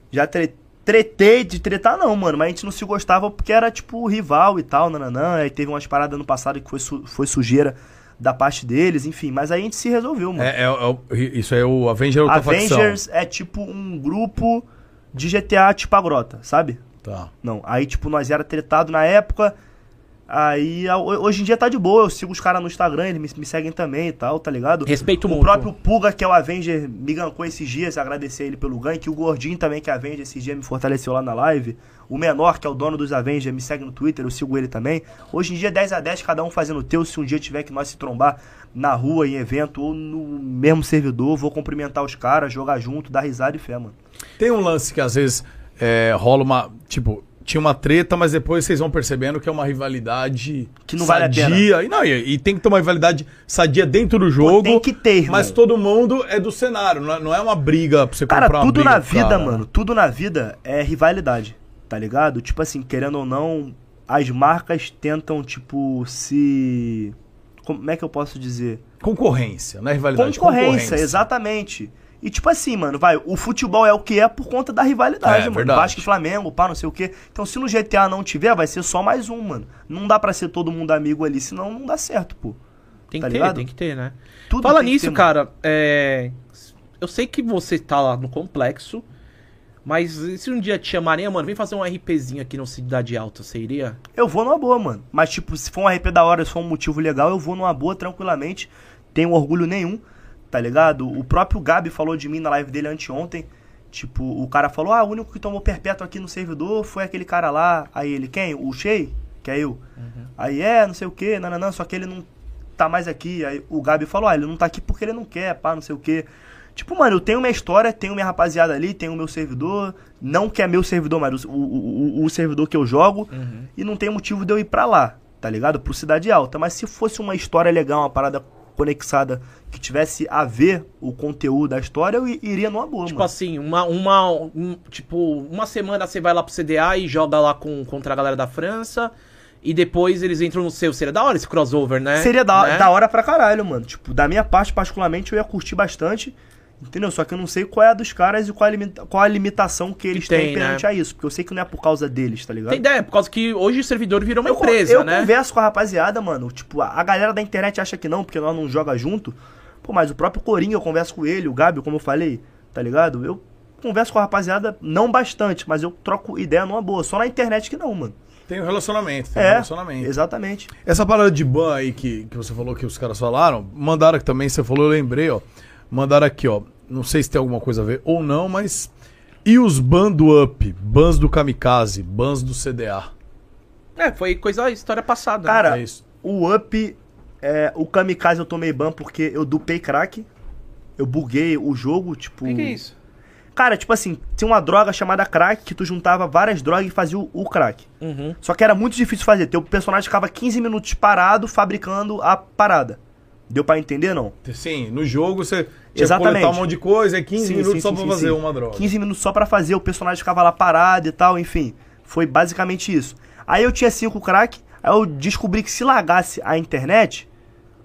Já tre- tretei, de tretar não, mano, mas a gente não se gostava porque era, tipo, rival e tal, nananã. Aí teve umas paradas ano passado que foi, su- foi sujeira da parte deles, enfim. Mas aí a gente se resolveu, mano. É, é- é o- isso é o Avenger outra Avengers é tipo um grupo de GTA tipo a grota, sabe? facção. Tá. Não, aí tipo nós era tretado na época. Aí a- ho- hoje em dia tá de boa, eu sigo os caras no Instagram, eles me, me seguem também e tal, tá ligado? Respeito o muito. próprio Puga, que é o Avenger, me gancou esses dias, agradecer ele pelo gank. O Gordinho também, que é Avenger, esses dias me fortaleceu lá na live. O Menor, que é o dono dos Avengers, me segue no Twitter, eu sigo ele também. Hoje em dia, 10 a 10 cada um fazendo o teu. Se um dia tiver que nós se trombar na rua, em evento ou no mesmo servidor, vou cumprimentar os caras, jogar junto, dar risada e fé, mano. Tem um lance que às vezes é, rola uma. Tipo, tinha uma treta, mas depois vocês vão percebendo que é uma rivalidade Que não vale a pena. sadia. E, não, e, e tem que ter uma rivalidade sadia dentro do jogo. tem que ter, irmão. Mas todo mundo é do cenário, não é, não é uma briga pra você Cara, comprar uma tudo briga na com o vida, cara. mano, tudo na vida é rivalidade, tá ligado? Tipo assim, querendo ou não, as marcas tentam, tipo, se. Como é que eu posso dizer? Concorrência, não é rivalidade. Concorrência, exatamente. E tipo assim, mano, vai, o futebol é o que é por conta da rivalidade, É, mano. verdade. Vasco e Flamengo, pá, não sei o quê. Então se no GTA não tiver, vai ser só mais um, mano. Não dá pra ser todo mundo amigo ali, senão não dá certo, pô. Tem que tá ter, ligado? tem que ter, né? Tudo Fala tem que nisso, ter, mano. cara, é, eu sei que você tá lá no complexo, mas e se um dia te chamarem, "Ah, mano, vem fazer um RPzinho aqui no Cidade Alta, você iria? Eu vou numa boa, mano. Mas, tipo, se for um RP da hora, se for um motivo legal, eu vou numa boa tranquilamente. Tenho orgulho nenhum, tá ligado? O próprio Gabi falou de mim na live dele anteontem. Tipo, o cara falou: Ah, o único que tomou perpétuo aqui no servidor foi aquele cara lá. Aí ele, quem? O Shei? Que é eu. Aí é, não sei o que, nananã, só que ele não tá mais aqui. Aí o Gabi falou: Ah, ele não tá aqui porque ele não quer, pá, não sei o que. Tipo, mano, eu tenho minha história, tenho minha rapaziada ali, tenho meu servidor. Não que é meu servidor, mas o, o, o- o servidor que eu jogo. E não tem motivo de eu ir pra lá, tá ligado? Pro Cidade Alta. Mas se fosse uma história legal, uma parada conexada que tivesse a ver o conteúdo da história, eu i- iria numa boa, Tipo mano. assim, uma, uma, um- tipo, uma semana você vai lá pro CDA e joga lá com, contra a galera da França, e depois eles entram no seu, seria da hora esse crossover, né? Seria da, Né? da hora pra caralho, mano. Tipo, da minha parte, particularmente, eu ia curtir bastante. Entendeu? Só que eu não sei qual é a dos caras e qual a, limita- qual a limitação que eles tem, têm perante né? a isso. Porque eu sei que não é por causa deles, tá ligado? Tem ideia, por causa que hoje o servidor virou uma eu, con- empresa, eu né? converso com a rapaziada, mano. Tipo, a, a galera da internet acha que não, porque nós não joga junto. Pô, mas o próprio Corinho, eu converso com ele, o Gabi, como eu falei, tá ligado? Eu converso com a rapaziada, não bastante, mas eu troco ideia numa boa. Só na internet que não, mano. Tem um relacionamento, tem um É, relacionamento. exatamente. Essa parada de ban aí que, que você falou que os caras falaram, mandaram aqui também, você falou, eu lembrei, ó. Mandaram aqui, ó. Não sei se tem alguma coisa a ver ou não, mas. E os ban do Up? Bans do Kamikaze, bans do CDA. É, foi coisa, história passada. né? Cara, É isso. o Up, é, o Kamikaze eu tomei ban porque eu dupei crack. Eu buguei o jogo, tipo... O que, que é isso? Cara, tipo assim, tinha uma droga chamada crack que tu juntava várias drogas e fazia o, o crack. Só que era muito difícil fazer. Teu personagem ficava 15 minutos parado fabricando a parada. Deu pra entender, não? Sim, no jogo você tinha Exatamente. que coletar um monte de coisa, é 15 Sim, minutos sim, só sim, pra sim, fazer sim. uma droga. 15 minutos só pra fazer, o personagem ficava lá parado e tal, enfim. Foi basicamente isso. Aí eu tinha cinco crack, aí eu descobri que se largasse a internet,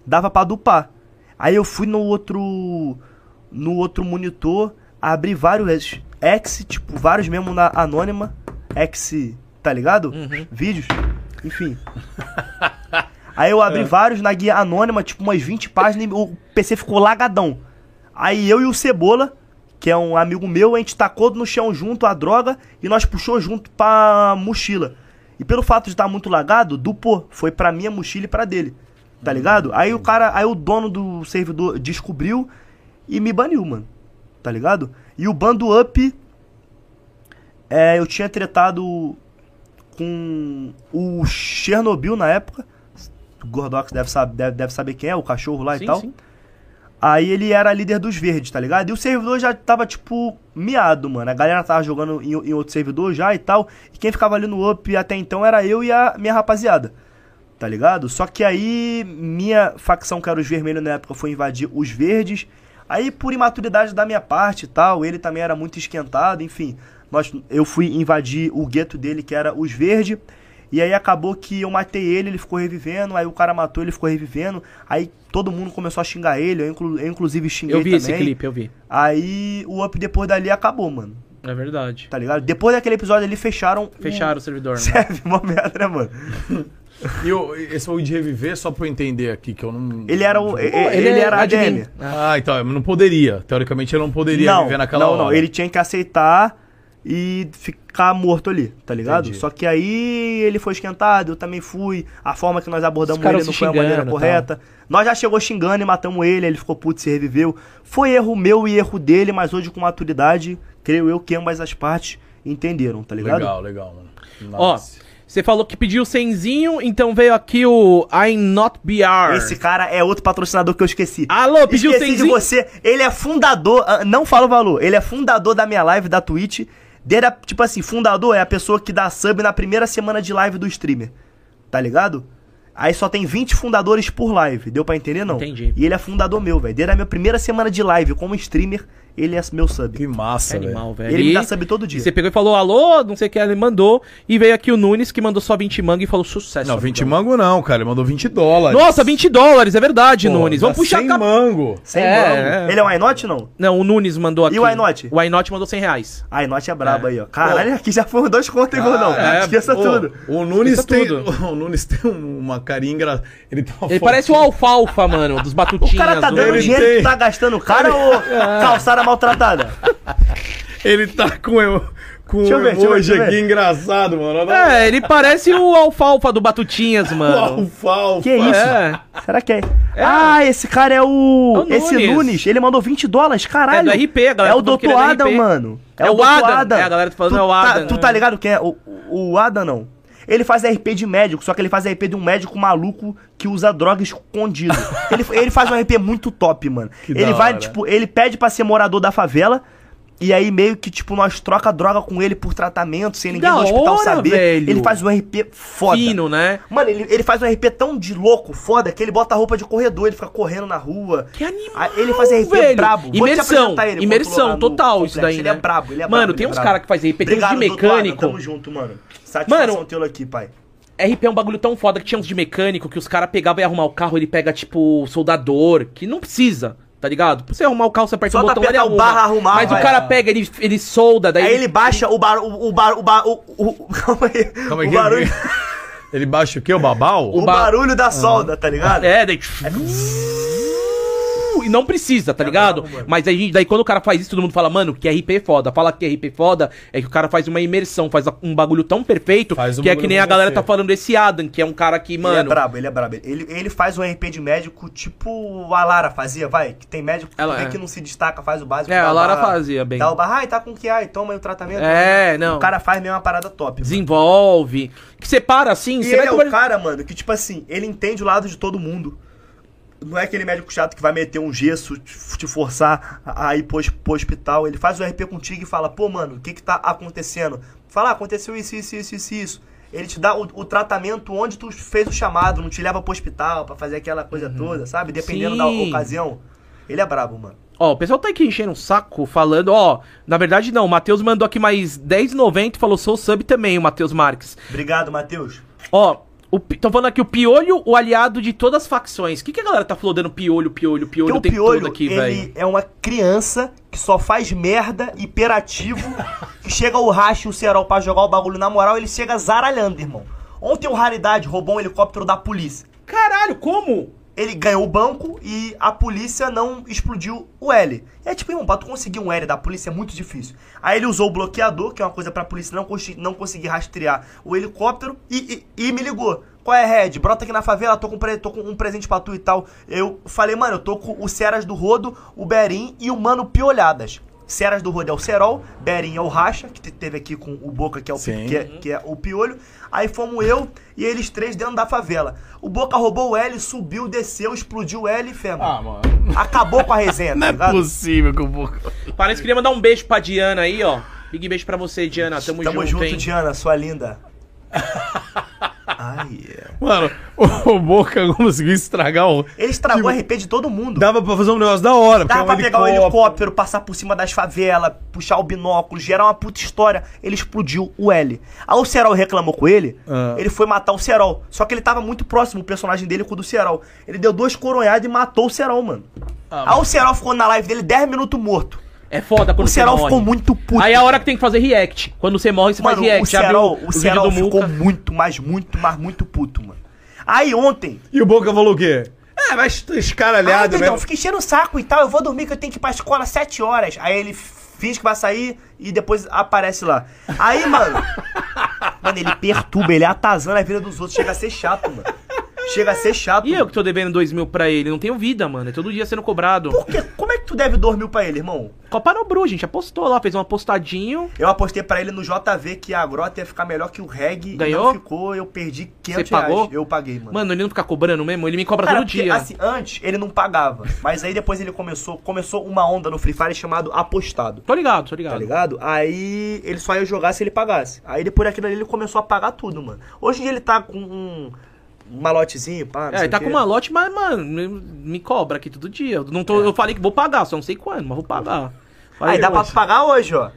dava pra dupar. Aí eu fui no outro no outro monitor, abri vários X, tipo, vários mesmo na anônima, X, tá ligado? Vídeos, enfim. Aí eu abri vários na guia anônima, tipo umas 20 páginas, e o PC ficou lagadão. Aí eu e o Cebola, que é um amigo meu, a gente tacou no chão junto a droga e nós puxou junto pra mochila. E pelo fato de estar muito lagado, dupou. Foi pra minha mochila e pra dele. Tá ligado? Aí o cara, aí o dono do servidor descobriu e me baniu, mano. Tá ligado? E o bando up. É, eu tinha tretado com o Chernobyl na época. O Gordox deve, saber deve, deve saber quem é, o cachorro lá e tal. Aí ele era líder dos verdes, tá ligado? E o servidor já tava, tipo, miado, mano. A galera tava jogando em, em outro servidor já e tal. E quem ficava ali no up até então era eu e a minha rapaziada. Tá ligado? Só que aí minha facção, que era os vermelhos na época, foi invadir os verdes. Aí, por imaturidade da minha parte e tal, ele também era muito esquentado, enfim. Nós, eu fui invadir o gueto dele, que era os verdes. E aí acabou que eu matei ele, ele ficou revivendo, aí o cara matou, ele ficou revivendo, aí todo mundo começou a xingar ele, eu, inclu- eu inclusive xinguei Eu vi também. esse clipe, eu vi. Aí o up depois dali acabou, mano. É verdade. tá ligado? Depois daquele episódio ali, fecharam. o- Fecharam o servidor, né? Serve uma merda, né, mano? E o- esse bagulho de reviver, só pra eu entender aqui, que eu não. Ele era o. e- e- ele, ele é era admin. ADM. Ah, então, eu não poderia. Teoricamente, ele não poderia Não, viver naquela não, hora. não. Ele tinha que aceitar e ficar morto ali, tá ligado? Só que aí ele foi esquentado, eu também fui. A forma que nós abordamos Os caras ele não se foi a maneira xingando e correta. Nós já chegou xingando e matamos ele, ele ficou puto, se reviveu. Foi erro meu e erro dele, mas hoje com maturidade, creio eu que ambas as partes entenderam, tá ligado? Legal, legal, mano. Ó, Nossa. você falou que pediu cenzinho, então veio aqui o I'm Not BR. Esse cara é outro patrocinador que eu esqueci. Alô, pediu Esqueci de cenzinho? você. Ele é fundador, ah, não fala o valor, ele é fundador da minha live da Twitch. Desde a- tipo assim, fundador é a pessoa que dá sub na primeira semana de live do streamer. Tá ligado? Aí só tem 20 fundadores por live. Deu pra entender, não? Entendi. E ele é fundador meu, velho. Desde a minha primeira semana de live como streamer, ele é meu sub. Que massa, velho. Animal, velho. Ele me E- dá sub todo e dia. Você pegou e falou alô, não sei o que, ele mandou. E veio aqui o Nunes, que mandou só 20 manga e falou sucesso. Não, 20 amigão. mango não, cara. Ele mandou 20 dólares. Nossa, 20 dólares, é verdade, Pô, Nunes. Vamos dá puxar a 100 capa. mango. Sem É, é, é. Ele é um iNote, não? Não, o Nunes mandou aqui. o Ainote? O Ainote mandou 100 reais. iNote é brabo aí, ó. Caralho, aqui já foram dois contas, hein, gordão? é, Esqueça Ô, tudo. O Nunes Isso tem, tudo. o Nunes tem um- uma carinha engraçada. Ele, tá tem uma Ele foto- parece o Alfalfa, mano, dos Batutinhas. O cara tá do dando Nunes. dinheiro tem. que tá gastando cara ou calçada maltratada? Ele tá com eu com Deixa eu ver, um deixa eu ver, emoji deixa eu ver. aqui engraçado, mano. Olha É, ele parece o Alfalfa do Batutinhas, o mano. alfalfa. Que isso? É. Será que é? Ah, esse cara é É o. o esse Nunes. Nunes, ele mandou 20 dólares, caralho. É do RP, a galera É o tá falando que Dr. ele é do Adam, RP. mano. É o Dr. Adam. É, a galera tá falando tu é o Adam, Tá, tu né? tá ligado quem é? O, o, o Adam, não. Ele faz RP de médico, só que ele faz RP de um médico maluco que usa droga escondido. ele, ele faz um RP muito top, mano. ele da vai, hora. tipo, ele pede pra ser morador da favela. E aí, meio que, tipo, nós troca droga com ele por tratamento, sem ninguém da no hospital hora, saber. velho. Ele faz um RP foda. Fino, né? Mano, ele, ele faz um RP tão de louco, foda, que ele bota a roupa de corredor, ele fica correndo na rua. Que animal, Ah, Ele faz RP velho. brabo. Vou te Imersão, apresentar ele quando imersão tu lá no total isso complexo. daí, Ele né? é brabo, ele é brabo. Mano, ele tem é uns brabo. caras que fazem RP, tem uns de Obrigado, doutor Adam, mecânico. Tamo junto, mano. Satisfação Mano, tê-lo aqui, pai. RP é um bagulho tão foda que tinha uns de mecânico que os caras pegavam e arrumar o carro, ele pega, tipo, soldador, que não precisa, tá ligado? Pra você arrumar o carro, você Só aperta um pra botão, ele apertar o arruma. barra, arrumar, mas vai. o cara pega, ele, ele solda, daí... Aí ele baixa o bar... O, o bar... O bar... O, o- calma aí. Calma aí, o que- barulho... Ele baixa o quê? O babau? O ba- barulho da solda, tá ligado? É, daí... E não precisa, É, tá ligado? Mas aí, daí quando o cara faz isso, todo mundo fala, mano, que RP é foda. Fala que RP é foda, é que o cara faz uma imersão, faz um bagulho tão perfeito, Faz um que é bagulho que nem a galera acontecer. tá falando desse Adam, que é um cara que, mano... Ele é brabo, ele é brabo. Ele, ele faz um RP de médico tipo a Lara fazia, vai. Que tem médico que, Ela vê é. que não se destaca, faz o básico. É, dá a o Lara barra- fazia bem. Dá o barra, ai, tá com que, ai, toma aí o tratamento. É, não. O cara faz mesmo uma parada top. mano. desenvolve. Que você para assim, E você ele vai é conversar- o cara, mano, que tipo assim, ele entende o lado de todo mundo. Não é aquele médico chato que vai meter um gesso, te te forçar a a ir pro, hos- pro hospital. Ele faz o RP contigo e fala, pô, mano, o que que tá acontecendo? Fala, ah, aconteceu isso, isso, isso, isso, isso. Ele te dá o, o tratamento onde tu fez o chamado, não te leva pro hospital pra fazer aquela coisa toda, sabe? Dependendo da Sim. ocasião. Ele é brabo, mano. Ó, o pessoal tá aqui enchendo o saco, falando, ó, na verdade não, o Matheus mandou aqui mais 10,90 e falou, sou sub também, o Matheus Marques. Obrigado, Matheus. Ó, o Pi- tão falando aqui, o Piolho, o aliado de todas as facções. O que, que a galera tá flodando Piolho, Piolho, Porque Piolho o o tempo um piolho, todo aqui, ele velho? é uma criança que só faz merda, hiperativo, que chega o racha e o cerol pra jogar o bagulho na moral, ele chega zaralhando, irmão. Ontem o Raridade roubou um helicóptero da polícia. Caralho, como? Ele ganhou o banco e a polícia não explodiu o L. É tipo, irmão, pra tu conseguir um L da polícia é muito difícil. Aí ele usou o bloqueador, que é uma coisa pra polícia não, consi- não conseguir rastrear o helicóptero, e, e- e me ligou. Qual é, Red? Brota aqui na favela, tô com, pre- tô com um presente pra tu e tal. Eu falei, mano, eu tô com o Ceras do Rodo, o Berim e o Mano Piolhadas. Ceras do Rodo é o Cerol, Berim é o Racha, que te- teve aqui com o Boca, que é o, Sim. que é- que é o Piolho. Aí fomos eu e eles três dentro da favela. O Boca roubou o L, subiu, desceu, explodiu o L e fêmea. Ah, mano. é Acabou com a resenha, tá ligado? possível que eu vou. Parece que queria mandar um beijo pra Diana aí, ó. Big beijo pra você, Diana. Tamo, Tamo junto, junto, hein? Diana, sua linda. Ai, é. Mano, o Boca conseguiu estragar o. Ele estragou Tipo, o RP de todo mundo. Dava pra fazer um negócio da hora. porque Dava é um pra pegar o helicóptero, passar por cima das favelas, puxar o binóculo, gerar uma puta história. Ele explodiu o L. Aí o Serol reclamou com ele, Ah. ele foi matar o Serol. Só que ele tava muito próximo, o personagem dele, com o do Serol. Ah, Ele deu dois coronhadas e matou o Serol, mano. Aí o Serol ficou na live dele 10 minutos morto. É foda quando O Serol morre. ficou muito puto. Aí é a hora que tem que fazer react. Quando você morre, você Mano, faz react. o Já viu Serol, o o vídeo Serol do ficou Muca? muito, mas muito, mas muito puto, mano. Aí ontem. E o Boca falou o quê? É, vai est- Ah, escaralhado, então, velho. fica enchendo o saco e tal. Eu vou dormir que eu tenho que ir pra escola às 7 horas. Aí ele finge que vai sair e depois aparece lá. Aí, mano. mano, ele perturba, ele atazana a vida dos outros. Chega a ser chato, mano. Chega a ser chato. E eu mano. que tô devendo dois mil pra ele? Não tenho vida, mano. É todo dia sendo cobrado. Por quê? Como é que tu deve dormir pra ele, irmão? Copa Nobru, gente. Apostou lá, fez um apostadinho. Eu apostei pra ele no JV que a grota ia ficar melhor que o reggae. e Ganhou? Não ficou, eu perdi 500 pagou? reais. Eu paguei, mano. Mano, ele não fica cobrando mesmo? Ele me cobra Cara, todo porque, dia. assim, antes ele não pagava, mas aí depois ele começou, começou uma onda no Free Fire chamado apostado. Tô ligado, tô ligado. Tá ligado? Aí ele só ia jogar se ele pagasse. Aí depois daquilo ali ele começou a pagar tudo, mano. Hoje em dia ele tá com um malotezinho, pá. não É, sei ele tá o com quê. uma lote, mas, mano, me, me cobra aqui todo dia. Eu, não tô, eu falei que vou pagar, só não sei quando, mas vou pagar. Falei, É. Aí dá pra "Nossa, tu pagar hoje, ó.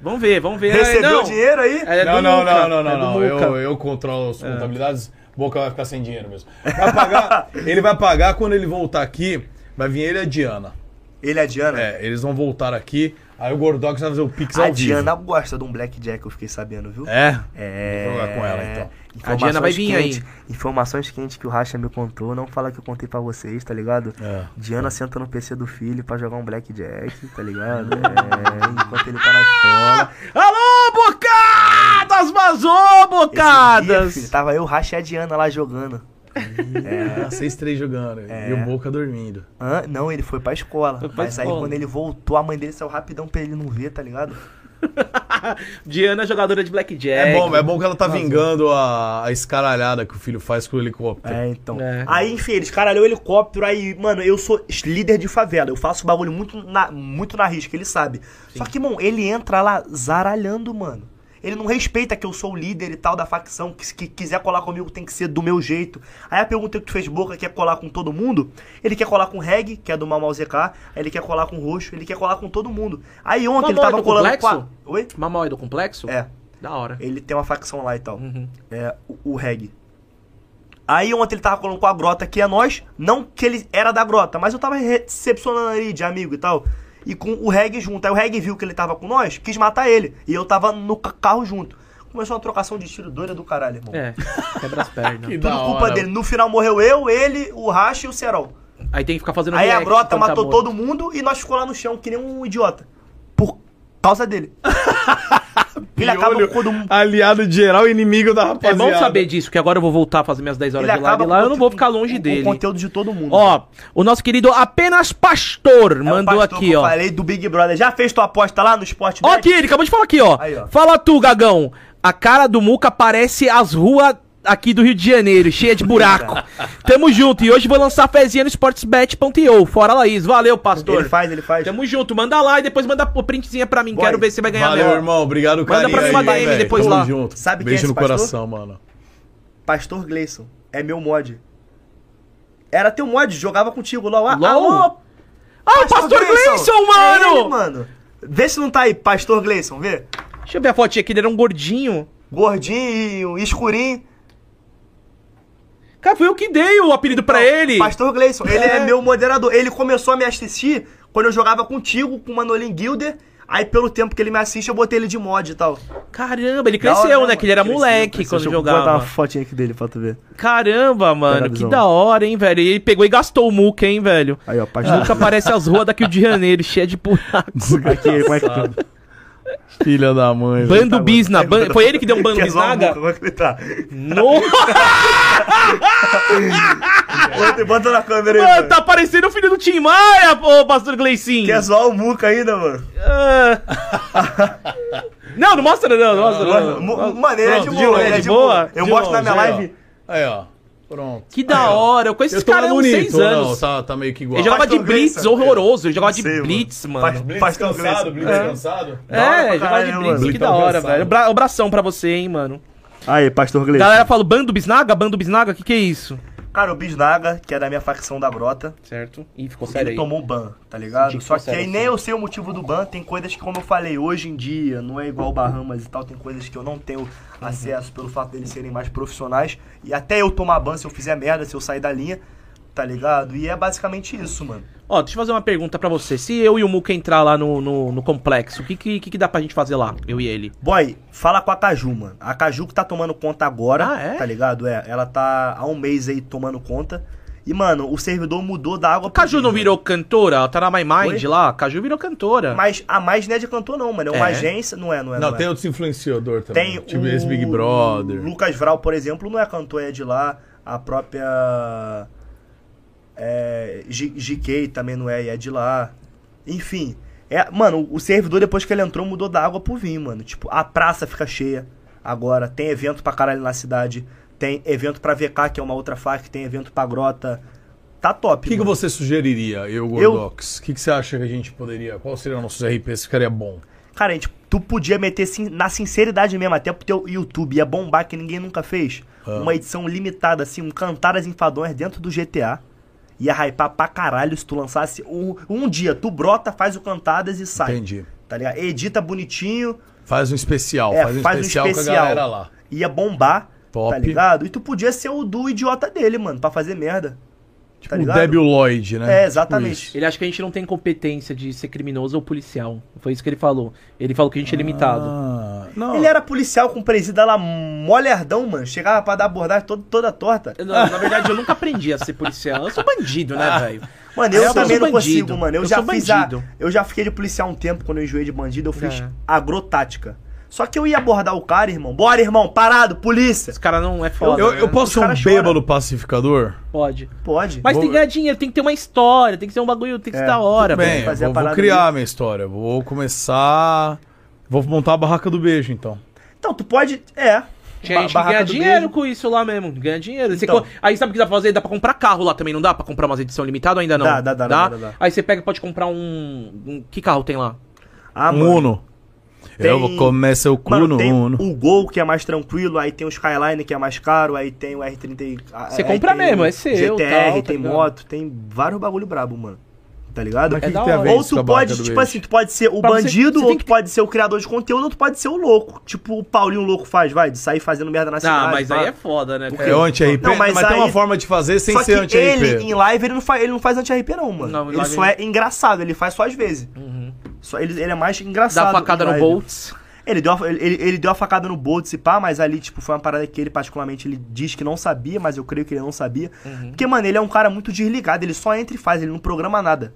Vamos ver, vamos ver. Recebeu É, não. dinheiro aí? É não, do não, Muca, não, não, é do É. não, não. Muca. Eu, eu controlo as contabilidades. Boca vai ficar sem dinheiro mesmo. Vai pagar, ele vai pagar quando ele voltar aqui. Vai vir ele e a Diana. Ele e a Diana. É, eles vão voltar aqui. Aí o Gordox vai fazer o Pix é A ao vivo. Diana gosta de um blackjack, eu fiquei sabendo, viu? É? É. Vou tá jogar com ela, então. Informações Diana vai vir quentes- aí. Informações quentes que o Racha me contou, não fala que eu contei pra vocês, tá ligado? É. Diana senta no PC do filho pra jogar um blackjack, tá ligado? É, enquanto ele tá na escola. Alô, bocadas! Vazou, Esse dia, bocadas! filho, tava eu, Racha e a Diana lá jogando. É. Ah, Vocês três jogando. E o Boca dormindo. Hã? não, ele foi pra escola. Foi pra mas escola. aí quando ele voltou, a mãe dele saiu rapidão pra ele não ver, tá ligado? Diana é jogadora de blackjack. É, bom, é bom que ela tá vingando a, a escaralhada que o filho faz com o helicóptero. É, então. É. Aí, enfim, eles caralhou o helicóptero. Aí, mano, eu sou líder de favela. Eu faço bagulho muito na, muito na risca, ele sabe. Só que, mano, ele entra lá zaralhando, mano. Ele não respeita que eu sou o líder e tal da facção. Que, se- que quiser colar comigo tem que ser do meu jeito. Aí a pergunta que tu fez, Boca, quer colar com todo mundo? Ele quer colar com o Reg, que é do Mamal ZK. Aí ele quer colar com o Roxo. Ele quer colar com todo mundo. Aí ontem ele Mamal é tava do colando com a... Complexo? Oi? Mamói do complexo? É. Da hora. Ele tem uma facção lá e tal. Uhum. É, o, o reggae. Aí ontem ele tava colando com a grota que é nós. Não que ele era da grota, mas eu tava recepcionando ali de amigo e tal. E com o reggae junto. Aí o reggae viu que ele tava com nós, quis matar ele. E eu tava no ca- carro junto. Começou uma trocação de tiro doida do caralho, irmão. É, quebra as pernas. Que da Tudo culpa hora. dele. No final morreu eu, ele, o Racha e o Serol. Aí tem que ficar fazendo Aí a react grota quando tá matou morto. todo mundo e nós ficou lá no chão, que nem um idiota. Por causa dele. ele acaba Piolho, com todo mundo. Aliado de geral, inimigo da É rapaziada. bom saber disso, que agora eu vou voltar a fazer minhas 10 horas Ele de live acaba lá, com eu não o- vou ficar longe o- dele. O conteúdo de todo mundo. Ó, o nosso querido apenas pastor É o mandou pastor que aqui, eu ó. Falei do Big Brother. Já fez tua aposta lá no Sport Ó, aqui, ele acabou de falar aqui, ó. Aí, ó. Fala tu, Gagão. A cara do Muca parece as ruas aqui do Rio de Janeiro, cheia de buraco. Tamo junto. E hoje vou lançar a fezinha no sportsbet.io. Fora Laís. Valeu, pastor. Ele faz, ele faz. Tamo junto. Manda lá e depois manda o printzinha pra mim. Boy, Quero ver se você vai ganhar Valeu, mesmo. irmão. Obrigado, Manda cara. pra mim uma DM depois lá. Junto. Sabe quem é Beijo esse no pastor? coração, mano. Pastor Gleison. É meu mod. Era teu mod, jogava contigo lá. lá. LOL? Alô, Ah, o pastor Gleison, mano! É ele, mano. Vê se não tá aí, Pastor Gleison, vê. Deixa eu ver a fotinha aqui. Ele era um gordinho. Gordinho, escurinho. Cara, foi eu que dei o apelido pra ele. Pastor Gleison, ele é. meu moderador. Ele começou a me assistir quando eu jogava contigo, com o Manolin Gilder. Aí, pelo tempo que ele me assiste, eu botei ele de mod e tal. Caramba, ele cresceu, né? Que ele era moleque quando Vou botar jogava. uma fotinha aqui dele pra tu ver. Caramba, mano, que Pegadão. da hora, hein, velho. E ele pegou e gastou o Muca, hein, velho. Aí, ó, pastor. Nunca aparece as ruas daqui de Janeiro, cheia de buraco. Aqui, como é que tá? Filha da mãe. velho. Tá Bando Bisna. ban- Foi ele que deu um bando Quer zoar a boca? bisnaga? Como é que ele tá? Nossa, Bota, bota na câmera aí, mano, mano. tá parecendo o filho do Tim Maia, pô, pastor Gleicinho. Quer zoar o Muca ainda, mano? Ah. Não, não mostra não, não mostra não. Mu- Mano, ele é de Pronto, boa, ele é de boa. Eu De mostro na longe, minha aí, live. ó. Aí, ó. Pronto. Que da hora, eu conheço Eu esse tô cara há uns bonito, 6 anos. Não, tá, tá meio que igual. Ele jogava de Pastor blitz, Gleison. horroroso, ele jogava de Não sei, blitz, mano. Faz- Blitz pastor cansado, Gleison. Blitz É. cansado. hora pra É, jogava de caralho, blitz, é mano. que da Blitão hora, cansado. velho. Bra abração pra você, hein, mano. Aí, Pastor Gleison. Galera fala, bando bisnaga, bando bisnaga, o que que é isso? Cara, o Bisnaga, que é da minha facção da Grota, Certo. Ih, ficou ele sério aí. tomou ban, tá ligado? Senti que Só ficou que sério, aí nem eu sei o motivo do ban. Tem coisas que, como eu falei, hoje em dia não é igual Bahamas e tal. Tem coisas que eu não tenho acesso pelo fato deles serem mais profissionais. E até eu tomar ban se eu fizer merda, se eu sair da linha, tá ligado? E é basicamente isso, mano. Ó, deixa eu fazer uma pergunta pra você. Se eu e o Muca entrar lá no, no, no complexo, o que, que, que que dá pra gente fazer lá, eu e ele? Boy, fala com a Caju, mano. A Caju que tá tomando conta agora, Ah, é? tá ligado? É, ela tá há um mês aí tomando conta. E, mano, o servidor mudou da água pro Caju não vinho. virou cantora? Ela tá na My Mind Oi? lá? Caju virou cantora. Mas a mais não é de cantor, não, mano. É uma É. agência. Não é, não é. Não, é. tem outros influenciadores também. Tem tipo o esse Big Brother. Lucas Vral, por exemplo, não é cantor, é de lá. A própria. É, G- GK também não é, e é de lá. Enfim. É, mano, o servidor, depois que ele entrou, mudou da água pro vinho, mano. Tipo, a praça fica cheia agora. Tem evento pra caralho na cidade. Tem evento pra VK, que é uma outra fac. Tem evento pra Grota. Tá O top. que, que mano. você sugeriria, eu, Gordox? O que, que você acha que a gente poderia. Qual seria o nosso RP se ficaria bom? Cara, gente, tu podia meter sin- na sinceridade mesmo, até pro teu YouTube ia bombar que ninguém nunca fez. Ah. Uma edição limitada, assim, um Cantaras Enfadões dentro do GTA. Ia hypar pra caralho se tu lançasse um, um dia. Tu brota, faz o Cantadas e sai. Entendi. Tá ligado? Edita bonitinho. Faz um especial, É, faz um faz um especial, com a especial. galera lá. Ia bombar. Top. Tá ligado? E tu podia ser o do idiota dele, mano, pra fazer merda. Tá Tipo o ligado? Debbie Lloyd, né? É, Tipo exatamente. isso. Ele acha que a gente não tem competência de ser criminoso ou policial. Foi isso que ele falou. Ele falou que a gente é limitado. Ah, não. Ele é era policial com presida lá molherdão, mano. Chegava pra dar abordagem todo, toda torta. Não, na verdade, eu nunca aprendi a ser policial. Eu sou bandido, né, velho? Mano, eu, Eu sou também não bandido. consigo, mano. Eu, Eu já sou fiz a, bandido. Eu já fiquei de policial um tempo quando eu enjoei de bandido, eu fiz É. agrotática. Só que eu ia abordar o cara, irmão. Bora, irmão, parado, polícia. Esse cara não é foda. Eu, né? eu posso Os ser um caras choram. bêbado pacificador? Pode. Pode. Mas Vou- tem que ganhar dinheiro, tem que ter uma história, tem que ser um bagulho, tem que ser É, da hora, Bem, velho. eu fazer a vou, vou parada criar a minha história. Vou começar. Vou montar a barraca do beijo, então. Então, tu pode. É. Tinha gente que Barraca ganha do dinheiro beijo. com isso lá mesmo. Ganha dinheiro. Você Então. co- Aí sabe o que dá pra fazer? Dá pra comprar carro lá também, não dá? Pra comprar umas edição limitada ou ainda não? Dá, dá, dá, dá, dá, dá. Aí você pega e pode comprar um... um- Que carro tem lá? Ah, um mano. Uno. Tem- Eu vou começar o cu Mano, no tem Uno. o Gol, que é mais tranquilo, aí tem o Skyline, que é mais caro, aí tem o R30. a- Você ah, aí compra tem o mesmo, é seu, GTR, tal, tá tem ligado? moto, tem vários bagulho brabo, mano. Tá ligado? Mas o que, é que da tem a hora. ver Ou isso com a tu barraca pode, do tipo beijo? assim, tu pode ser o Pra você- bandido, você ou tem tu que- pode ser o criador de conteúdo, ou tu pode ser o louco. Tipo o Paulinho Louco faz, vai, de sair fazendo merda na cidade. Ah, mas pá. aí é foda, né? um É anti-RP, Não, mas, mas tem uma aí- forma de fazer sem Só que ser ele, um anti-RP. em live, ele não faz, ele não faz anti-RP não, mano. Não, em ele live Uhum. só é engraçado, ele faz só às vezes. Só, ele, ele é mais engraçado. Dá facada em no live. Bolts. Ele deu, a- ele, ele- ele deu a facada no Boltz e pá, mas ali, tipo, foi uma parada que ele particularmente, ele diz que não sabia, mas eu creio que ele não sabia. Porque, mano, ele é um cara muito desligado, ele só entra e faz, ele não programa nada.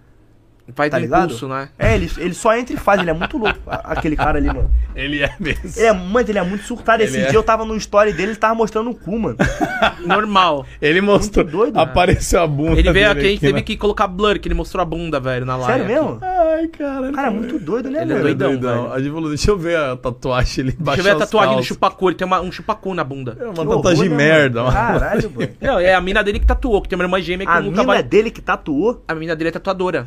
Faz Tá um ligado? impulso, né? É, ele, ele só entra e faz, ele é muito louco, a- aquele cara ali, mano. Ele é mesmo. Ele é, mano, ele é muito surtado. Esse Ele é. dia eu tava no story dele, ele tava mostrando o cu, mano. Normal. Ele mostrou. Muito doido, né? apareceu a bunda. Ele veio dele aqui, a gente teve né? que colocar blur, que ele mostrou a bunda, velho, na live. Sério mesmo? Ai, cara. Cara, é muito doido, né, Ele é mano? doidão, velho. A gente falou, deixa eu ver a tatuagem ele Deixa baixou. eu ver a tatuagem do chupacu, ele tem uma- um chupacu na bunda. É uma Que tatuagem horror, né, merda, mano? mano. Caralho, mano. Não, é a mina dele que tatuou, que tem uma irmã gêmea que A nunca mina é vai... dele que tatuou A mina dele é tatuadora.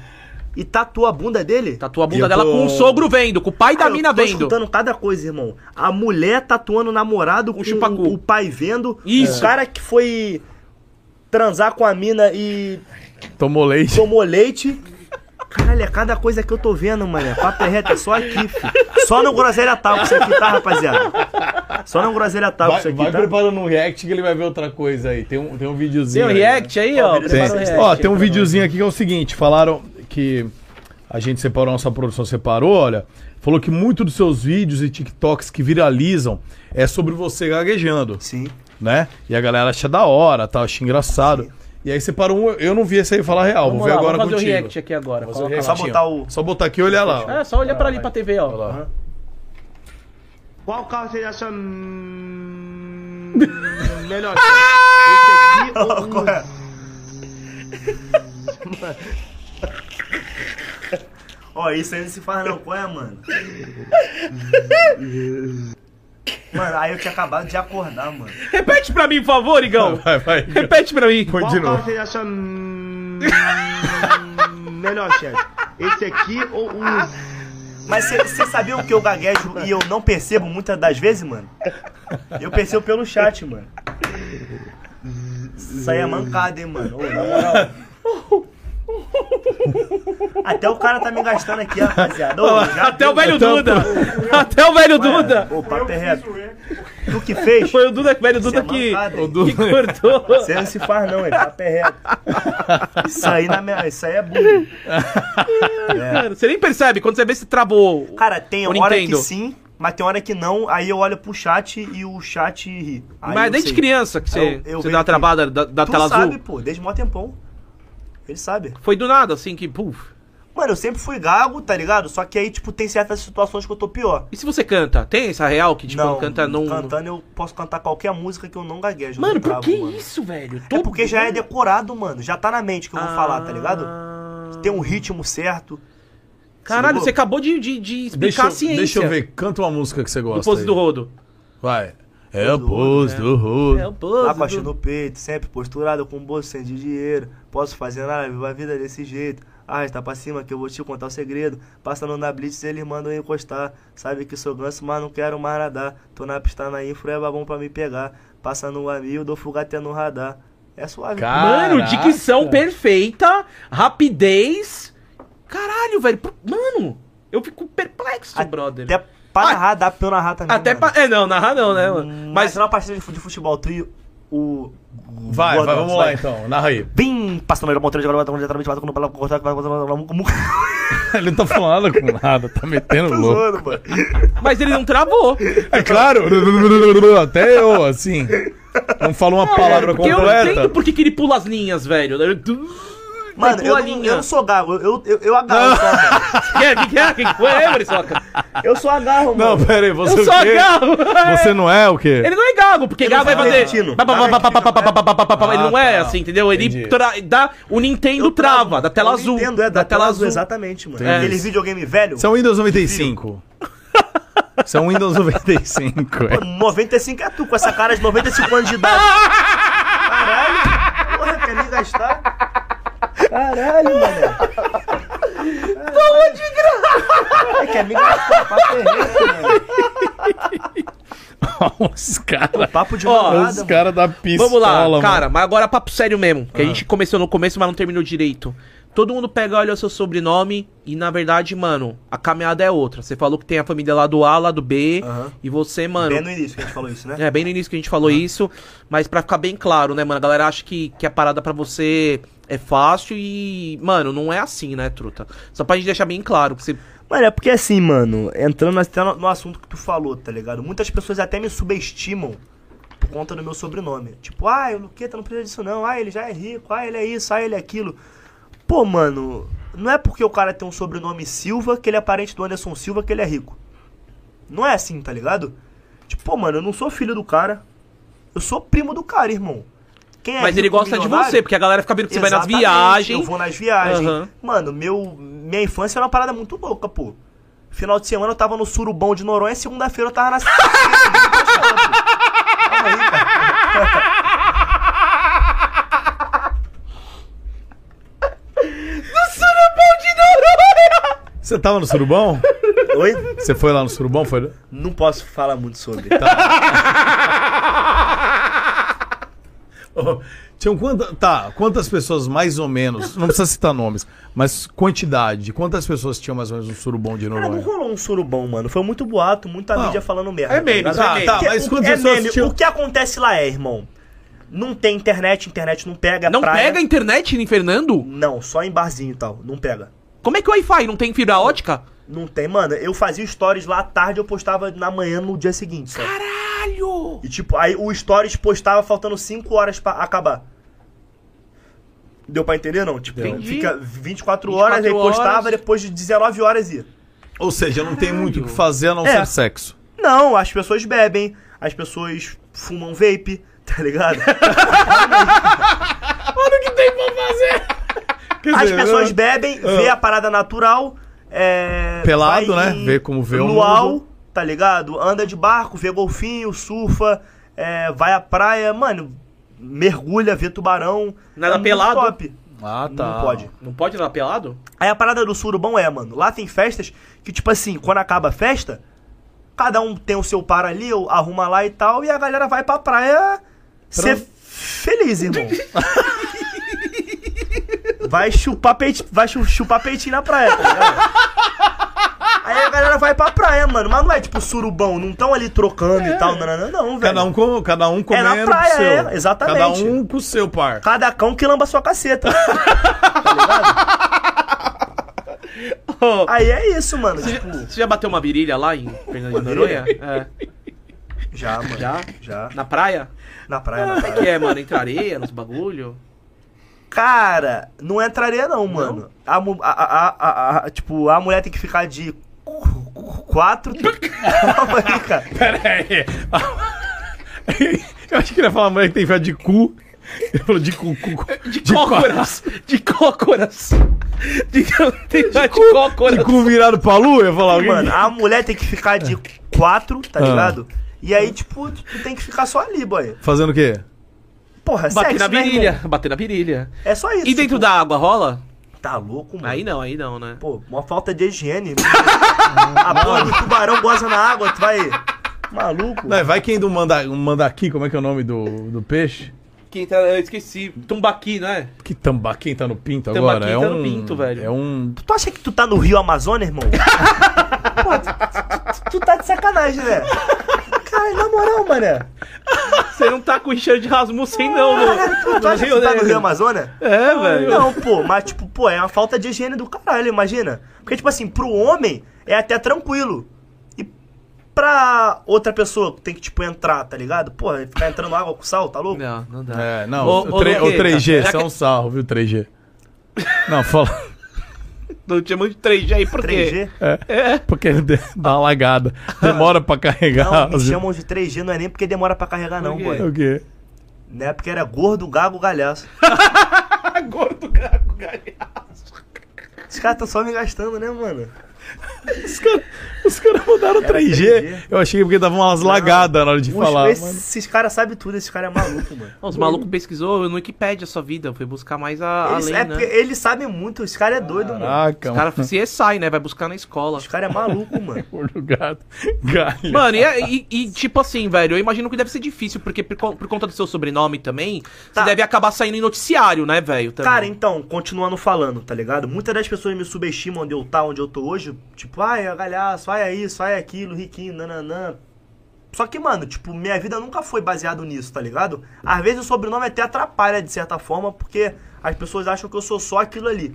e tatuou a bunda dele? Tatuou a E bunda eu dela tô- com o sogro vendo, com o pai da Cara, eu mina tô vendo. escutando cada coisa, irmão. A mulher tatuando o namorado com chupacu. o, o pai vendo. Isso. O cara que foi transar com a mina e Tomou leite. tomou leite. Caralho, é cada coisa que eu tô vendo, mano. Papo é reto, é só aqui, filho. Só no Groselha Talk isso aqui tá, rapaziada. Só no Groselha Talk Vai, isso aqui vai tá. preparando um react que ele vai ver outra coisa aí. Tem um, tem um Tem videozinho. um aí, react aí, Tem. ó. Tem. Prepara o react Ó, aí tem um pra videozinho aqui que é o seguinte: falaram que a gente separou, nossa produção separou, olha. Falou que muito dos seus vídeos e TikToks que viralizam é sobre você gaguejando, Sim. né? E a galera acha da hora, tá? Acha engraçado. E aí separou um, eu não vi esse aí falar real, nós. Vamos vou ver lá, agora vamos fazer contigo. o react aqui agora. Vou fazer o coloca É Só reactinho. botar o- Só botar aqui e olhar lá. lá. É, só olhar pra ali pra TV, ó. Olha lá. Qual carro você acha hum, melhor? Esse aqui ou Qual é? Ó, isso aí não se faz não, qual é, mano? Mano, aí eu tinha acabado de acordar, mano. Repete pra mim, por favor, Igão. Vai, vai. Repete pra mim. Põe de qual carro novo. você acha hum, melhor, chefe? Esse aqui ou o Mas você sabia o que eu gaguejo e eu não percebo muitas das vezes, mano? Eu percebo pelo chat, mano. Isso aí é mancada, hein, mano. Ô, na moral. Até o cara tá me gastando aqui, rapaziada. Ô, já Até o deu. velho Duda. Até o velho Duda. Ô, papo é reto. tu que fez? Foi o Duda, velho, o Duda Você é que, mancada, hein? que cortou. Você não se faz não, ele tá perreto. Isso aí, na minha, isso aí é bullying. Cara, você nem percebe, quando você vê se travou. É. Cara, tem O hora Nintendo. que sim, mas tem hora que não. Aí eu olho pro chat e o chat ri. Aí Mas eu desde sei. criança que você, Eu- eu você vejo dá uma que- travada da, da Tu tela sabe, azul. pô, desde mó tempão. Ele sabe. Foi do nada, assim, que. Puf. Mano, eu sempre fui gago, tá ligado? Só que aí, tipo, tem certas situações que eu tô pior. E se você canta? Tem essa real que, tipo, canta num. Cantando eu posso cantar qualquer música que eu não gaguejo. eu Mano, não por travo, que mano. isso, velho? É porque já é decorado, mano. Já tá na mente que eu vou falar, tá Ah. ligado? ligado? Tem um ritmo certo. Caralho, ligou? você acabou de, de, de Deixa, explicar eu- a ciência. deixa eu ver, canta uma música que você gosta. Do pose aí. do rodo. Vai. É o pose né? do É rodo. pose. Lá com a chin no peito, sempre posturado com o bolso sem de dinheiro. Posso fazer nada, vivo a vida desse jeito. Arrasta pra cima que eu vou te contar o segredo. Passando na blitz, eles mandam encostar. Sabe que sou ganso, mas não quero mais nadar. Tô na pista na infra, é babão pra me pegar. Passando o amigo, dou fuga até no radar. É suave. Mano, Caraca. dicção perfeita, rapidez. Caralho, velho. por- Mano, eu fico perplexo, A- brother. Até pra Ah, narrar, dá pra eu narrar também. Até mano. pa- É, não, narrar não, né, mano? Mas Mas. na partida de fu- de futebol, trio, o. Vai, Gordon, vai, vamos lá então. Narra aí. Bim! Passando melhor montanha, agora batendo diretamente, batendo com o balão, cortando, batendo com o Ele não tá falando com nada, tá metendo louco. zoando, mano. Mas ele não travou. É claro, até eu, assim. Não falo uma palavra é Porque eu não entendo completa. por que que ele pula as linhas, velho. Mano, eu, pula a não- linha. eu não sou gago, eu, eu, eu agarro só, mano. Que é, que que é? Que que foi, é, Muriçoca? Eu só agarro, mano. Não, pera aí, você Eu o sou quê? gago. Você não é o quê? Ele não é gago, porque gago vai sou fazer. argentino. Ba, ba, ba, ba, ba, ba, ba, ba, ba, ba, ba, ba. Ele Ah, não é tá. assim, entendeu? Ele Entendi. tra- dá. O Nintendo Eu travo, trava, da tela eu azul. Entendo, é, da, tela azul, exatamente, mano. Entendi. Aquele videogame velho, Isso é um Windows 95. Isso é um Windows 95. é. pô, 95 é tu, com essa cara de 95 anos de idade. Caralho, porra, quer me gastar? Caralho, mano. Toma de graça. É Quer me gastar, papo né? errado, mano. Os caras. Papo de Ó, malvada, Os mano. caras da pistola. Vamos lá, cara, mano. mas agora é papo sério mesmo. Ah. Que a gente começou no começo, mas não terminou direito. Todo mundo pega, olha o seu sobrenome e, na verdade, mano, a caminhada é outra. Você falou que tem a família lá do A, lá do B, Aham. e você, mano. Bem no início que a gente falou isso, né? É, bem no início que a gente falou isso, mas pra ficar bem claro, né, mano? A galera acha que, que a parada pra você é fácil e, mano, não é assim, né, truta? Só pra gente deixar bem claro que você. Mano, é porque assim, mano, entrando até no, no assunto que tu falou, tá ligado? Muitas pessoas até me subestimam por conta do meu sobrenome. Tipo, ah, o Luqueta não precisa disso não, ah, ele já é rico, ah, ele é isso, ah, ele é aquilo. Pô, mano, não é porque o cara tem um sobrenome Silva que ele é parente do Anderson Silva que ele é rico. Não é assim, tá ligado? Tipo, pô, mano, eu não sou filho do cara, eu sou primo do cara, irmão. Quem é mas ele rico, gosta de milionário, você, porque a galera fica vendo que você Exatamente, vai nas viagens. Eu vou nas viagens. Aham. Mano, meu, minha infância era uma parada muito louca, pô. Final de semana eu tava no surubão de Noronha, segunda-feira eu tava na. Calma aí, cara. Você tava no surubão? Oi? Você foi lá no surubão? Foi... Não posso falar muito sobre. tá Ô, Tinham quanta, tá, quantas pessoas mais ou menos, não precisa citar nomes, mas quantidade, quantas pessoas tinham mais ou menos um surubom de Cara, não Noronha? rolou um surubão, mano. Foi muito boato, muita Não. mídia falando merda. É meme, ligado? tá, tá, Porque mas o- quantas é pessoas meme. tinham- O que acontece lá é, irmão? Não tem internet, internet não pega. Não praia- pega a internet em Fernando? Não, só em barzinho e tal. Não pega. Como é que o Wi-Fi não tem fibra ótica? Não tem, mano. Eu fazia stories lá à tarde, eu postava na manhã no dia seguinte. Só. Caralho! E tipo, aí o stories postava faltando 5 horas pra acabar. Deu pra entender, não? Tipo, Entendi. fica 24 horas, aí 24 postava, horas. depois de 19 horas ia. Ou seja, não tem muito o que fazer a não É. ser sexo. Não, as pessoas bebem, as pessoas fumam vape, tá ligado? As pessoas né? bebem, vê a parada natural, é... Ah. Pelado, vai né? em Vê como vê o Luau, mundo. tá ligado? Anda de barco, vê golfinho, surfa, é, vai à praia, mano, mergulha, vê tubarão. É Nada muito pelado? Top. Ah, tá. Não pode. Não pode dar pelado? Aí a parada do surubão é, mano, lá tem festas que, tipo assim, quando acaba a festa, cada um tem o seu par ali, ou arruma lá e tal, e a galera vai pra praia ser feliz, irmão. vai chupar peitinho, vai chu- chupar peitinho na praia, tá ligado? Aí Aí a galera vai pra praia, mano. Mas não é tipo surubão, não tão ali trocando e tal. Não, não, não, não, velho. Cada um, com, cada um comendo na praia, com o seu. é, exatamente. Cada um com o seu par. Cada cão que lamba sua caceta. tá ligado? Aí é isso, mano. Tipo, Você já bateu uma virilha lá em Fernando de Noronha? É. já, mano. Já? Já. Na praia? Na praia, na O praia. que é, mano? Entre areia, nos bagulho? Cara, não entraria não, mano. A, mu- a, a, a- a- a- tipo, a mulher tem que ficar de quatro... tipo, Calma aí, cara. Eu acho que ele ia falar, mulher que tem fé de cu. Ele falou de cu, cu, cu. De cócoras! De cócoras! De, de, de De cócoras! cu virado pra lua? Eu ia falar, alguém. Mano, a mulher tem que ficar de quatro, Ah. tá ligado? E aí, tipo, tu tem que ficar só ali, boy. Fazendo o quê? Porra, Bater sexo, na né, irmão? virilha, bater na virilha. É só isso. E dentro tipo, da água rola? Tá louco, mano. Aí não, aí não, né? Pô, uma falta de higiene. a porra do tubarão goza na água, tu vai... Maluco. Não, vai quem do manda, mandaqui, como é que é o nome do, do peixe? Quem tá, eu esqueci. Tumbaqui, né? Que tambaquim tá no pinto Tambaqui agora? É tá no um, pinto, velho. É um... Tu acha que tu tá no Rio Amazonas, irmão? Pô, tu, tu- tu tá de sacanagem, né? Cara, na moral, mané. Você não tá com cheiro de Rasmussen, não, Caralho, tu, mano. tu acha que tu tá no Rio Amazonas? É, velho. Não, pô, mas tipo, pô, é uma falta de higiene do caralho, imagina. Porque, tipo assim, pro homem é até tranquilo. E pra outra pessoa que tem que, tipo, entrar, tá ligado? Pô, ficar entrando água com sal, tá louco? Não, não dá. É, não, Ô, o, ô, tre- o Luqueta, 3G, já isso é que- um sarro, viu, 3G. Não, fala... Tô te chamando de 3G aí por quê? 3G? É, porque de- dá uma lagada. Demora pra Não, carregar. me chamam de 3G, não é nem porque demora pra carregar, não, quê? boy. O é, quê? Não é porque era gordo, gago, galhaço. Ah, Gordo, gago, galho. Os caras tão só me gastando, né, mano? Os caras os cara mandaram 3G. 3G. Eu achei porque dava umas lagadas na hora de um Os- falar. esses mano. esses caras sabem tudo, esses caras é maluco, mano. Os malucos pesquisou no Wikipedia a sua vida. Foi buscar mais a, Eles, além, é né? porque eles sabem muito, os caras é doido, mano. Caraca, O cara se sai, né? Vai buscar na escola. Os caras é maluco, mano. Gordo gato. Galha. Mano, e, e- e, tipo assim, velho, eu imagino que deve ser difícil, porque por, con- por conta do seu sobrenome também, Tá. você deve acabar saindo em noticiário, né, velho? também. Cara, então, continuando falando, tá ligado? Muitas das pessoas me subestimam onde eu tá, onde eu tô hoje. Tipo, ai, é galhaço, ai, é isso, ai, é aquilo, riquinho, nananã. Só que, mano, tipo, minha vida nunca foi baseado nisso, tá ligado? Às vezes o sobrenome até atrapalha, de certa forma, porque as pessoas acham que eu sou só aquilo ali.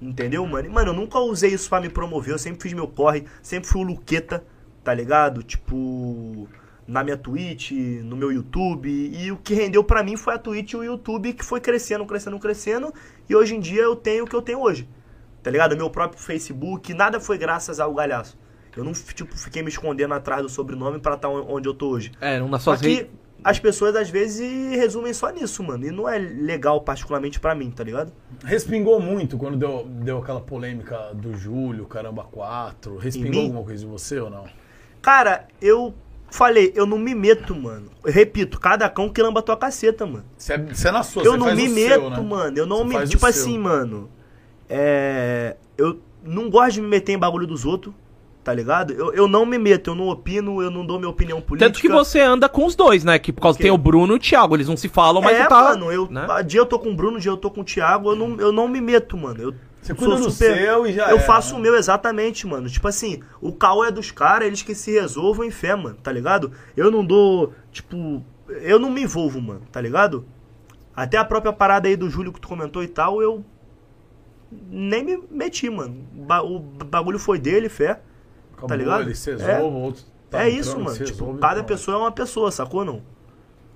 Entendeu, mano? E, mano, eu nunca usei isso pra me promover. Eu sempre fiz meu corre, sempre fui o Luqueta, tá ligado? Tipo, na minha Twitch, no meu YouTube. E o que rendeu pra mim foi a Twitch e o YouTube que foi crescendo, crescendo, crescendo. E hoje em dia eu tenho o que eu tenho hoje. Tá ligado? Meu próprio Facebook, nada foi graças ao galhaço. Eu não, tipo, fiquei me escondendo atrás do sobrenome pra estar onde eu tô hoje. É, não dá só Só que as pessoas às vezes resumem só nisso, mano. E não é legal, particularmente pra mim, tá ligado? Respingou muito quando deu, deu aquela polêmica do Júlio, caramba, 4. Em mim? Respingou alguma coisa em você ou não? Cara, eu falei, eu não me meto, mano. Eu repito, cada cão que lamba tua caceta, mano. Você é, você é na sua, eu você não faz me o meto, seu, né? mano. Eu não Você me. faz o Tipo seu. assim, mano. É. Eu não gosto de me meter em bagulho dos outros, tá ligado? Eu, eu não me meto, eu não opino, eu não dou minha opinião política. Tanto que você anda com os dois, né? Que por causa quê? tem o Bruno e o Thiago, eles não se falam, mas é, tu tá. mano, eu, né? dia eu tô com o Bruno, um dia eu tô com o Thiago, eu não, eu não me meto, mano. Eu Você cuida do seu e já Eu era, faço né? o meu exatamente, mano. Tipo assim, o caô é dos caras, eles que se resolvam em fé, mano, tá ligado? Eu não dou, tipo, eu não me envolvo, mano, tá ligado? Até a própria parada aí do Júlio que tu comentou e tal, eu nem me meti, mano. Ba- O bagulho foi dele, fé. Acabou, ligado? Ele se É. resolve, o outro tá é entrando, isso, ele mano. se Tipo, resolve, cada então. pessoa é uma pessoa, sacou não?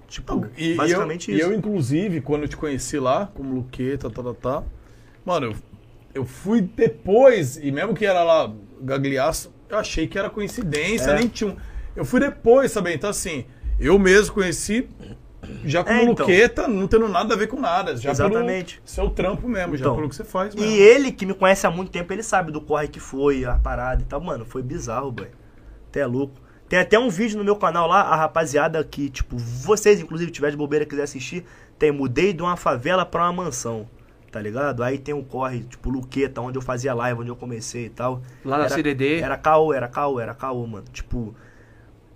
Tipo, E, basicamente e eu, isso. E eu, inclusive, quando eu te conheci lá, como Luqueta, tá, tá, tá, mano, eu, eu fui depois, e mesmo que era lá Gagliasso, eu achei que era É. coincidência, nem tinha um. Eu fui depois, sabe? Então, assim, eu mesmo conheci já como É, então. Luqueta, não tendo nada a ver com nada. Já Exatamente. pelo seu trampo mesmo, já Então. pelo que você faz mesmo. E ele, que me conhece há muito tempo, ele sabe do corre que foi, a parada e tal. Mano, foi bizarro, boy. Até é louco. Tem até um vídeo no meu canal lá, a rapaziada que, tipo, vocês, inclusive, tiver de bobeira e quiser assistir, tem Mudei de uma favela pra uma mansão. Tá ligado? Aí tem um corre, tipo, Luqueta, onde eu fazia live, onde eu comecei e tal. Lá na Era- CDD. Era caô, era caô, era caô, mano. Tipo,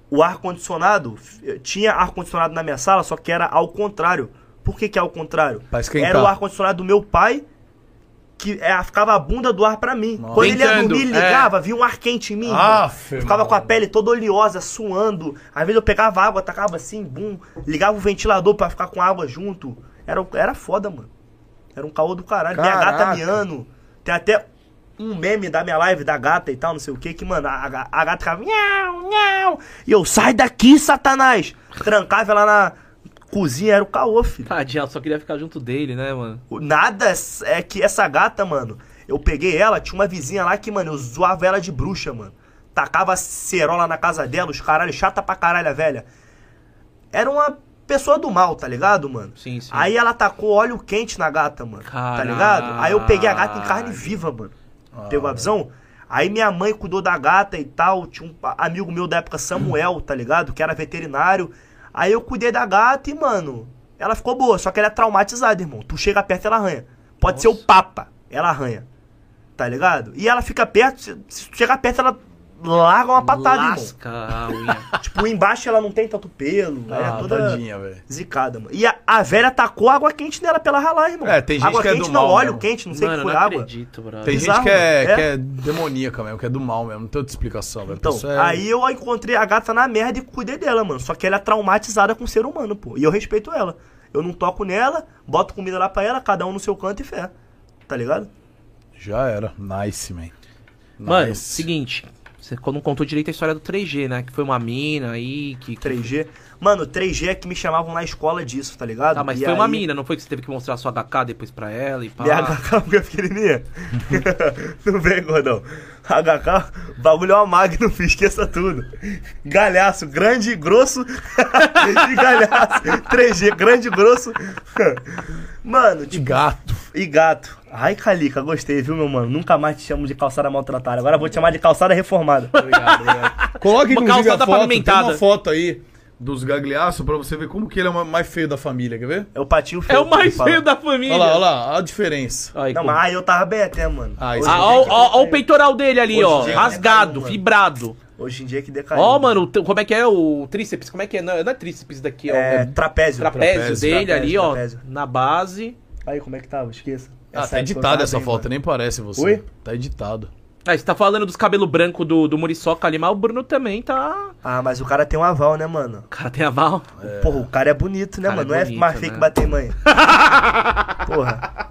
o ar-condicionado, f- tinha ar-condicionado na minha sala, só que era ao contrário. Por que que é ao contrário? Pra esquentar. Era o ar-condicionado do meu pai, que é, ficava a bunda do ar pra mim. Quando ele ia Tentando, dormir, é. ligava, vinha um ar quente em mim. Aff, ficava mano. com a pele toda oleosa, suando. Às vezes eu pegava água, tacava assim, bum, ligava o ventilador pra ficar com água junto. Era, era foda, mano. Era um caô do caralho. Minha gata Caraca. miando. Tem até um meme da minha live da gata e tal, não sei o que, que, mano, a, a- a gata ficava miau, miau. E eu, sai daqui, satanás! Trancava ela na cozinha, era o caô, filho. Tadinha, ela só queria ficar junto dele, né, mano? O Nada é que essa gata, mano. Eu peguei ela, tinha uma vizinha lá que, mano, eu zoava ela de bruxa, mano. Tacava cerola na casa dela, os caralho, chata pra caralho, a velha. Era uma pessoa do mal, tá ligado, mano? Sim, sim. Aí ela tacou óleo quente na gata, mano. Tá Caralho. Ah. ligado? Aí eu peguei a gata em carne viva, mano. Pegou a visão? Aí minha mãe cuidou da gata e tal. Tinha um pa- amigo meu da época, Samuel, tá ligado? Que era veterinário. Aí eu cuidei da gata e, mano, ela ficou boa. Só que ela é traumatizada, irmão. Tu chega perto, ela arranha. Pode ser o papa, ela arranha. Tá ligado? E ela fica perto, se, se tu chegar perto, ela larga uma patada, irmão. Lasca a unha. Tipo, embaixo ela não tem tanto pelo. ela é Ah, toda tadinha, velho. zicada, mano. E a, a velha tacou água quente nela pra ela ralar, irmão. É, tem gente água que é quente do não, mal óleo mesmo. quente, não sei o mano, que foi eu não água. acredito, brother. Tem Bizarro, gente que é, é. que é demoníaca mesmo, que é do mal mesmo. Não tem outra explicação, velho. Então, Pessoa é- aí eu encontrei a gata na merda e cuidei dela, mano. Só que ela é traumatizada com o ser humano, pô. E eu respeito ela. Eu não toco nela, boto comida lá pra ela, cada um no seu canto e fé. Tá ligado? Já era. Nice, man. Mano, Nice. seguinte. Você não contou direito a história do 3G, né? Que foi uma mina aí que. 3G. Mano, 3G é que me chamavam na escola disso, tá ligado? Ah, mas E foi uma aí- mina, não foi que você teve que mostrar a sua HK depois pra ela e pá. Minha HK fica pequenininha. não vem, né? gordão. HK, bagulho é uma magno, filho, esqueça tudo. Galhaço, grande, grosso e galhaço. 3G, grande, grosso. Mano, De tipo, gato. e gato. Ai, Calica, gostei, viu, meu mano? Nunca mais te chamo de calçada maltratada. Agora eu vou te chamar de calçada reformada. Coloque Uma inclusive a calçada foto. Tem pavimentada. uma foto aí dos gagliaços pra você ver como que ele é o mais feio da família, quer ver? É o patinho feio. É o mais que ele feio fala. da família. Olha lá, olha lá, a diferença. Aí, Não, como- mas aí eu tava bem até, mano. Ah, isso hoje, aí. Ah, ó, ó, ó o peitoral dele ali, é Hoje em ó. dia- Rasgado, Mano. fibrado. hoje em dia é que decaiu. Ah, Ó, mano, o t- como é que é o tríceps? Como é que é? Não, não é tríceps daqui, ó. É, É trapézio. trapézio, dele trapézio, ali, ó. trapézio. Na base. Aí, como é que tava? Esqueça. Ah, Essa tá aí editada ficou essa bem, foto, mano. nem parece você. Oi? Tá editado. Ah, você tá falando dos cabelos brancos do, do Muriçoca ali, mas o Bruno também tá. Ah, mas o cara tem um aval, né, mano? O cara tem a val. Porra, o cara é bonito, né, Cara, mano? é Não é bonito, mais feio né? que bater em mãe. Porra.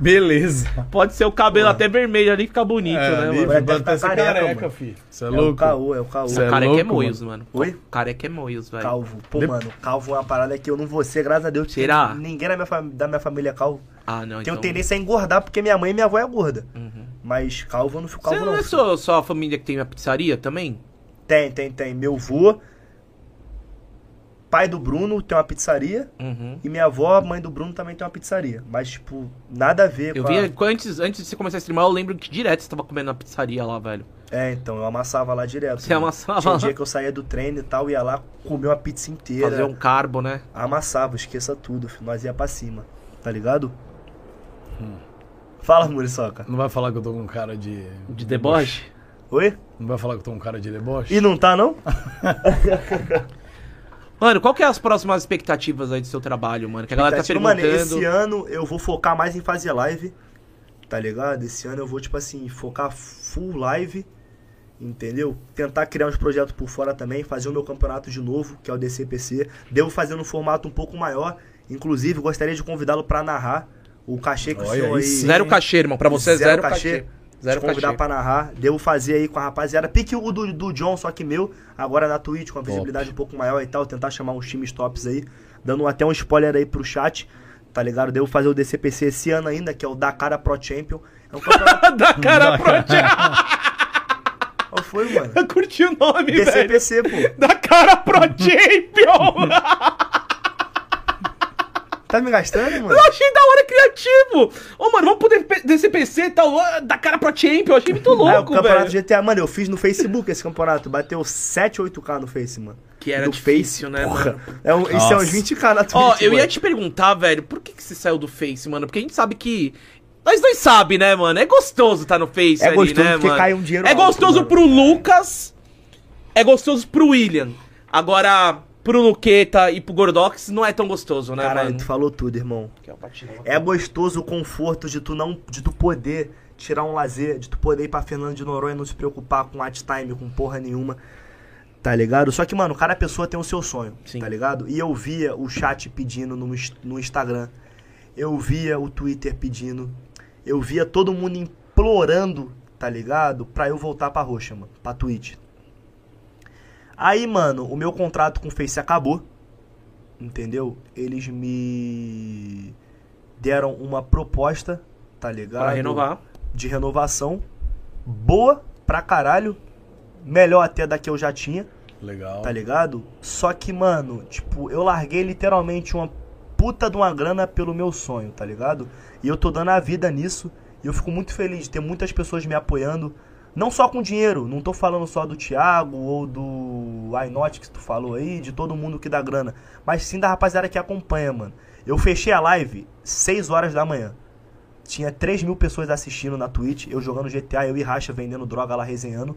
Beleza. Pode ser o cabelo até vermelho ali, fica bonito, É, né, ali, mano? Vai até bota ficar essa careca, careca, mano. fi. Você é É o louco? caô, é o caô. Cê é O cara louco, é Moios, mano. Oi? O cara é Moios, velho. Calvo. Pô, mano, calvo é uma parada que eu não vou ser, graças a Deus. porque Será? Ninguém da minha, fam- da minha família é calvo. Ah, não, Tenho então. tendência a engordar porque minha mãe e minha avó é gorda. Mas calvo eu não fico Você calvo, não é filho. só, só a família que tem a pizzaria também? Tem, tem, tem. Meu vô, pai do Bruno, tem uma pizzaria. Uhum. E minha avó, mãe do Bruno, também tem uma pizzaria. Mas, tipo, nada a ver Eu com a- vi antes, antes de você começar a streamar, eu lembro que direto você tava comendo na pizzaria lá, velho. É, então, eu amassava lá direto. Você amassava Tinha um lá? dia que eu saía do treino e tal, ia lá, comia uma pizza inteira. Fazer um carbo, né? Amassava, esqueça tudo, filho. nós ia pra cima, tá ligado? Hum. Fala, Muriçoca. Não vai falar que eu tô com cara de. De deboche. Oi? Não vai falar que eu tô com cara de deboche? E não tá, não? Mano, qual que é as próximas expectativas aí do seu trabalho, mano? Que a galera tá Expectativa, perguntando. tipo, Mano, esse ano eu vou focar mais em fazer live, tá ligado? Esse ano eu vou, tipo assim, focar full live, entendeu? Tentar criar uns projetos por fora também, fazer o meu campeonato de novo, que é o DCPC. Devo fazer num formato um pouco maior. Inclusive, gostaria de convidá-lo pra narrar o cachê que o Olha, senhor aí aí... sim. Zero cachê, irmão. Pra você é zero, cachê. Zero Zero te convidar cachê. pra narrar. Devo fazer aí com a rapaziada. Pique o do, do John, só que meu. Agora na Twitch, com a visibilidade um pouco maior e tal. Tentar chamar uns times tops aí. Dando até um spoiler aí pro chat. Tá ligado? Devo fazer o DCPC esse ano ainda, que é o Dakar Pro Champion. É um campeonato. da cara pro Qual foi, mano? Eu curti o nome, velho. DCPC, pô. Da cara pro Champion. Tá me gastando, mano? Eu achei da hora criativo. Ô, mano, vamos poder DCPC e tal. ah, Da cara pro Champion. Eu achei muito É, o louco, campeonato velho. GTA, mano, eu fiz no Facebook esse campeonato. Bateu 7, 8k no Face, mano. Que era do difícil, né, Porra. mano? É um, isso é uns Nossa. 20k na Twitch. Ó, eu ia mano. te perguntar, velho, por que, que você saiu do Face, mano? Porque a gente sabe que. Nós dois sabe, né, mano? É gostoso tá no Face É ali, gostoso né, porque mano? cai um dinheiro é alto, gostoso mano. pro Lucas. É gostoso pro William. Agora, pro Luqueta e pro Gordox não é tão gostoso, né, Caralho, mano? tu falou tudo, irmão. É gostoso o conforto de tu não, de tu poder tirar um lazer, de tu poder ir pra Fernando de Noronha e não se preocupar com at time, com porra nenhuma. Tá ligado? Só que, mano, cada pessoa tem o seu sonho, Sim. tá ligado? E eu via o chat pedindo no, ins- no Instagram, eu via o Twitter pedindo, eu via todo mundo implorando, tá ligado? Pra eu voltar pra Roxa, mano, pra Twitch. Aí, mano, o meu contrato com o Face acabou, entendeu? Eles me deram uma proposta, tá ligado? Pra renovar. de renovação. Boa pra caralho. Melhor até da que eu já tinha, Legal. tá ligado? Só que, mano, tipo, eu larguei literalmente uma puta de uma grana pelo meu sonho, tá ligado? E eu tô dando a vida nisso. E eu fico muito feliz de ter muitas pessoas me apoiando. Não só com dinheiro, não tô falando só do Thiago ou do iNot que tu falou aí, de todo mundo que dá grana. Mas sim da rapaziada que acompanha, mano. Eu fechei a live 6 horas da manhã. Tinha 3 mil pessoas assistindo na Twitch, eu jogando GTA, eu e Racha vendendo droga lá, resenhando,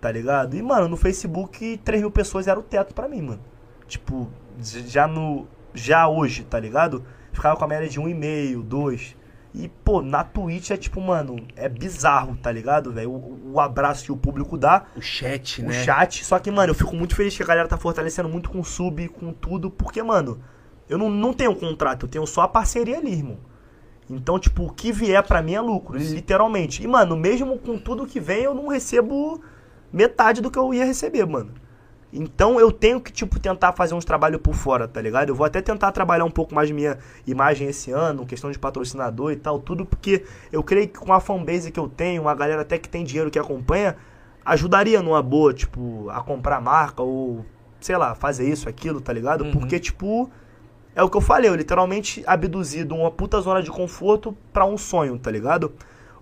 tá ligado? E, mano, no Facebook, 3 mil pessoas era o teto pra mim, mano. Tipo, j- já no. Já hoje, tá ligado? Ficava com a média de 1,5, 2. E, pô, na Twitch é tipo, mano, é bizarro, tá ligado, velho? O, o abraço que o público dá O chat, o né? chat. Só que, mano, eu fico muito feliz que a galera tá fortalecendo muito com sub, com tudo, porque, mano, eu não, não tenho contrato, eu tenho só a parceria ali, irmão. Então, tipo, o que vier pra mim é lucro, literalmente. E, mano, mesmo com tudo que vem, eu não recebo metade do que eu ia receber, mano. Então eu tenho que, tipo, tentar fazer uns trabalhos por fora, tá ligado? Eu vou até tentar trabalhar um pouco mais minha imagem esse ano, questão de patrocinador e tal, tudo, porque eu creio que com a fanbase que eu tenho, a galera até que tem dinheiro que acompanha, ajudaria numa boa, tipo, a comprar marca ou, sei lá, fazer isso, aquilo, tá ligado? Porque, tipo, é o que eu falei, eu literalmente abduzi de uma puta zona de conforto pra um sonho, tá ligado?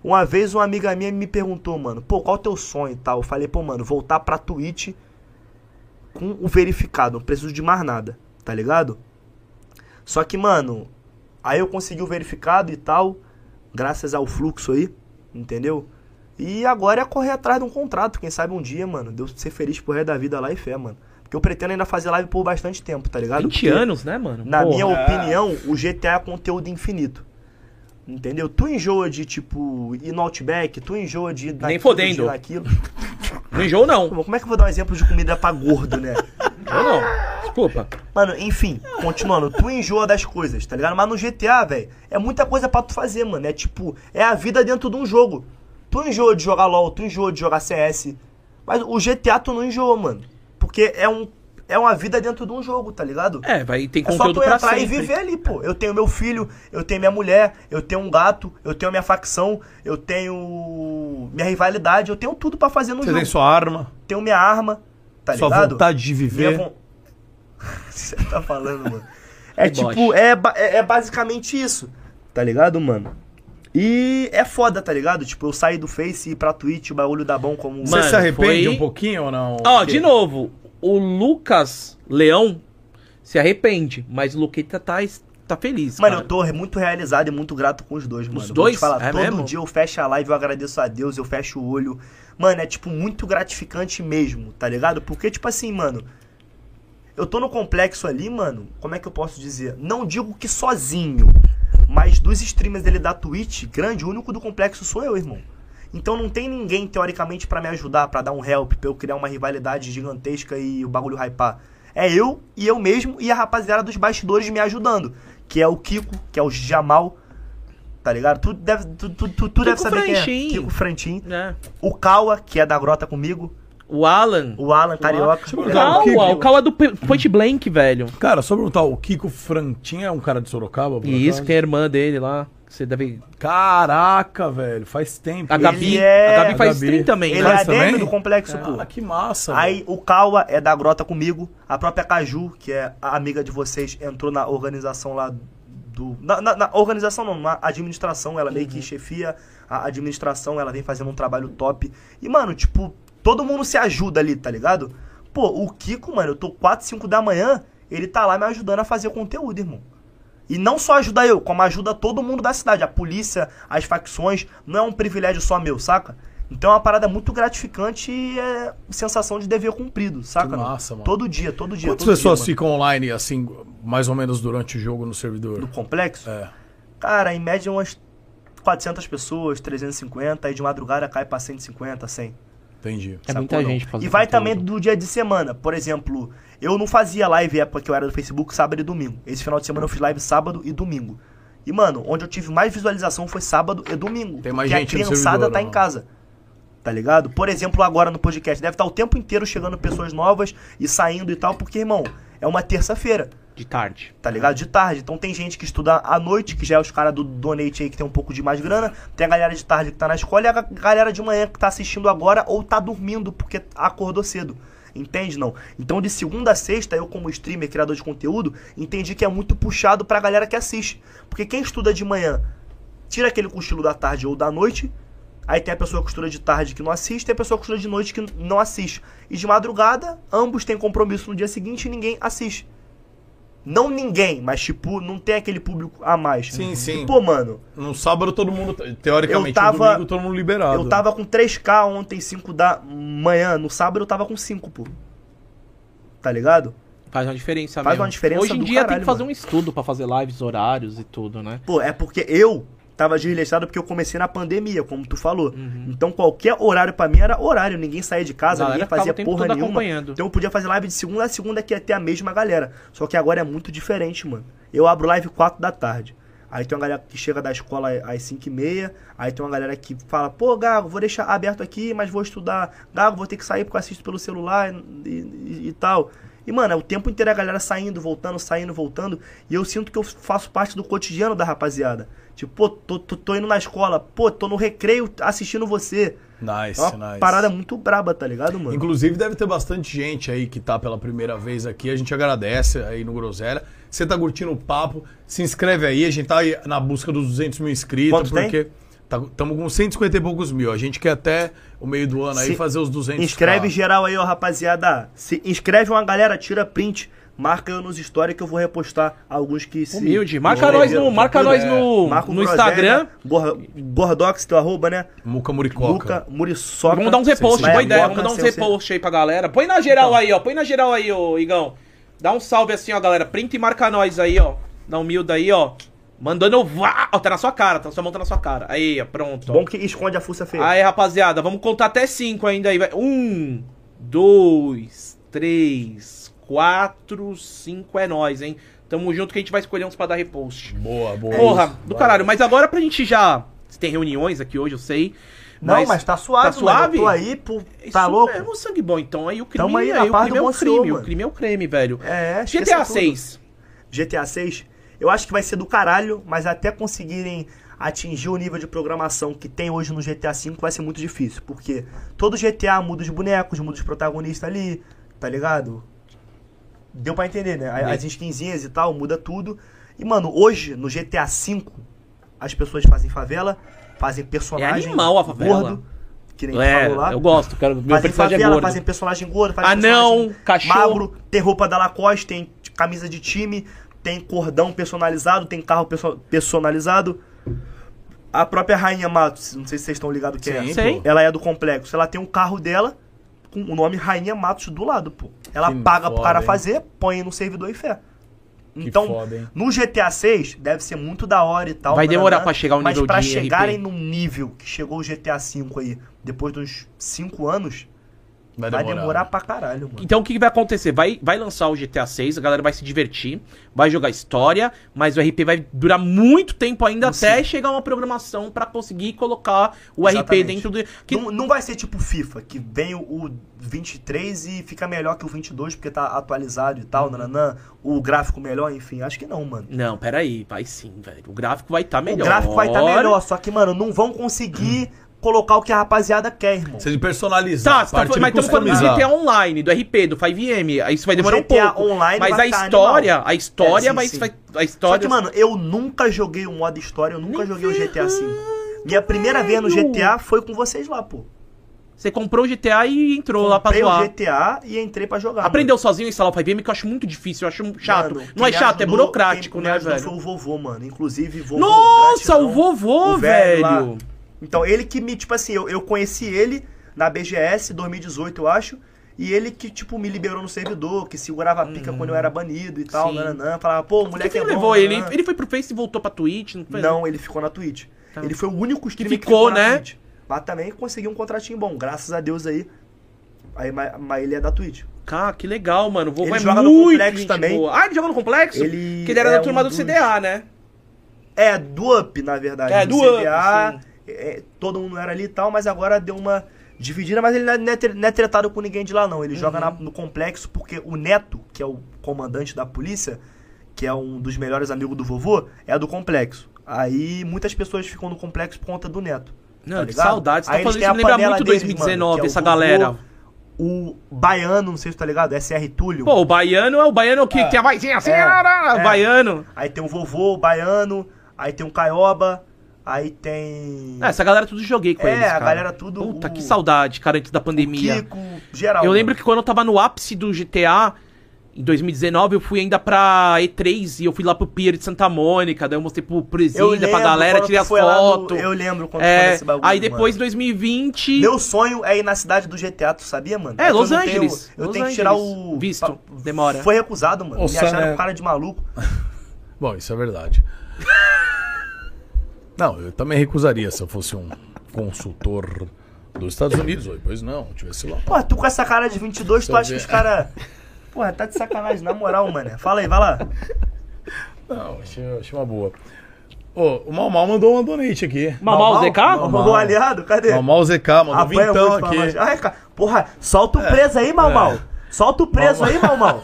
Uma vez uma amiga minha me perguntou, mano, pô, qual o teu sonho e tal? Eu falei, pô, mano, voltar pra Twitch com o verificado, não preciso de mais nada, tá ligado? Só que, mano, aí eu consegui o verificado e tal, graças ao fluxo aí, entendeu? E agora é correr atrás de um contrato, quem sabe um dia, mano, Deus ser feliz pro resto da vida lá e fé, mano. Porque eu pretendo ainda fazer live por bastante tempo, tá ligado? 20 Porque- anos, né, mano? na Porra. minha opinião, o GTA é conteúdo infinito. Entendeu? Tu enjoa de, tipo, ir no Outback, tu enjoa de ir daquilo, Nem fodendo. de ir naquilo. Não enjoo, não. Como é que eu vou dar um exemplo de comida pra gordo, né? Eu não. Desculpa. Mano, enfim, continuando, tu enjoa das coisas, tá ligado? Mas no GTA, velho, é muita coisa pra tu fazer, mano. É tipo, é a vida dentro de um jogo. Tu enjoa de jogar LOL, tu enjoa de jogar CS. Mas o GTA tu não enjoa, mano. Porque é, um, é uma vida dentro de um jogo, tá ligado? É, vai ter É só conteúdo tu pra entrar sempre. e viver ali, pô. Eu tenho meu filho, eu tenho minha mulher, eu tenho um gato, eu tenho minha facção, eu tenho minha rivalidade, eu tenho tudo pra fazer no Você jogo. tem sua arma, Tenho minha arma, tá sua ligado? vontade de Minha viver. von- Você tá falando, mano. É Deboche. tipo, é, ba- é, é basicamente isso, tá ligado, mano? E é foda, tá ligado? Tipo, eu sair do Face e ir pra Twitch, o bagulho dá bom como... Você Mano, se arrepende foi- um pouquinho ou não? Ó, Porque- de novo, o Lucas Leão se arrepende, mas o Luqueta tá, tá feliz. Mano, cara. eu tô re- muito realizado e muito grato com os dois, mano. Vou te dois? falar, É todo mesmo? dia eu fecho a live, eu agradeço a Deus, eu fecho o olho. Mano, é tipo muito gratificante mesmo, tá ligado? Porque, tipo assim, mano. Eu tô no complexo ali, mano. Como é que eu posso dizer? Não digo que sozinho, mas dos streamers dele da Twitch, grande, o único do complexo sou eu, irmão. Então não tem ninguém, teoricamente, pra me ajudar, pra dar um help, pra eu criar uma rivalidade gigantesca e o bagulho hypar. É eu e eu mesmo e a rapaziada dos bastidores me ajudando. Que é o Kiko, que é o Jamal, tá ligado? Tu deve, tu, tu, tu, tu deve saber Franchim. quem é. Kiko Frantin. Né? O Kawa, que é da grota comigo. O Alan. O Alan Carioca. eu O perguntar, Ele- o Kiko- Cauã, o Cauã do P- Point Blank, velho. Cara, só perguntar, o Kiko Frantin é um cara de Sorocaba? por E isso, acaso? que é a irmã dele lá. que Você deve. Caraca, velho, faz tempo. A Gabi. é- A Gabi faz Gabi. stream também, Ele é né? Faz ADM também? do complexo, pô. Cara, Ah, que massa, Aí o Kawa é da grota comigo. A própria Caju, que é a amiga de vocês, entrou na organização lá do. Na, na- na organização não, na administração. Ela meio que chefia a administração, ela vem fazendo um trabalho top. E, mano, tipo, todo mundo se ajuda ali, tá ligado? Pô, o Kiko, mano, eu tô 4, 5 da manhã, ele tá lá me ajudando a fazer conteúdo, irmão. E não só ajuda eu, como ajuda todo mundo da cidade. A polícia, as facções, não é um privilégio só meu, saca? Então é uma parada muito gratificante e é sensação de dever cumprido, saca? Que mano? massa, mano. Todo dia, todo dia. Quantas todo pessoas dia, ficam online, assim, mais ou menos durante o jogo no servidor? mano. Do complexo? É. Cara, em média umas 400 pessoas, 350, aí de madrugada cai pra 150, 100. Entendi. É Sacou, muita não? gente fazendo E vai conteúdo. também do dia de semana. Por exemplo, eu não fazia live época que eu era do Facebook sábado e domingo. Esse final de semana eu fiz live sábado e domingo. E, mano, onde eu tive mais visualização foi sábado e domingo. Tem mais porque gente a no criançada servidor, né? tá em não? casa. Tá ligado? Por exemplo, agora no podcast. Deve estar o tempo inteiro chegando pessoas novas e saindo e tal, porque, irmão, é uma terça-feira De tarde. tá ligado? De tarde. Então tem gente que estuda à noite, que já é os caras do Donate aí que tem um pouco de mais grana. Tem a galera de tarde que tá na escola e a ga- galera de manhã que tá assistindo agora ou tá dormindo porque acordou cedo. Entende, não? Então de segunda a sexta, eu como streamer, criador de conteúdo, entendi que é muito puxado pra galera que assiste. Porque quem estuda de manhã, tira aquele cochilo da tarde ou da noite, Aí tem a pessoa que estuda de tarde que não assiste, tem a pessoa que estuda de noite que n- não assiste. E de madrugada, ambos têm compromisso no dia seguinte e ninguém assiste. Não ninguém, mas tipo, não tem aquele público a mais. Sim, sim. E, pô, mano, Uhum. No sábado todo mundo, teoricamente, Eu tava- no domingo todo mundo liberado. eu tava com 3K ontem, 5 da manhã. No sábado eu tava com 5, pô. Tá ligado? Faz uma diferença Faz mesmo. uma diferença Hoje em do dia tem caralho, que fazer mano. um estudo pra fazer lives, horários e tudo, né? Pô, é porque eu tava desleixado porque eu comecei na pandemia, como tu falou. Então qualquer horário pra mim era horário, ninguém saía de casa, Uhum. Galera ninguém ficava fazia o tempo porra todo nenhuma. acompanhando. Então eu podia fazer live de segunda a segunda que ia ter a mesma galera. Só que agora é muito diferente, mano. Eu abro live 4 da tarde. Aí tem uma galera que chega da escola às 5 e meia, aí tem uma galera que fala, pô, Gago, vou deixar aberto aqui, mas vou estudar. Gago, vou ter que sair porque eu assisto pelo celular e, e- e tal. E, mano, é o tempo inteiro a galera saindo, voltando, saindo, voltando. E eu sinto que eu faço parte do cotidiano da rapaziada. Tipo, pô, tô, tô, tô indo na escola, pô, tô no recreio assistindo você. Nice, É uma nice. parada muito braba, tá ligado, mano? Inclusive, deve ter bastante gente aí que tá pela primeira vez aqui. A gente agradece aí no Groselha. Você tá curtindo o papo, se inscreve aí. A gente tá aí na busca dos 200 mil inscritos, Quanto tem? porque estamos com 150 e poucos mil. A gente quer até o meio do ano aí Se fazer os 200 Inscreve K. geral aí, ó, rapaziada. Se inscreve uma galera, tira print, marca eu nos stories que eu vou repostar alguns que se. Humilde. Marca nós no, inscreveram. marca nós no, é. Marca um o né? no Groselha, Instagram. Gor- Gordox, teu arroba, né? Muca Luca Muricoca. Muriçoca. Vamos dar uns repost, Vai boa ideia. agora, Vamos dar uns sem- sem- repost aí pra galera. Põe na geral Então. aí, ó. Põe na geral aí, ô Igão. Dá um salve assim, ó, galera. Print e marca nós aí, ó. Na humilde aí, ó. Mandando vá. Ó, tá na sua cara, tá sua mão tá na sua cara. Aí, ó, pronto. ó. Bom que esconde a fuça feia. Aí, rapaziada, vamos contar até cinco ainda aí. vai. Um, dois, três, quatro, cinco. É nóis, hein? Tamo junto que a gente vai escolher uns pra dar repost. Boa, É boa. Porra, Isso, do vai. caralho. Mas agora pra gente já. Se tem reuniões aqui hoje, eu sei. Não, mas tá suave, tá Mano. suave? Eu tô aí, pô, É Isso tá louco? mesmo, sangue bom. Então aí o crime, Tamo aí na aí, o paz do crime é o bom crime. senhor, O mano. creme é o creme, velho. É, esqueça GTA tudo. 6. GTA 6, eu acho que vai ser do caralho, mas até conseguirem atingir o nível de programação que tem hoje no GTA V vai ser muito difícil, porque todo GTA muda os bonecos, muda os protagonistas ali, tá ligado? Deu pra entender, né? A- As skinzinhas e tal, muda tudo. E, mano, hoje, no GTA V, as pessoas fazem favela, fazem personagem É animal a favela. gordo, que nem É, falou lá. eu gosto, quero meu Fazem personagem é favela, gordo. fazem personagem gordo, fazem Anão, personagem cachorro. magro, tem roupa da Lacoste, tem t- camisa de time, tem cordão personalizado, tem carro perso- personalizado. A própria Rainha Matos, não sei se vocês estão ligados quem é. Sim, Sei. Ela é do complexo. Ela tem um carro dela com o nome Rainha Matos do lado, pô. Ela Que paga pro foda, cara hein? fazer, põe no servidor e fé. Então, foda, hein? no GTA 6 deve ser muito da hora e tal. Vai demorar nananã, pra chegar ao nível Mas pra de RP. chegarem num nível que chegou o GTA 5 aí, depois dos 5 anos, Vai vai demorar. né? demorar pra caralho, mano. Então o que, que vai acontecer? Vai, vai lançar o GTA 6, a galera vai se divertir, vai jogar história, mas o RP vai durar muito tempo ainda até chegar uma programação pra conseguir colocar o RP Exatamente. dentro do. Que Não, não vai ser tipo FIFA, que vem o, o 23 e fica melhor que o 22 porque tá atualizado e tal, nananã, o gráfico melhor, enfim. Acho que não, mano. Não, peraí, vai sim, velho. O gráfico vai estar melhor. O gráfico vai estar melhor, só que, mano, não vão conseguir colocar o que a rapaziada quer, irmão. Você de personalizar. Tá, a você tá, parte falando- de mas estamos falando do customizar. GTA Online, do RP, do 5M. Isso vai demorar um GTA pouco. online mas vai a tá história, animal. a história É, sim, vai, sim. vai. A Só história. que, mano, eu nunca joguei o modo história, eu nunca joguei o GTA V. Minha primeira vez no velho. GTA foi com vocês lá, pô. Você comprou o GTA e entrou lá pra Comprei o zoar. GTA e entrei pra jogar. Aprendeu sozinho a instalar o 5M, que eu acho muito difícil, eu acho chato. não é chato, é burocrático, né, velho? Foi o vovô, mano. Inclusive, vovô. Nossa, gratidão. o vovô, O velho lá. velho! Então, ele que me, tipo assim, eu, eu conheci ele na BGS 2018, eu acho. E ele que, tipo, me liberou no servidor, que segurava a pica quando eu era banido e tal, Hum. Sim. nananã. Falava, pô, o Por que moleque que é bom, levou ele? nananã. Ele foi pro Face e voltou pra Twitch? Não, foi? Não, ele ficou na Twitch. Ele foi o único streamer Tá. Que ficou, na né? Twitch. Mas também conseguiu um contratinho bom, graças a Deus aí. Aí, mas, mas ele é da Twitch. Cara, que legal, mano. Vovô Ele é joga no muito Complexo gente também. boa. Ah, ele joga no Complexo? Ele que ele era é da um turma do dos- CDA, né? É, do Up, na verdade. É, do Up, CDA, sim. é, todo mundo era ali e tal, mas agora deu uma dividida, mas ele não é, não é tre- não é tretado com ninguém de lá, não. Ele joga Uhum. na- no complexo porque o Neto, que é o comandante da polícia, que é um dos melhores amigos do vovô, é do complexo. Aí muitas pessoas ficam no complexo por conta do Neto. Não, tá que ligado? saudade. Você tá Aí eles falando têm isso, a me lembra panela muito deles, 2019, mano, que é o essa vovô, galera. O Baiano, não sei se tá ligado, SR Túlio. Pô, o baiano é o baiano é o que que tem a vozinha assim, É, ará, é. baiano. Aí tem o vovô, o Baiano, aí tem o Caioba, aí tem... Ah, essa galera tudo joguei com É, eles, a cara. galera tudo- Puta, o- que saudade, cara, antes da pandemia. Kiko, geral. Eu lembro mano. que quando eu tava no ápice do GTA, em 2019, eu fui ainda pra E3 e eu fui lá pro Pier de Santa Mônica, daí eu mostrei pro Presília, pra lembro galera, quando tirei tu as foi lá no- fotos. Eu lembro quando foi É, esse bagulho. aí depois, em mano. 2020... Meu sonho é ir na cidade do GTA, tu sabia, mano? É, que eu Los não tenho- Angeles. Eu Los tenho que Angeles. tirar o. Visto. pa- Demora. Foi recusado, mano. Ô, Me acharam Sana- um cara de maluco. Bom, isso é verdade. Não, eu também recusaria se eu fosse um consultor dos Estados Unidos. Oi, pois não, tivesse lá. Pô, tu com essa cara de 22, tu eu acha que ver. os caras. Porra, tá de sacanagem, na moral, mano. Fala aí, vai lá. Não, achei, achei uma boa. Ô, o Mal Mal mandou uma donate aqui. Mamal ZK? Ô, Mau Ah, aliado, cadê? Mal Mal ZK, mandou Apanha vintão muito então pra aqui. nós. Ai, cara. Porra, solta o preso aí, mal mal. Solta o preso aí, mal mal.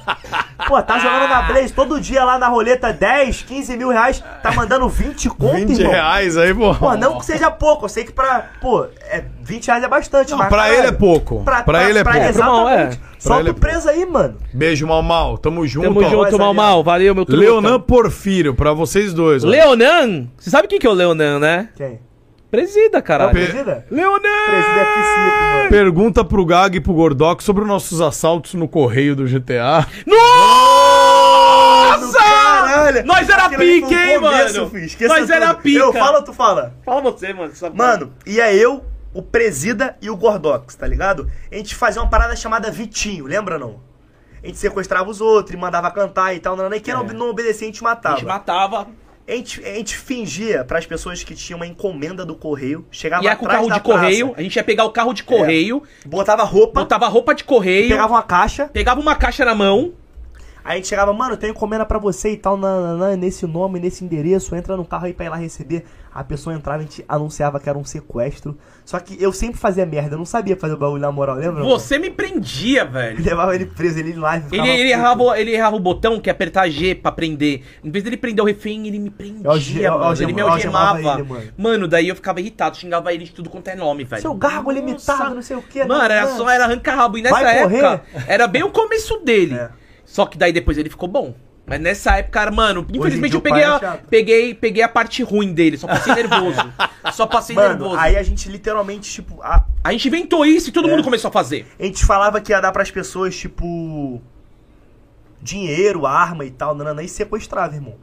Pô, tá jogando na Blaze todo dia lá na roleta 10, 15 mil reais, tá mandando 20 conto, 20 irmão. reais aí, pô. é Pô, não que seja pouco, eu sei que pra. Pô, é, 20 reais é bastante, Não, mas. pra caralho, tá, ele é pouco. Pra, ele é pouco. Exatamente. Pra ele Solta é o preso aí, mano. Beijo, Mal Mal. Tamo junto. Tamo ó. junto, Mas, Mal Mal. Valeu, meu truta. Leonan Porfírio, pra vocês dois. ó. Leonan? Você sabe quem que é o Leonan, né? Quem? Presida, Tá caralho. Pe- Presida? Presida é Leonan! psico, mano. Pergunta pro Gag e pro Gordox sobre os nossos assaltos no correio do GTA. Nossa! Caralho! Nós era Aquilo ali foi pique, um hein, começo, mano? fi, esqueça Nós era tudo. pica. Eu falo ou tu fala? Fala você, mano. sabe? Mano, ia eu, o Presida e o Gordox, tá ligado? A gente fazia uma parada chamada Vitinho, lembra não? A gente sequestrava os outros, e mandava cantar e tal, não, não, e quem não, não obedecia a gente matava. É. A gente matava. A gente, a gente fingia pras pessoas que tinha uma encomenda do correio, chegava Ia é com o atrás carro da de correio. praça, A gente ia pegar o carro de correio, botava roupa, botava roupa de correio, pegava... pegava uma caixa, uma caixa na mão. aí a gente chegava, mano, tem encomenda pra você e tal, nananã, nesse nome, nesse endereço, entra no carro aí pra ir lá receber. A pessoa entrava, a gente anunciava que era um sequestro. Só que eu sempre fazia merda, eu não sabia fazer o bagulho na moral, lembra? não? Você me prendia, velho. Levava ele preso, ele em live. Ele, ficava ele, puto. errava, o- ele errava o botão que é apertar G pra prender. Em vez dele prender o refém, ele me prendia, Eu alge- eu mano. algema- Ele me eu algemava algemava. ele, mano. mano. daí eu ficava irritado, xingava ele de tudo quanto é nome, velho. Seu gargo limitado, não É. sei o quê. Mano, era nananã. só era arranca-rabo. E nessa né? Vai época, era bem o começo dele. É. Só que daí depois ele ficou bom. Mas nessa época, cara, mano, infelizmente dia eu o pai peguei é a, chato. peguei, peguei a parte ruim dele. Só passei nervoso. só passei Mano, nervoso. aí É. a gente literalmente, tipo, a, A gente inventou isso e todo mundo começou a fazer. a gente falava que ia dar pras pessoas, tipo, dinheiro, arma e tal, nananã, e sequestrava, irmão.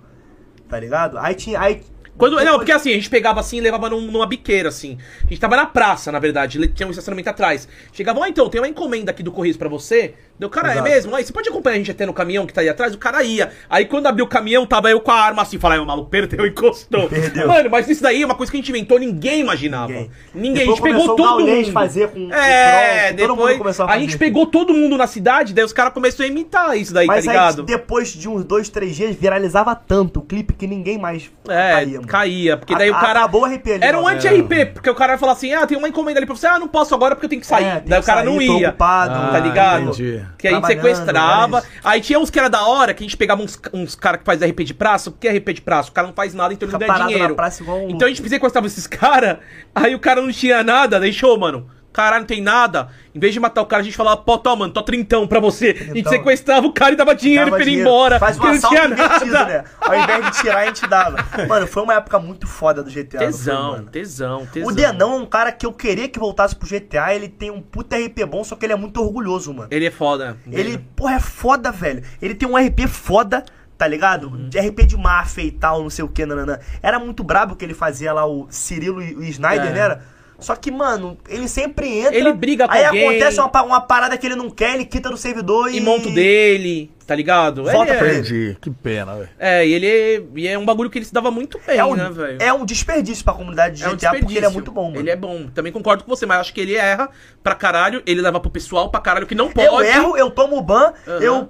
Tá ligado? Aí tinha. Aí, Quando, depois- não, porque assim, a gente pegava assim e levava num- numa biqueira, assim. A gente tava na praça, na verdade, le- tinha um estacionamento atrás. Chegava, ó, então, tem uma encomenda aqui do Correios pra você. Deu, cara, é mesmo? Aí, você pode acompanhar a gente até no caminhão que tá aí atrás? O cara ia. Aí quando abriu o caminhão, tava eu com a arma assim, falei, o maluco perdeu, encostou. Perdeu. Mano, mas isso daí é uma coisa que a gente inventou, ninguém imaginava. Ninguém. Ah, Ninguém. a Depois gente pegou começou o todo Gaulês mundo. fazer com- com é, troll, todo mundo depois, começou a a, fazer. gente pegou todo mundo na cidade, daí os caras começaram a imitar isso daí, Mas tá aí, ligado? depois de uns dois, três dias, viralizava tanto o clipe que ninguém mais É, caía, mano. porque daí A- o cara. acabou o RP ali, Era um mano. anti-RP, porque o cara ia falar assim: ah, tem uma encomenda ali pra você, ah, não posso agora porque eu tenho que sair. É, tem daí que o cara sair, não tô ia. ocupado, Ah, tá ligado? entendi. Que aí Trabalhando, né? sequestrava. era isso. Aí tinha uns que era da hora, que a gente pegava uns, uns caras que faz RP de praça. O que é RP de praça? O cara não faz nada, então ele Fica não ganha parado na dinheiro. praça igual um louco. Então a gente sequestrava esses caras, aí o cara não tinha nada, deixou, mano. Caralho, não tem nada. Em vez de matar o cara, a gente falava, pô, toma, mano, tô trintão pra você. A gente Trintão. sequestrava o cara e dava dinheiro Dava pra ele ir dinheiro. embora. Faz um porque não assalto tinha invertido, nada. né? Ao invés de tirar, a gente dava. Mano, foi uma época muito foda do GTA. não foi, Tesão, mano? tesão, tesão. O Denão é um cara que eu queria que voltasse pro GTA. Ele tem um puta RP bom, só que ele é muito orgulhoso, mano. Ele é foda. Ele, porra, é foda, velho. Ele tem um RP foda, tá ligado? Uhum. De RP de máfia e tal, não sei o que, nananã. Era muito brabo que ele fazia lá o Cirilo e o Snyder, É. né? Era? Só que, mano, ele sempre entra. Ele briga com Aí alguém. acontece uma, pa- uma parada que ele não quer, ele quita do servidor e. E monta o dele, tá ligado? Volta ele pra é, ele. Que pena, velho. É, e ele e é um bagulho que ele se dava muito bem, É um, né, velho? é um desperdício pra comunidade de É um GTA, porque ele é desperdício. muito bom, mano. Ele é bom. Também concordo com você, mas acho que ele erra pra caralho. Ele leva pro pessoal pra caralho que não pode. Eu erro, eu tomo ban, Aham. eu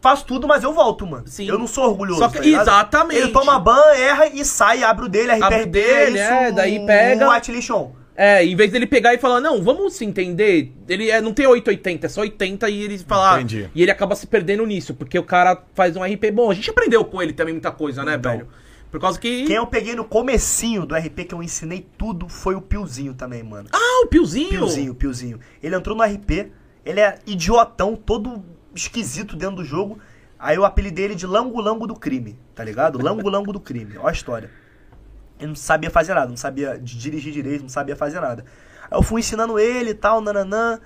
faço tudo, mas eu volto, mano. Sim. Eu não sou orgulhoso. Só que- tá ligado? exatamente. Ele toma ban, erra e sai, abre o dele, RPR Abre o dele, é, daí pega. O Atlist um on. É, em vez dele pegar e falar, não, vamos se entender. Ele é, não tem 880, é só 80 e ele fala. "Ah", Entendi. E ele acaba se perdendo nisso, porque o cara faz um RP bom. A gente aprendeu com ele também muita coisa, né, velho? Por causa que. Então. Quem é eu peguei no comecinho do RP que eu ensinei tudo foi o Piozinho também, mano. Ah, o Piozinho! Piozinho, Piozinho. Ele entrou no RP, ele é idiotão, todo esquisito dentro do jogo. Aí eu apelidei ele é de Lango Lango do Crime, tá ligado? Lango Lango do Crime, ó a história. Ele não sabia fazer nada, não sabia di- dirigir direito, não sabia fazer nada. Aí eu fui ensinando ele e tal, nananã.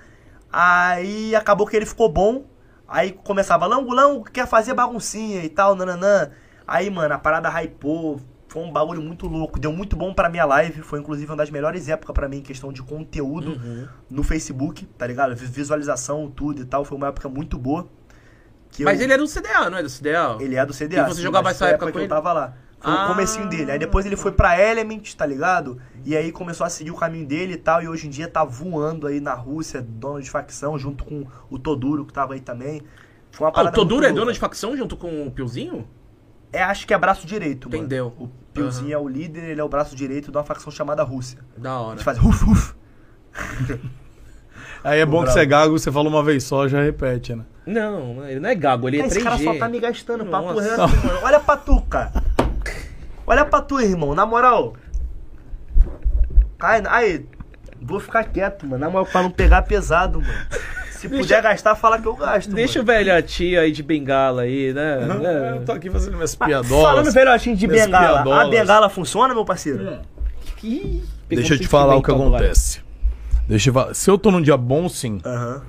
Aí acabou que ele ficou bom. Aí começava, Lango Lango quer fazer baguncinha e tal, nananã. Aí, mano, a parada hypou. Foi um bagulho muito louco. Deu muito bom pra minha live. Foi, inclusive, uma das melhores épocas pra mim em questão de conteúdo no Facebook, tá ligado? Vi- Visualização, tudo e tal. Foi uma época muito boa. que Mas eu- ele era do CDA, não é do CDA? ele é do CDA. E você sim, jogava mas essa foi a época que com eu ele? tava lá. Foi Ah. o comecinho dele. Aí depois ele foi pra Element, tá ligado? E aí começou a seguir o caminho dele e tal. E hoje em dia tá voando aí na Rússia, dono de facção, junto com o Toduro, que tava aí também. Foi uma Ah, o parada Toduro muito é dono louca. de facção junto com o Piozinho? É, acho que é braço direito, mano. Entendeu. O Piozinho é o líder, ele é o braço direito de uma facção chamada Rússia. Da hora. Eles fazem ruf, ruf. Aí é bom que bravo. você é gago, você fala uma vez só, já repete, né? Não, ele não é gago, ele é 3G. Esse cara só tá me gastando, papo Nossa. reto, mano. Olha pra tu, cara. Olha pra tu, irmão. Na moral. Ai, ai, vou ficar quieto, mano. Na moral, pra não pegar pesado, mano. Se puder gastar, fala que eu gasto. Deixa o mano. velho a tia aí de bengala aí, né? É. Eu tô aqui fazendo minhas Ah, Falando piadolas. velhotinho de minhas bengala, a piadolas. bengala funciona, meu parceiro? É. Ih, pegou Deixa eu um te falar o que instrumento agora. acontece. Deixa eu falar. Se eu tô num dia bom, sim. Aham.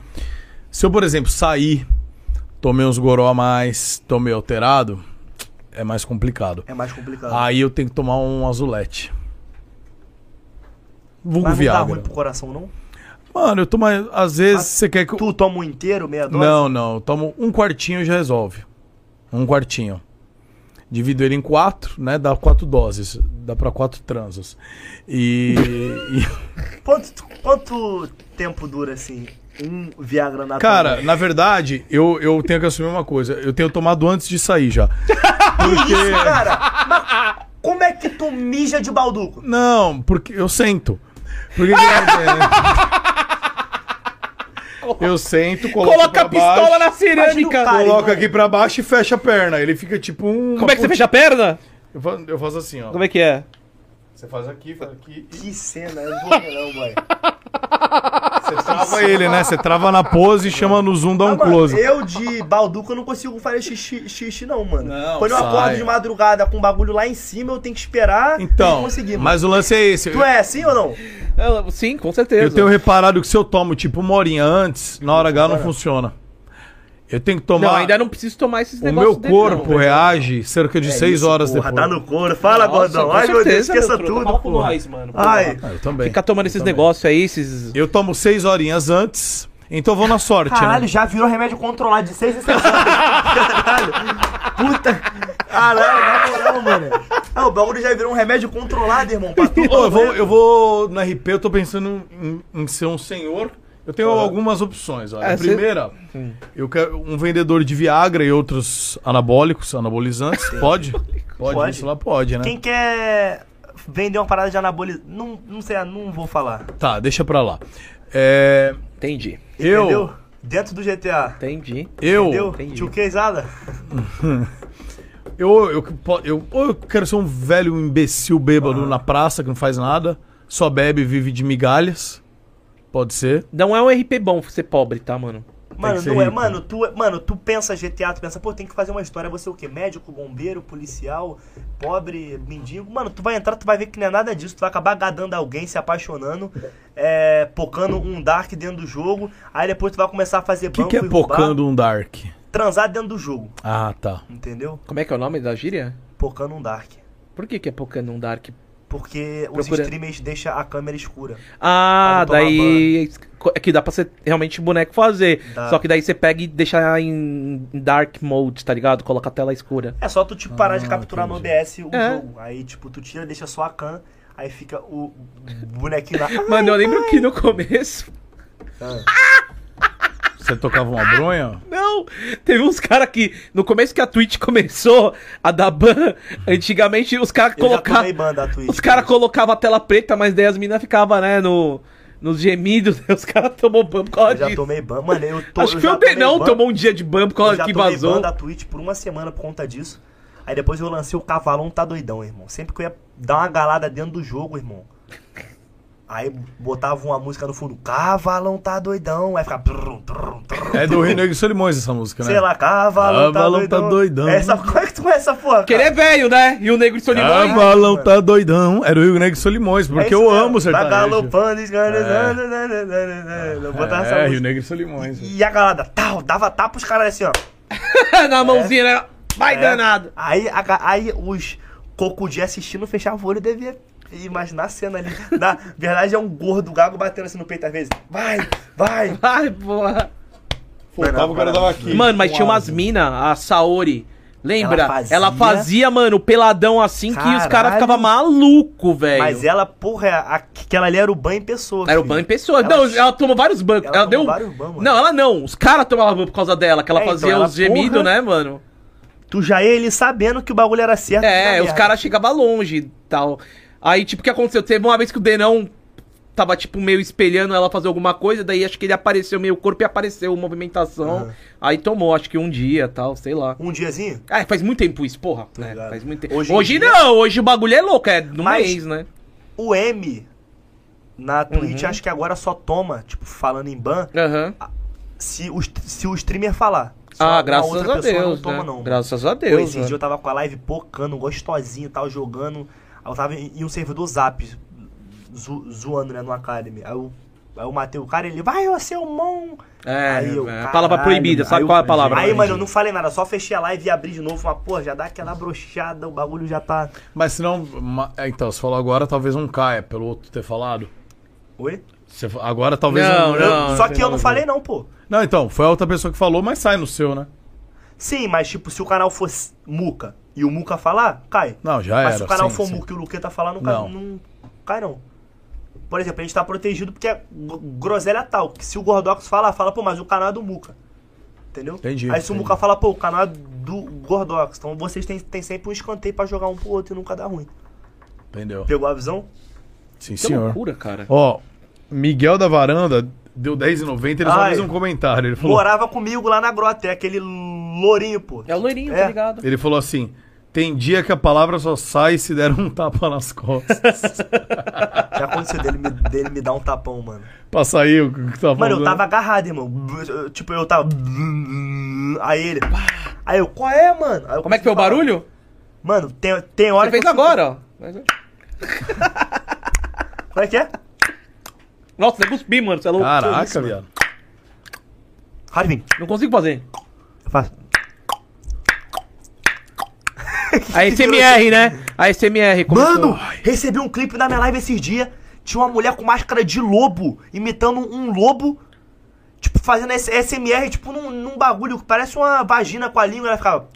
Se eu, por exemplo, sair, tomei uns goró a mais, tomei alterado, é mais complicado. É mais complicado. Aí eu tenho que tomar um azulete. Vulgo Mas não dá ruim Viagra. pro coração, não? Mano, eu tomo. Às vezes você quer que eu. Tu toma um inteiro, meia dose? Não, não. Eu tomo um quartinho e já resolve. Um quartinho. Divido ele em quatro, né? Dá quatro doses. Dá pra quatro transas. E. e- Quanto, quanto tempo dura, assim, um Viagra na Cara, na verdade, eu, eu tenho que assumir uma coisa. Eu tenho tomado antes de sair já. Que isso, cara? Mas como é que tu mija de balduco? Não, porque eu sento. Porque que acontece? eu sento, coloco Coloca pra a baixo, pistola na cerâmica! Imagina o cara, Coloca aqui pra baixo e fecha a perna. Ele fica tipo um. Como é que você fecha a perna? Eu fa- Eu faço assim, ó. Como é que é? Você faz aqui, faz aqui. Que cena, eu não vou ver não, boy. Você trava ele, né? Você trava na pose e chama no zoom, dá um Ah, mano, close. Eu de balduco eu não consigo fazer xixi, xixi não, mano. Não, Quando eu sai. acordo de madrugada com o bagulho lá em cima, eu tenho que esperar Então, conseguir. mano. mas o lance é esse. Tu é assim ou não? Ela- Sim, com certeza. Eu tenho reparado que se eu tomo tipo uma horinha antes, na hora H não funciona. Eu tenho que tomar. Não, ainda não preciso tomar esses O negócios meu dele, não, é. corpo velho. reage cerca de seis horas É porra, depois. tá no couro. Fala, Nossa, gordão. com Ai, meu Deus, certeza, esqueça meu truta. tudo, Fala com porra. nós, mano. Ai, Ah, eu também. Ficar tomando esses também. negócios aí, esses... Eu tomo seis horinhas antes, então vou na sorte, caralho, né? já virou remédio controlado de 6 a 6 Caralho. Puta. Caralho, na moral, mano. Ah, o bagulho já virou um remédio controlado, irmão. Pra tu, Ô, eu, vou, eu vou no RP, eu tô pensando em, em ser um senhor. Eu tenho algumas opções. Olha. É, a você- primeira, eu quero um vendedor de Viagra e outros anabólicos, anabolizantes. Pode? Pode, Pode. isso lá pode, né? Quem quer vender uma parada de anabolizante. Não, não sei, não vou falar. Tá, deixa pra lá. É, Entendi, eu, Entendeu? Dentro do GTA. entendi. Entendeu? eu, Entendi. Tio Queizada? eu, eu, que po- eu, ou eu quero ser um velho imbecil bêbado na praça que não faz nada, só bebe e vive de migalhas. Pode ser. Não é um RP bom ser pobre, tá, mano? Mano, que ser não é, rico. mano, tu, é- mano, tu pensa GTA, tu pensa, pô, tem que fazer uma história, você é o quê? Médico, bombeiro, policial, pobre, mendigo. Mano, tu vai entrar, tu vai ver que não é nada disso, tu vai acabar gadando alguém, se apaixonando, é, pocando um dark dentro do jogo, aí depois tu vai começar a fazer O que, que é e roubar. pocando um dark? transar dentro do jogo, Ah, tá. entendeu? Como é que é o nome da gíria? Pocando um dark. Por que, que é Pokémon Dark? Porque os Procura- streamers deixam a câmera escura. Ah, Pra não tomar daí. É que dá pra você realmente boneco fazer. Dá. Só que daí você pega e deixa em em dark mode, tá ligado? Coloca a tela escura. É só tu tipo, parar de capturar no OBS o É. jogo. Aí, tipo, tu tira, deixa só a can, aí fica o bonequinho lá. Mano, eu lembro que no começo. Você tocava uma bronha? Não! Teve uns caras que. No começo que a Twitch começou a dar ban, antigamente os caras Eu já colocavam. tomei ban da Twitch. Os caras colocavam a tela preta, mas daí as minas ficavam, né, no. Nos gemidos, né? os caras tomou ban por causa Eu já disso. tomei ban. Mano, eu tô. Acho eu que foi já o Denão tomei ban- tomou um dia de ban por Eu causa já que tomei ban vazou. da Twitch por uma semana por conta disso. Aí depois eu lancei o cavalão tá doidão, irmão. Sempre que eu ia dar uma galada dentro do jogo, irmão. Aí botava uma música no fundo, cavalão tá doidão. Aí ficava. brum, brum, brum. É do Rei Negro e Solimões essa música, né? Sei lá, cavalão, Cavalão tá tá doidão. doidão. Essa, como é que tu conhece essa porra? Que ele é velho, né? E o Negro de Solimões. Cavalão Ah, tá doidão. Era o Rio Negro e Solimões, porque eu amo o sertanejo. É Tá galopando, esgana- É. Eu botava essa É, Rio música. Negro e Solimões. E a galada, tal, dava tapa os caras assim, ó. na mãozinha, né? Vai É. danado. Aí, a ga- aí os coco de assistindo fechava o olho e devia imaginar a cena ali. Na verdade, é um gordo gago batendo assim no peito às vezes. Vai, vai. Ai, porra. Faltava o cara dava aqui. Mano, mas tinha umas minas, a Saori. Lembra? Ela Ela fazia, fazia- mano, peladão assim que os caras Caralho. ficavam maluco, velho. Mas é assim. ela, porra, a- aquela ali era o banho em pessoa. Era o filho. ban em pessoa. Ela- não, ela tomou vários bancos. Ela, Ela tomou deu. um- vários ban, mano. não, ela não. Os caras tomavam ban por causa dela, que ela É, então, fazia ela- os gemidos, porra. né, mano? Tu já ia ele sabendo que o bagulho era certo. que era É, os merda. caras chegavam longe e tal. Aí, tipo, o que aconteceu? Teve uma vez que o Denão tava, tipo, meio espelhando ela fazer alguma coisa, daí acho que ele apareceu meio corpo e apareceu movimentação. Aí tomou, acho que um dia tal, sei lá. Um diazinho? Ah, faz muito tempo isso, porra. É, ligado. faz muito tempo. Hoje, Hoje em dia- não, hoje o bagulho é louco, é no Mas- mês, né? O M na Uhum. Twitch acho que agora só toma, tipo, falando em ban, Aham. se o, st- se o streamer falar. Só Ah, uma graças outra a pessoa Deus. Não toma, né? não. Graças a Pô, Deus. esses né? dias eu tava com a live pocando, gostosinho e tal, jogando. Aí eu tava em, em um servidor zap, zo- zoando, né, no Academy. Aí eu, aí eu matei o cara ele, vai, ô seu mon. É, Aí eu, é, a palavra caralho, proibida, mano. sabe Aí eu- qual é a palavra? Aí, mano, eu não falei nada, só fechei a live e abri de novo. Mas, pô, já dá aquela brochada, o bagulho já tá. Mas se não. ma- é, Então, você falou agora, talvez não caia, pelo outro ter falado. Oi? Você fa- agora talvez Não, não. não. só que eu não falei, não, pô. Não, então, foi a outra pessoa que falou, mas sai no seu, né? Sim, mas tipo, se o canal fosse Muca e o Muca falar, cai. Não, já mas era, se o canal sim, for sim. Muca e o Luqueta falar, não cai, Não. não. cai não. Por exemplo, a gente tá protegido porque é gro- groselha tal. Que se o Gordox falar, fala, pô, mas o canal é do Muca. Entendeu? Entendi, Aí se o entendi. Muca falar, pô, o canal é do Gordox. Então vocês têm, têm sempre um escanteio pra jogar um pro outro e nunca dá ruim. Entendeu? Pegou a visão? um Sim, Que senhor. loucura, cara. Ó, Miguel da Varanda deu 10,90 ele só Ai. fez um comentário. Ele falou, Morava comigo lá na grota, é aquele lourinho, pô. É o loirinho, É. tá ligado? ele falou assim: tem dia que a palavra só sai se der um tapa nas costas. Já aconteceu dele me, dele me dar um tapão, mano. pra sair o que tava falando. Mano, eu né? tava agarrado, irmão. Eu- Tipo, eu tava. Aí ele. Aí eu, qual é, mano? Aí eu Como é que foi o consegui falar. barulho? Mano, tem, tem hora Você fez É eu um fico- agora, é- ó. Como é que é? Nossa, eu cuspi, mano. Você é louco. Caraca, isso, mano? viado. Harvin. Não consigo fazer. Eu faço. A SMR, né? A SMR. Mano, recebi um clipe na minha live esses dias. Tinha uma mulher com máscara de lobo, imitando um lobo. Tipo, fazendo S- SMR, tipo, num, num bagulho que parece uma vagina com a língua. Ela ficava.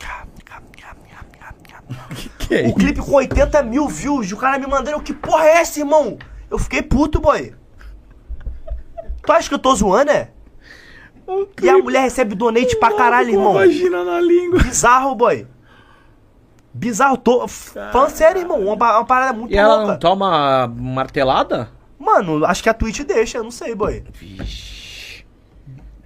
Que é O clipe com 80 mil views, o cara me mandando que porra é essa, irmão? Eu fiquei puto, boy. Tu acha que eu tô zoando, é? Um E a mulher recebe donate pra caralho, irmão. Imagina na língua. Bizarro, boy. Bizarro, tô. f- Falando sério, irmão. Uma, ba- uma parada muito E ela não louca. toma martelada? Mano, acho que a Twitch deixa, eu não sei, boy.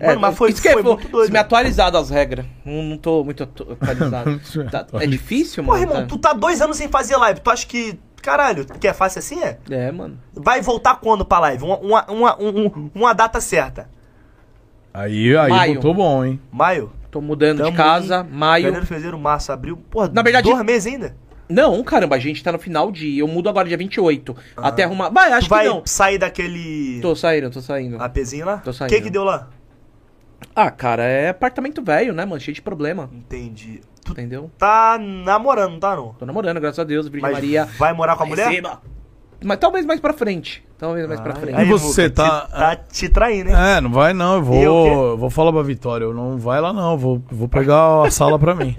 Mano, mas foi- isso que é- foi muito doido. Se me atualizar das regras. Não, não tô muito atu- atualizado. Tá- é difícil, mano. Porra, irmão, tá? tu tá dois anos sem fazer live. Tu acha que. Caralho, que é fácil assim, é? É, mano. Vai voltar quando pra live? Uma, uma, uma, um- uma data certa. Aí, aí Maio. botou bom, hein? Maio? Tô mudando Tamo de casa, em maio. Janeiro, fevereiro, março, abril. Porra, Na verdade- dois meses ainda. Não, caramba, a gente tá no final de. Eu mudo agora dia 28. Até arrumar. Vai, acho Ah. tu vai Ah. que não. sair daquele Tô saindo, tô saindo. APzinho lá? Tô O saindo. que que deu lá? Ah, cara, é apartamento velho, né, mano? Cheio de problema. Entendi. Entendeu? Tá namorando, não tá não? Tô namorando, graças a Deus, Virgem Mas Maria. vai morar com a mulher? Ah, receba. Mas talvez mais pra frente. Talvez mais pra é. frente. ah, E você, Muca, tá- Te, tá te traindo, hein? É, não vai não, eu vou, E o eu vou falar pra Vitória, eu não vai lá não, vou, vou pegar a sala pra mim.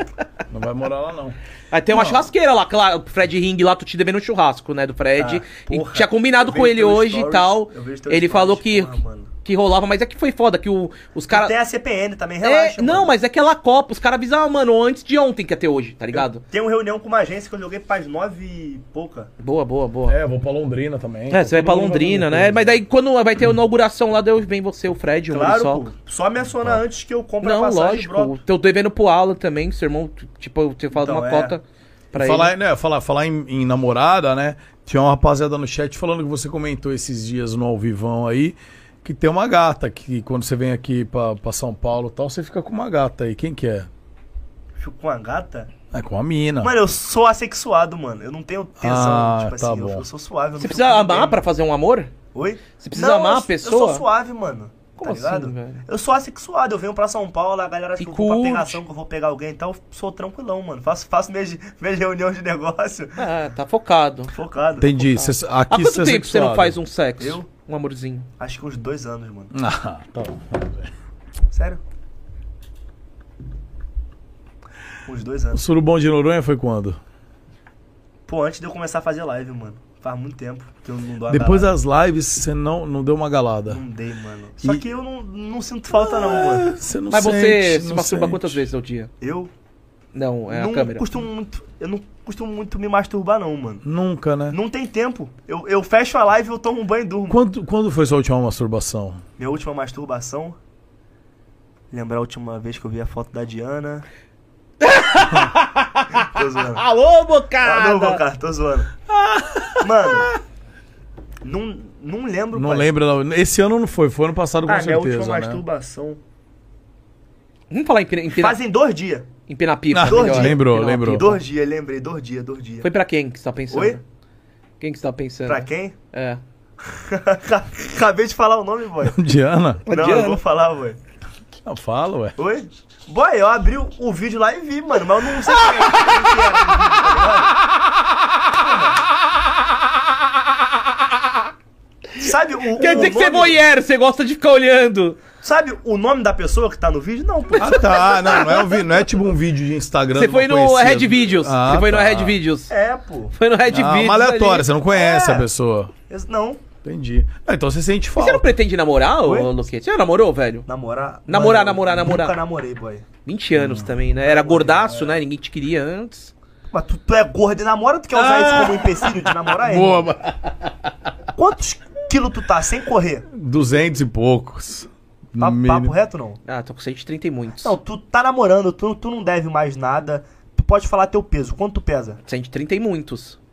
Não vai morar lá não. Aí tem uma churrasqueira lá, claro, o Fred Ring lá, tu te devendo um churrasco, né, do Fred. e Ah, porra, tinha combinado eu com vi ele teus hoje e stories, tal. eu vi teus Ele stories, falou que, porra, mano. que rolava, mas é que foi foda, que o- os caras... Tem a CPN também, É, relaxa. não, mano. mas é aquela Copa, os caras avisavam, mano, antes de ontem que ia ter hoje, tá ligado? Tem uma reunião com uma agência que eu joguei pras nove e pouca. Boa, boa, boa. É, eu vou pra Londrina também. É, você vai pra Londrina, né? Mas daí quando vai ter a inauguração lá, daí vem você, o Fred, o Claro, só. pô. Só mencionar antes que eu compro a Tá. Não, passagem e lógico. Então, broto. Tô devendo pro Alan também, seu irmão, t- tipo, você faz Então, uma é. cota pra falar, ele. né, falar, falar em, em namorada, né? Tinha uma rapaziada no chat falando que você comentou esses dias no ao vivão aí que tem uma gata que quando você vem aqui pra, pra São Paulo e tal, você fica com uma gata aí. Quem que é? Fico com a gata. É com a mina. Mano, eu sou assexuado, mano. Eu não tenho tesão. Ah, tipo tá assim, eu, bom. eu sou suave. eu não Você fico precisa com amar ninguém. pra fazer um amor? Oi? Você precisa amar eu- a Eu pessoa? sou suave, mano. Como tá ligado? assim, velho? Eu sou assexuado, eu venho pra São Paulo, a galera acha E que eu vou pra curte. pegação, que eu vou pegar alguém e tal. Eu sou tranquilão, mano. Faço, faço minhas, minhas reuniões de negócio Ah, tá focado. focado. Entendi. Cê, aqui Há quanto cê é tempo você não sexuado. faz um sexo? Eu? Um amorzinho. Acho que uns dois anos, mano. Hum. Ah, tá bom. Sério? Uns dois O anos. surubom de Noronha foi quando? Pô, antes de eu começar a fazer live, mano. Faz muito tempo que eu não dou a Depois galada. das lives, você não, não deu uma galada. Não dei, mano. Só E- que eu não, não sinto falta, não, mano. Você não Mas você sente, se não masturba sente. quantas vezes ao dia? Eu Não, é não a câmera. costumo muito. Eu não costumo muito me masturbar, não, mano. Nunca, né? Não tem tempo. Eu, eu fecho a live, eu tomo um banho e durmo. Quando, quando foi sua última masturbação? Minha última masturbação. Lembrar a última vez que eu vi a foto da Diana. tô zoando. Alô, bocada! Ah, não, vou, cara, tô zoando. Mano, não, não lembro. Não pai. lembra? não. Esse ano não foi, foi ano passado com Ah, minha certeza. última né? masturbação. Vamos falar em pena, em pena, Fazem dois dias. em pena pipa. Ah, melhor. lembrou, Pena lembrou. pipa. Dois dias, lembrei. Dois dias, dois dias. Foi pra quem que você tá pensando? Oi? Quem que você tá pensando? Pra quem? É. Acabei de falar o nome, boy. Diana? Não, eu Diana. vou falar, boy. Não, fala, ué. Oi? Boy, eu abri o, o vídeo lá e vi, mano, mas eu não sei quem é. quem que era, tá ligado? Sabe o, Quer o dizer que você é nome- voyeur, você gosta de ficar olhando. Sabe o nome da pessoa que tá no vídeo? Não, pô. Ah, tá. Não, não é, um vi- não é tipo um vídeo de Instagram. Você foi no Red Videos. Ah, você foi no tá. Red Videos. É, pô. Foi no Red Ah, Videos. uma aleatória, ali. você não conhece É. a pessoa. Esse- Não, Entendi. Ah, então você sente Você não falta. pretende namorar, Oi? ô Luquete? Você já namorou, velho? namorar. Namorar, eu namorar, namorar. Nunca namorei, boy. 20 anos também, né? Era gordaço, né? Ninguém te queria antes. Mas tu, tu é gordo e namora, tu quer usar isso Ah. como um empecilho de namorar? hein? Boa, mano. Quantos quilos tu tá sem correr? 200 e poucos. No Papo, papo mínimo. reto, não? Ah, tô com 130 e muitos. Não, tu tá namorando, tu, tu não deve mais nada. Tu pode falar teu peso. Quanto tu pesa? 130 e muitos.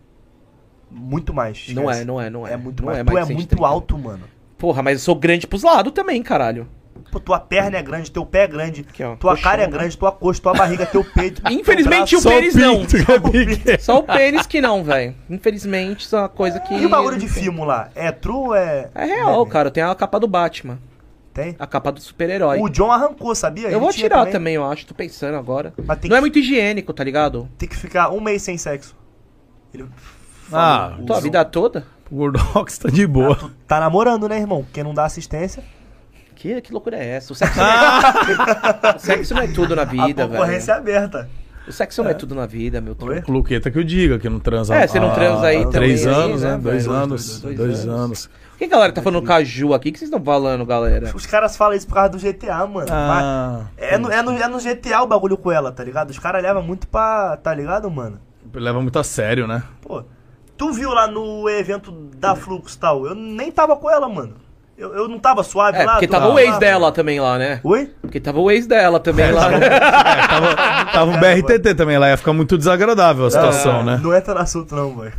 Muito mais. Não esquece. é, não é, não é. É muito Não mais. é tu mais é de muito 130. alto, mano. Porra, mas eu sou grande pros lados também, caralho. Pô, tua perna é grande, teu pé é grande, ó, tua colchão, cara é né? grande, tua coxa, tua barriga, teu peito. teu Infelizmente, braço. um o pênis não. Gabi. Só o pênis que não, velho. Infelizmente, isso é uma coisa que. E o bagulho de filme lá? É true ou é. É real, meme? cara. Tem a capa do Batman. Tem? A capa do super-herói. O John arrancou, sabia? Eu Ele vou tinha tirar também. eu acho. Tô pensando agora. Mas tem Não que- é muito higiênico, tá ligado? Tem que ficar um mês sem sexo. Ele. Ah, falou, Tua o- vida toda? O Gordox tá de boa. Tu tá namorando, né, irmão? Quem não dá assistência, Que, que loucura é essa? O sexo, não é... o sexo não é tudo na vida, a concorrência velho. é aberta. O sexo não é tudo na vida, meu Oi? truco. O Luqueta que eu diga, que não transa É, você não há transa aí Três também aí, anos, né, né? velho? Dois Dois, anos. dois, Dois, dois anos. Por que a galera tá falando caju aqui? O que vocês estão falando, galera? Os caras falam isso por causa do GTA, mano. Ah, Mas é, no, é, no, é no GTA o bagulho com ela, tá ligado? Os caras levam muito pra. tá ligado, mano? leva muito a sério, né? Pô, tu viu lá no evento Hum. da Flux e tal? Eu nem tava com ela, mano. Eu, eu não tava suave É, lá. porque tu- tava lá, o ex lá. dela também lá, né? Oi? Porque tava o ex dela também É, lá, né? É, Tava, tava um o BRTT também lá, ia ficar muito desagradável a situação, né? Ah, Não entra no assunto, não, velho.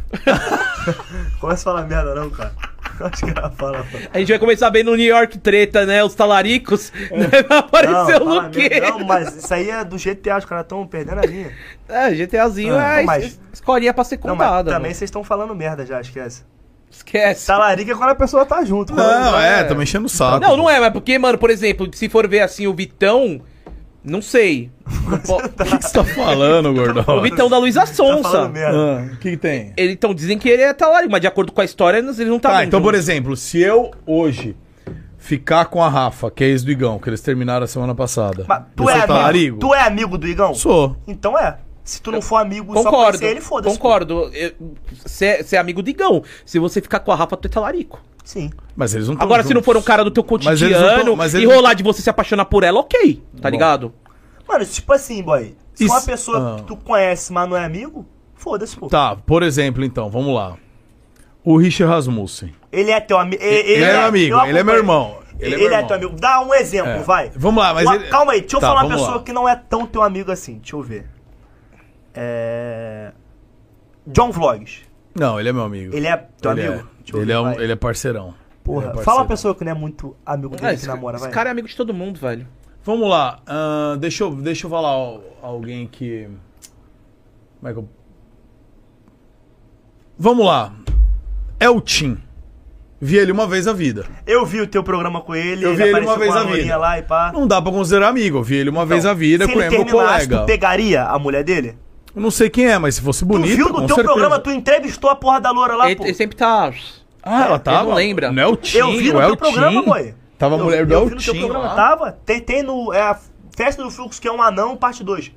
Começa a falar merda, não, cara. Acho que ela fala, mano. A gente vai começar bem no New York treta, né? Os talaricos. né? Vai aparecer o fala merda, É. não, Luqueta. mas isso aí é do GTA, os caras tão perdendo a linha. É, GTAzinho Ah, é mas- es- escolinha pra ser não, mas contada. também mano. vocês estão falando merda já, esquece. Esquece. Talarica é quando a pessoa tá junto. Não, é, tá me enchendo o saco. Não, não é, mas porque, mano, por exemplo, se for ver assim o Vitão, não sei. Não po- O que que você tá falando, gordão? O Vitão da Luísa Tá Sonsa. falando merda. Ah, O que, que tem? Ele, então, dizem que ele é talarico, mas de acordo com a história, eles não tá Tá, bem então, juntos. por exemplo, se eu hoje ficar com a Rafa, que é ex do Igão, que eles terminaram a semana passada. Mas tu eu é sou amigo. talarico? Tu é amigo do Igão? tá Sou. Então é. Se tu não for amigo só Concordo, conhecer ele, foda-se. concordo. Eu- Você é- você é amigo do Igão. Se você ficar com a Rafa, tu é talarico. Sim. Mas eles não tão Agora, se não juntos. for um cara do teu eles não tão- cotidiano mas e eles- rolar de você se apaixonar por ela, ok. Tá ligado? Mano, tipo assim, boy. Se Isso- uma pessoa Ah. que tu conhece, mas não é amigo, foda-se, pô. Tá, por exemplo, então, vamos lá. O Richard Rasmussen. Ele é teu amigo. Ele, Ele é meu amigo, eu ele é meu acompanho- irmão. Ele, meu é, irmão. teu amigo. Dá um exemplo, É. vai. Vamos lá, mas Uma- ele- Calma aí, deixa eu Tá, falar uma vamos pessoa lá. que não é tão teu amigo assim. Deixa eu ver. É. John Vlogs. Não, ele é meu amigo. Ele é teu Ele amigo? É. Deixa eu Ele, é ver, um- vai. ele é parceirão. Ele é Porra, fala uma parceiro. pessoa que não é muito amigo dele Ah, que esse, namora, esse vai. cara é amigo de todo mundo, velho. Vamos lá. ahn, deixa, eu, deixa eu falar al- alguém que. Como é que eu. Vamos lá. É o Tim. Vi ele uma vez na vida. Eu vi o teu programa com ele, Eu vi ele uma vez com na vida. lourinha lá e pá. Não dá pra considerar amigo. Eu vi ele uma vez na vida, Se com ele meu terminasse, tu colega. pegaria a mulher dele? Eu não sei quem é, mas se fosse bonito. tu viu com no teu certeza. programa, tu entrevistou a porra da loura lá, ele, pô. ele sempre tá. Ah, ela Ele tava. não lembra. Não é o Tim, Eu vi no é teu o programa, Tim. boy. Tava a Eu- mulher do Eu vi no teu Eltinho programa, lá. tava. Tem, tem no. É a Festa do Fluxo, que é um anão, parte 2.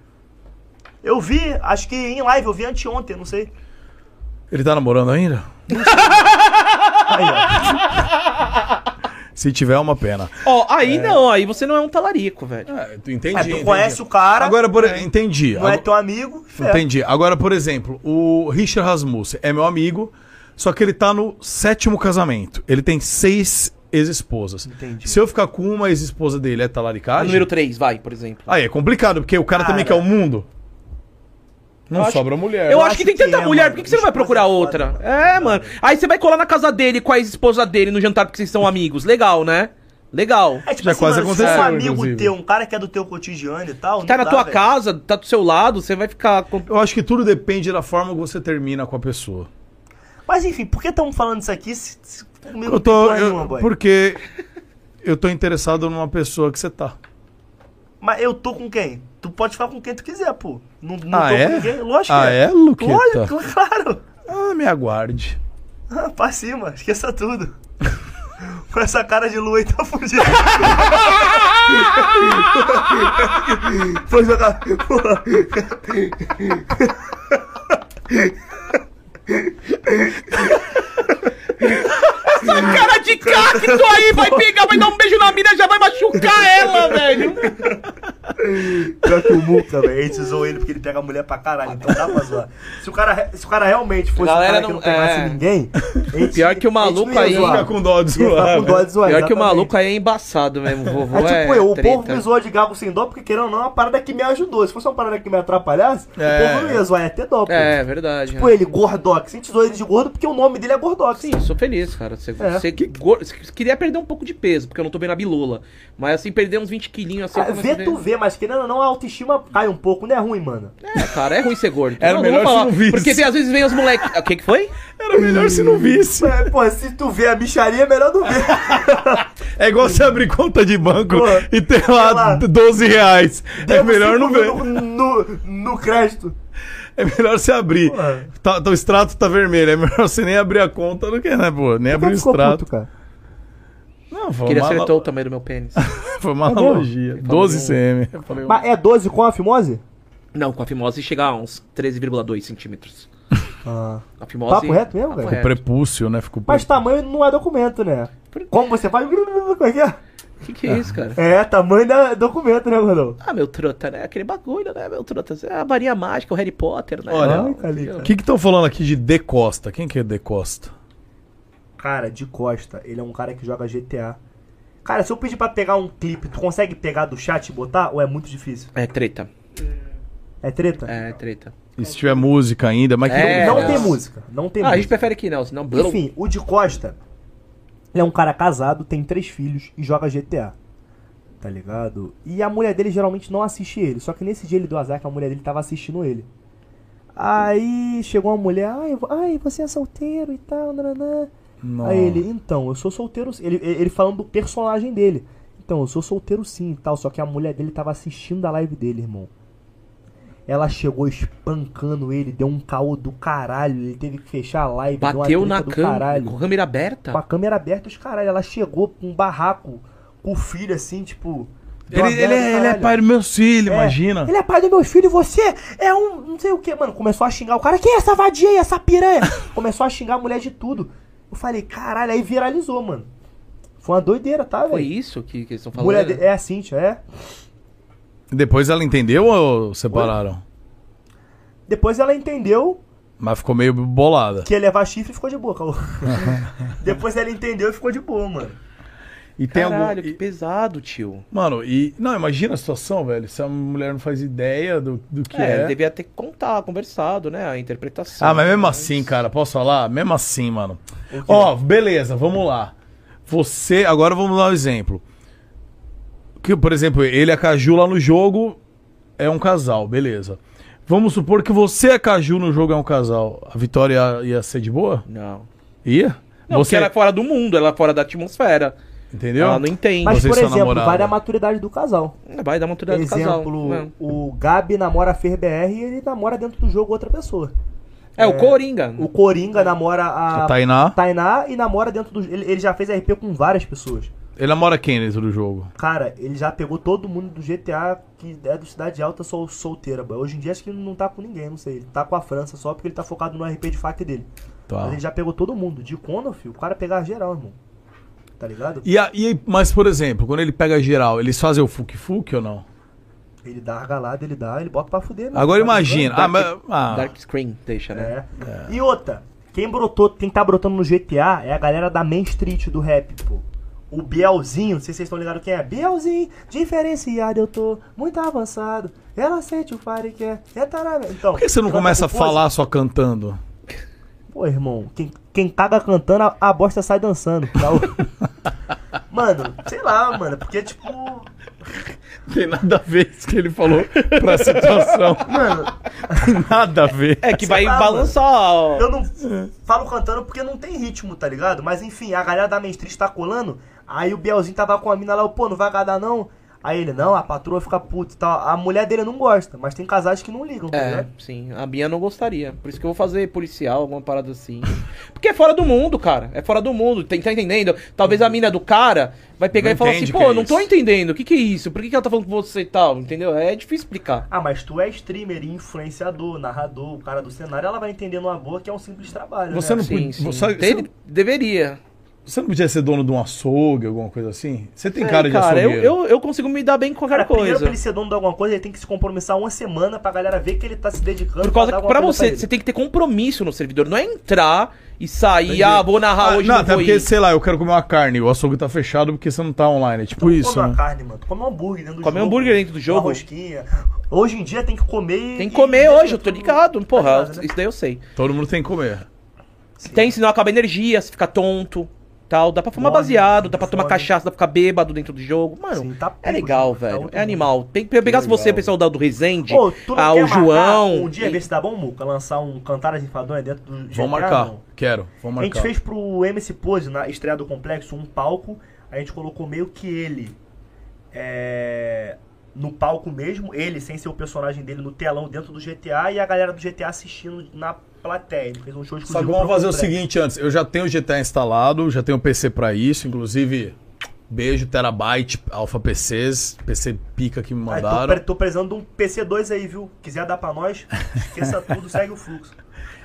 Eu vi, acho que em live, eu vi anteontem, não sei. Ele tá namorando ainda? Se tiver, é uma pena. Ó, aí não, aí você não é um talarico, velho. É, tu entendi. É, tu conhece o cara, Agora, por... entendi. não é Agora- teu amigo, fé. Entendi. Agora, por exemplo, o Richard Rasmussen é meu amigo, só que ele tá no sétimo casamento. Ele tem seis ex-esposas. Entendi. Se eu ficar com uma ex-esposa dele, é A talaricagem? número 3, vai, por exemplo. Aí é complicado, porque o cara, também quer Cara. o mundo. Não acho- sobra mulher. Eu Eu acho que acho tem tanta que é, mulher, mano. por que, que você não vai Esposa é procurar foda, outra? mano. É, mano. Aí você vai colar na casa dele com a esposa dele no jantar porque vocês são amigos. Legal, né? Legal. É tipo Já assim, quase mano, se for um aconteceu, amigo inclusive. teu, um cara que é do teu cotidiano e tal. Tá não na dá, tua velho. casa, tá do seu lado, você vai ficar. com- Eu acho que tudo depende da forma que você termina com a pessoa. Mas enfim, por que estamos falando isso aqui se, se comigo Eu não tem tô. porra eu- nenhuma, boy? porque eu tô interessado numa pessoa que você tá. Mas eu tô com quem? Tu pode ficar com quem tu quiser, pô. Não, não Ah, tô é? com ninguém. Lógico Ah, que é, Luquita? Lógico, claro. Ah, me aguarde. Ah, pra cima, esqueça tudo. Com essa cara de lua aí tá fudido. Foi jogar. Porra. Cara de cacto aí, vai pegar, vai dar um beijo na mina, já vai machucar ela, velho. Pior que o Muca, velho. A gente zoou ele porque ele pega a mulher pra caralho. Então dá pra zoar. Se o cara, re- se o cara realmente fosse Galera um cara que não- não pegasse é. ninguém. a gente- Pior que o a gente não maluco ia aí- zoar. Fica com dó de Ia ficar zoar, com dó né? de zoar, Pior que o exatamente. maluco aí é embaçado mesmo, vovô. É tipo eu, o povo me treta. zoa de gago sem dó, porque querendo ou não, é uma parada que me ajudou. Se fosse uma parada que me atrapalhasse, É. o povo não ia zoar, ia ter dó, pô. É, verdade. Tipo é. ele, Gordox. A gente zoou ele de gordo porque o nome dele é Gordox. Sim, sou feliz, cara. Você, você É. Que- go- você queria perder um pouco de peso, porque eu não tô vendo a bilula. Mas assim, perder uns 20 quilinhos assim. eu Ah, começo a vê ver- tu vê, mas querendo ou não, a autoestima cai um pouco, não é ruim, mano. É, cara, é ruim ser gordo. Era melhor vou se não visse. Porque tem- às vezes vem os moleques. O que que foi? Era melhor se não visse. É, pô, se tu vê a bicharia, é melhor não ver. É igual você abrir conta de banco Pô, e ter lá, sei lá. 12 reais. é melhor não ver. No, no, no crédito. É melhor você abrir. Ué. Tá, tá- o extrato tá vermelho. É melhor você nem abrir a conta do que, né, pô? Nem abrir o extrato. cara? Não, foi Que ele uma, acertou o tamanho do meu pênis. foi Tá uma analogia. 12 cm. Eu falei, Mas é 12 com a fimose? Não, com a fimose chega a uns 13,2 centímetros. Ah. A fimose. Papo reto mesmo, velho? É. "Pô, prepúcio, né? Ficou Mas prepúcio. tamanho não é documento, né? Como você faz. Como é que é? Que que é isso, cara? É, tamanho da- é documento, né, Gordão? Ah, meu trota, né? Aquele bagulho, né, meu trota? É a varinha mágica, o Harry Potter, né? Olha, Não, Ai, tá Calica. O que que estão falando aqui de De Costa? Quem que é De Costa? Cara, de costa, ele é um cara que joga GTA. Cara, se eu pedir pra pegar um clipe, tu consegue pegar do chat e botar? Ou é muito difícil? É treta. É treta? É treta. E se tiver música ainda, mas que É, não não. tem música. Não tem Ah, a gente música. prefere que não, senão. Enfim, o de Costa, ele é um cara casado, tem três filhos e joga GTA. Tá ligado? E a mulher dele geralmente não assiste ele. Só que nesse dia ele deu azar que a mulher dele tava assistindo ele. Aí chegou uma mulher, ai, vo- ai você é solteiro e tal, nananã. Aí ele, então, eu sou solteiro sim. Ele, ele falando do personagem dele. Então, eu sou solteiro sim e tal. Só que a mulher dele tava assistindo a live dele, irmão. Ela chegou espancando ele, deu um caô do caralho. Ele teve que fechar a live. deu uma Bateu na treta é do câmera, caralho. com a câmera aberta. Com a câmera aberta, os caralho. Ela chegou com um barraco, com o filho assim, tipo. deu uma Ele, ele, merda, é, ele é caralho. pai do meu filho, É, imagina. Ele é pai do meu filho e você é um. Não sei o que, mano. Começou a xingar o cara. Quem é essa vadia aí, essa piranha? Começou a xingar a mulher de tudo. Eu falei, caralho, aí viralizou, mano. Foi uma doideira, tá, Foi velho? isso que, que eles estão falando? Mulher de... É a Cintia, é. Depois ela entendeu ou separaram? Depois ela entendeu Mas ficou meio bolada. que ia levar chifre e ficou de boa, calma. Depois ela entendeu e ficou de boa, mano. E tem Caralho, algum. que e- pesado, tio. Mano, e. Não, imagina a situação, velho. Se a mulher não faz ideia do, do que é, é. ele devia ter que contar, conversado, né? A interpretação. Ah, mas mesmo assim, cara, posso falar? Mesmo assim, mano. Ó, beleza, vamos lá. Você. Agora vamos dar um exemplo. Que, por exemplo, ele e a Caju lá no jogo é um casal, beleza. Vamos supor que você e a Caju no jogo é um casal. A vitória ia, ia ser de boa? Não. Ia? Não, você porque ela é fora do mundo, ela é fora da atmosfera. Entendeu? Ela não entende. É, Mas, Vocês por são exemplo, namorados. vai da maturidade do casal. Vai dar uma autoridade do casal. exemplo, né? o Gabi namora a Fer BR e ele namora dentro do jogo outra pessoa. É, o Coringa. O Coringa namora a, A Tainá. Tainá e namora dentro do. Ele, ele já fez RP com várias pessoas. Ele namora quem dentro do jogo? Cara, ele já pegou todo mundo do GTA que é do Cidade Alta sol, solteira. boy. Hoje em dia acho que ele não tá com ninguém, não sei. Ele tá com a França só porque ele tá focado no RP de fac dele. Tá. Mas ele já pegou todo mundo. De Conan, filho, o cara pegar geral, irmão. Tá ligado? E, a, e aí- mas, por exemplo, quando ele pega geral, eles fazem o fuque-fuque ou não? Ele dá a galada, ele dá, ele bota pra fuder. né? Agora Tá imagina. Ah, mas, ah, Dark Screen, deixa, né? É. E outra, quem brotou, quem tá brotando no GTA é a galera da Main Street do rap, pô. O Bielzinho, não sei se vocês estão ligados quem é. Bielzinho, diferenciado eu tô, muito avançado. Ela sente o pare que é. é tarada. Então, por que você não canta começa a com força? falar só cantando? Pô, irmão, quem, quem caga cantando, a, a bosta sai dançando. tá? O- mano, sei lá, mano, porque tipo. Tem nada a ver isso que ele falou pra situação. Mano, Tem nada a ver. É que Sei vai lá, balançar. ó. Eu não falo cantando porque não tem ritmo, tá ligado? Mas enfim, a galera da Main Street tá colando. Aí o Bielzinho tava com a mina lá, eu, pô, não vai agradar não. Aí ele, não, a patroa fica puta e tal. A mulher dele não gosta, mas tem casais que não ligam, tá É, né? ligado? sim. A Bia não gostaria. Por isso que eu vou fazer policial, alguma parada assim. Porque é fora do mundo, cara. É fora do mundo. Tem- Tá entendendo? Talvez a mina do cara vai pegar Não e falar entende assim, o que pô, é não tô isso." entendendo. O que, que é isso? Por que, que ela tá falando com você e tal? Entendeu? É difícil explicar. Ah, mas tu é streamer, influenciador, narrador, o cara do cenário, ela vai entender numa boa que é um simples trabalho. Você né? não- Sim, sim. você- Deve- você- Deveria. Você não podia ser dono de um açougue, alguma coisa assim? Você tem É, cara de eu, açougueiro. eu, eu consigo me dar bem com qualquer Cara, primeiro pra coisa. ele ser dono de alguma coisa, ele tem que se compromissar uma semana pra galera ver que ele tá se dedicando. Por causa dar que, alguma pra coisa você, ele. você tem que ter compromisso no servidor. Não é entrar e sair, ah, vou narrar Ah, hoje, não, não, até vou porque, ir. sei lá, eu quero comer uma carne. O açougue tá fechado porque você não tá online. É tipo Tu não isso, come né? uma carne, mano. Tu come um hambúrguer dentro do Come jogo. hambúrguer dentro do jogo. Uma rosquinha. Hoje em dia tem que comer e- Tem que comer e- hoje, eu tô ligado. Porra, ligado, né? isso daí eu sei. Todo mundo tem que comer. Tem, senão acaba a energia, você fica tonto, tal. Dá pra fumar Morre, baseado, dá pra fome. tomar cachaça, dá pra ficar bêbado dentro do jogo. Mano, Sim, tá é puro, legal, tá velho. outro é animal. Tem que pegar se você, pessoal da- do Resende, Pô, tu não ah, quer o marcar João. Um dia ver se dá bom, Muca, lançar um Cantaras Enfadonha dentro do GTA, Vamos marcar. não? Quero. Vamos A gente marcar. fez pro MC Pose, na estreia do Complexo, um palco. A gente colocou meio que ele é, no palco mesmo, ele sem ser o personagem dele no telão dentro do GTA e a galera do GTA assistindo na plateia. Ele fez um Só show exclusivo que vamos pro fazer o Complexo. seguinte antes. Eu já tenho o GTA instalado, já tenho o PC pra isso. Inclusive, beijo, Terabyte, Alpha PCs, PC pica que me Ah, tô mandaram. pre- tô, precisando de um PC2 aí, viu? Quiser dar pra nós, esqueça tudo, segue o fluxo.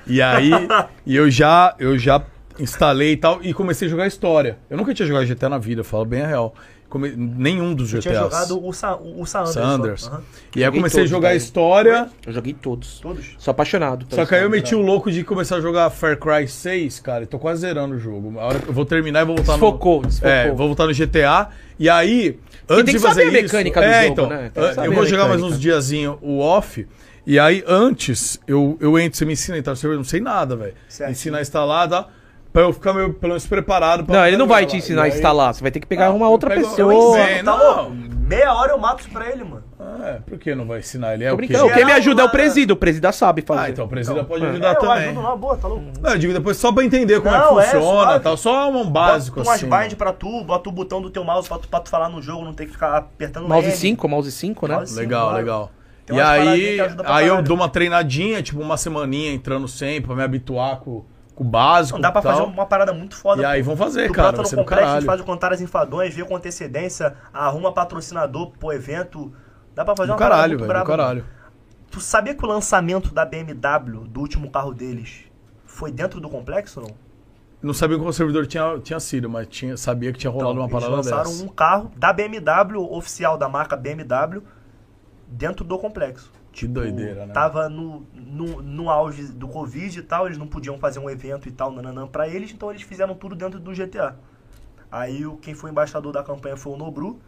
E aí, e eu já, eu já instalei e tal, e comecei a jogar história. Eu nunca tinha jogado GTA na vida, eu falo bem a real. Come- Nenhum dos Eu GTAs. tinha jogado o, Sa o Sanders. Sanders. Aham. E aí eu Joguei comecei a todos, jogar velho. história, Eu joguei todos. Todos? Sou apaixonado. pela só que aí eu história. meti o louco de começar a jogar Far Cry 6, cara, e tô quase zerando o jogo. A hora que eu vou terminar e vou voltar Desfocou, no... desfocou. É, vou voltar no GTA, e aí... tem que saber a mecânica do é, jogo, então, né? Tem que eu saber vou a jogar mais mecânica. uns diazinhos o off, e aí antes eu, eu entro, você me ensina a entrar no servidor, eu não sei nada, velho. Certo. Ensina a instalar, tá? Pra eu ficar meio, pelo menos, preparado pra... Não, ele não vai te Lá. ensinar a E aí- instalar. Você vai ter que pegar Ah, uma um eu outra pego- eu pessoa. ensino, tá louco? Meia hora eu mato isso pra ele, mano. Ah, por que não vai ensinar? Ele é Tô o quê? brincando. Quem me ajuda é o Mano. presídio. O presídio sabe fazer. Ah, então o presidente pode É, ajudar eu também. ajudo numa boa, tá louco? Não, eu digo depois só pra entender como Não, é é, que funciona suave. e tal. Só um básico bota umas assim. bind pra tu, bota o botão do teu mouse pra tu, pra tu falar no jogo, não tem que ficar apertando Mouse Então, L. 5, mouse 5, né? Mouse cinco, Legal, claro. legal. Assim, Tem e umas aí, paradinhas que ajudam pra aí eu caralho. dou uma treinadinha, tipo uma semaninha entrando sempre pra me habituar com, com o básico. Não dá pra e tal. fazer uma parada muito foda. E pô. aí vão fazer, Tu cara. bota Vai no ser do complexo, caralho. faz o contadas enfadões, vê com antecedência, arruma patrocinador pro evento. Dá pra fazer Do uma parada caralho, muito velho. Do braba, né? caralho. mano. Tu sabia que o lançamento da BMW, do último carro deles, foi dentro do complexo ou não? Não sabia qual servidor tinha, tinha sido, mas tinha, sabia que tinha rolado uma Eles Tá parada lançaram dessa. um carro da BMW, oficial da marca BMW, dentro do complexo. Tipo, Que doideira, né? Tava no, no, no auge do Covid e tal, eles não podiam fazer um evento e tal, nananã, pra eles, então eles fizeram tudo dentro do GTA. Aí o- quem foi embaixador da campanha foi o Nobru,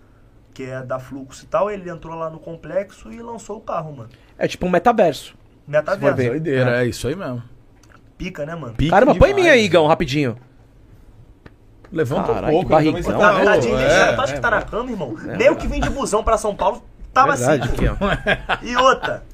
que é da Fluxo e tal, ele entrou lá no complexo e lançou o carro, mano. É tipo um metaverso. Metaverso. ver. Doideira, é. isso aí mesmo. Pica, né, mano? Pica Caramba, põe em demais. mim aí, Igão, rapidinho. Levanta Caralho, um pouco. que eu também barrigão, sou- Tá, né? tadinho, é, deixaram, tu acha que tá na cama, irmão? É, Nem o que vem de busão pra São Paulo tava assim. aqui, ó. E outra.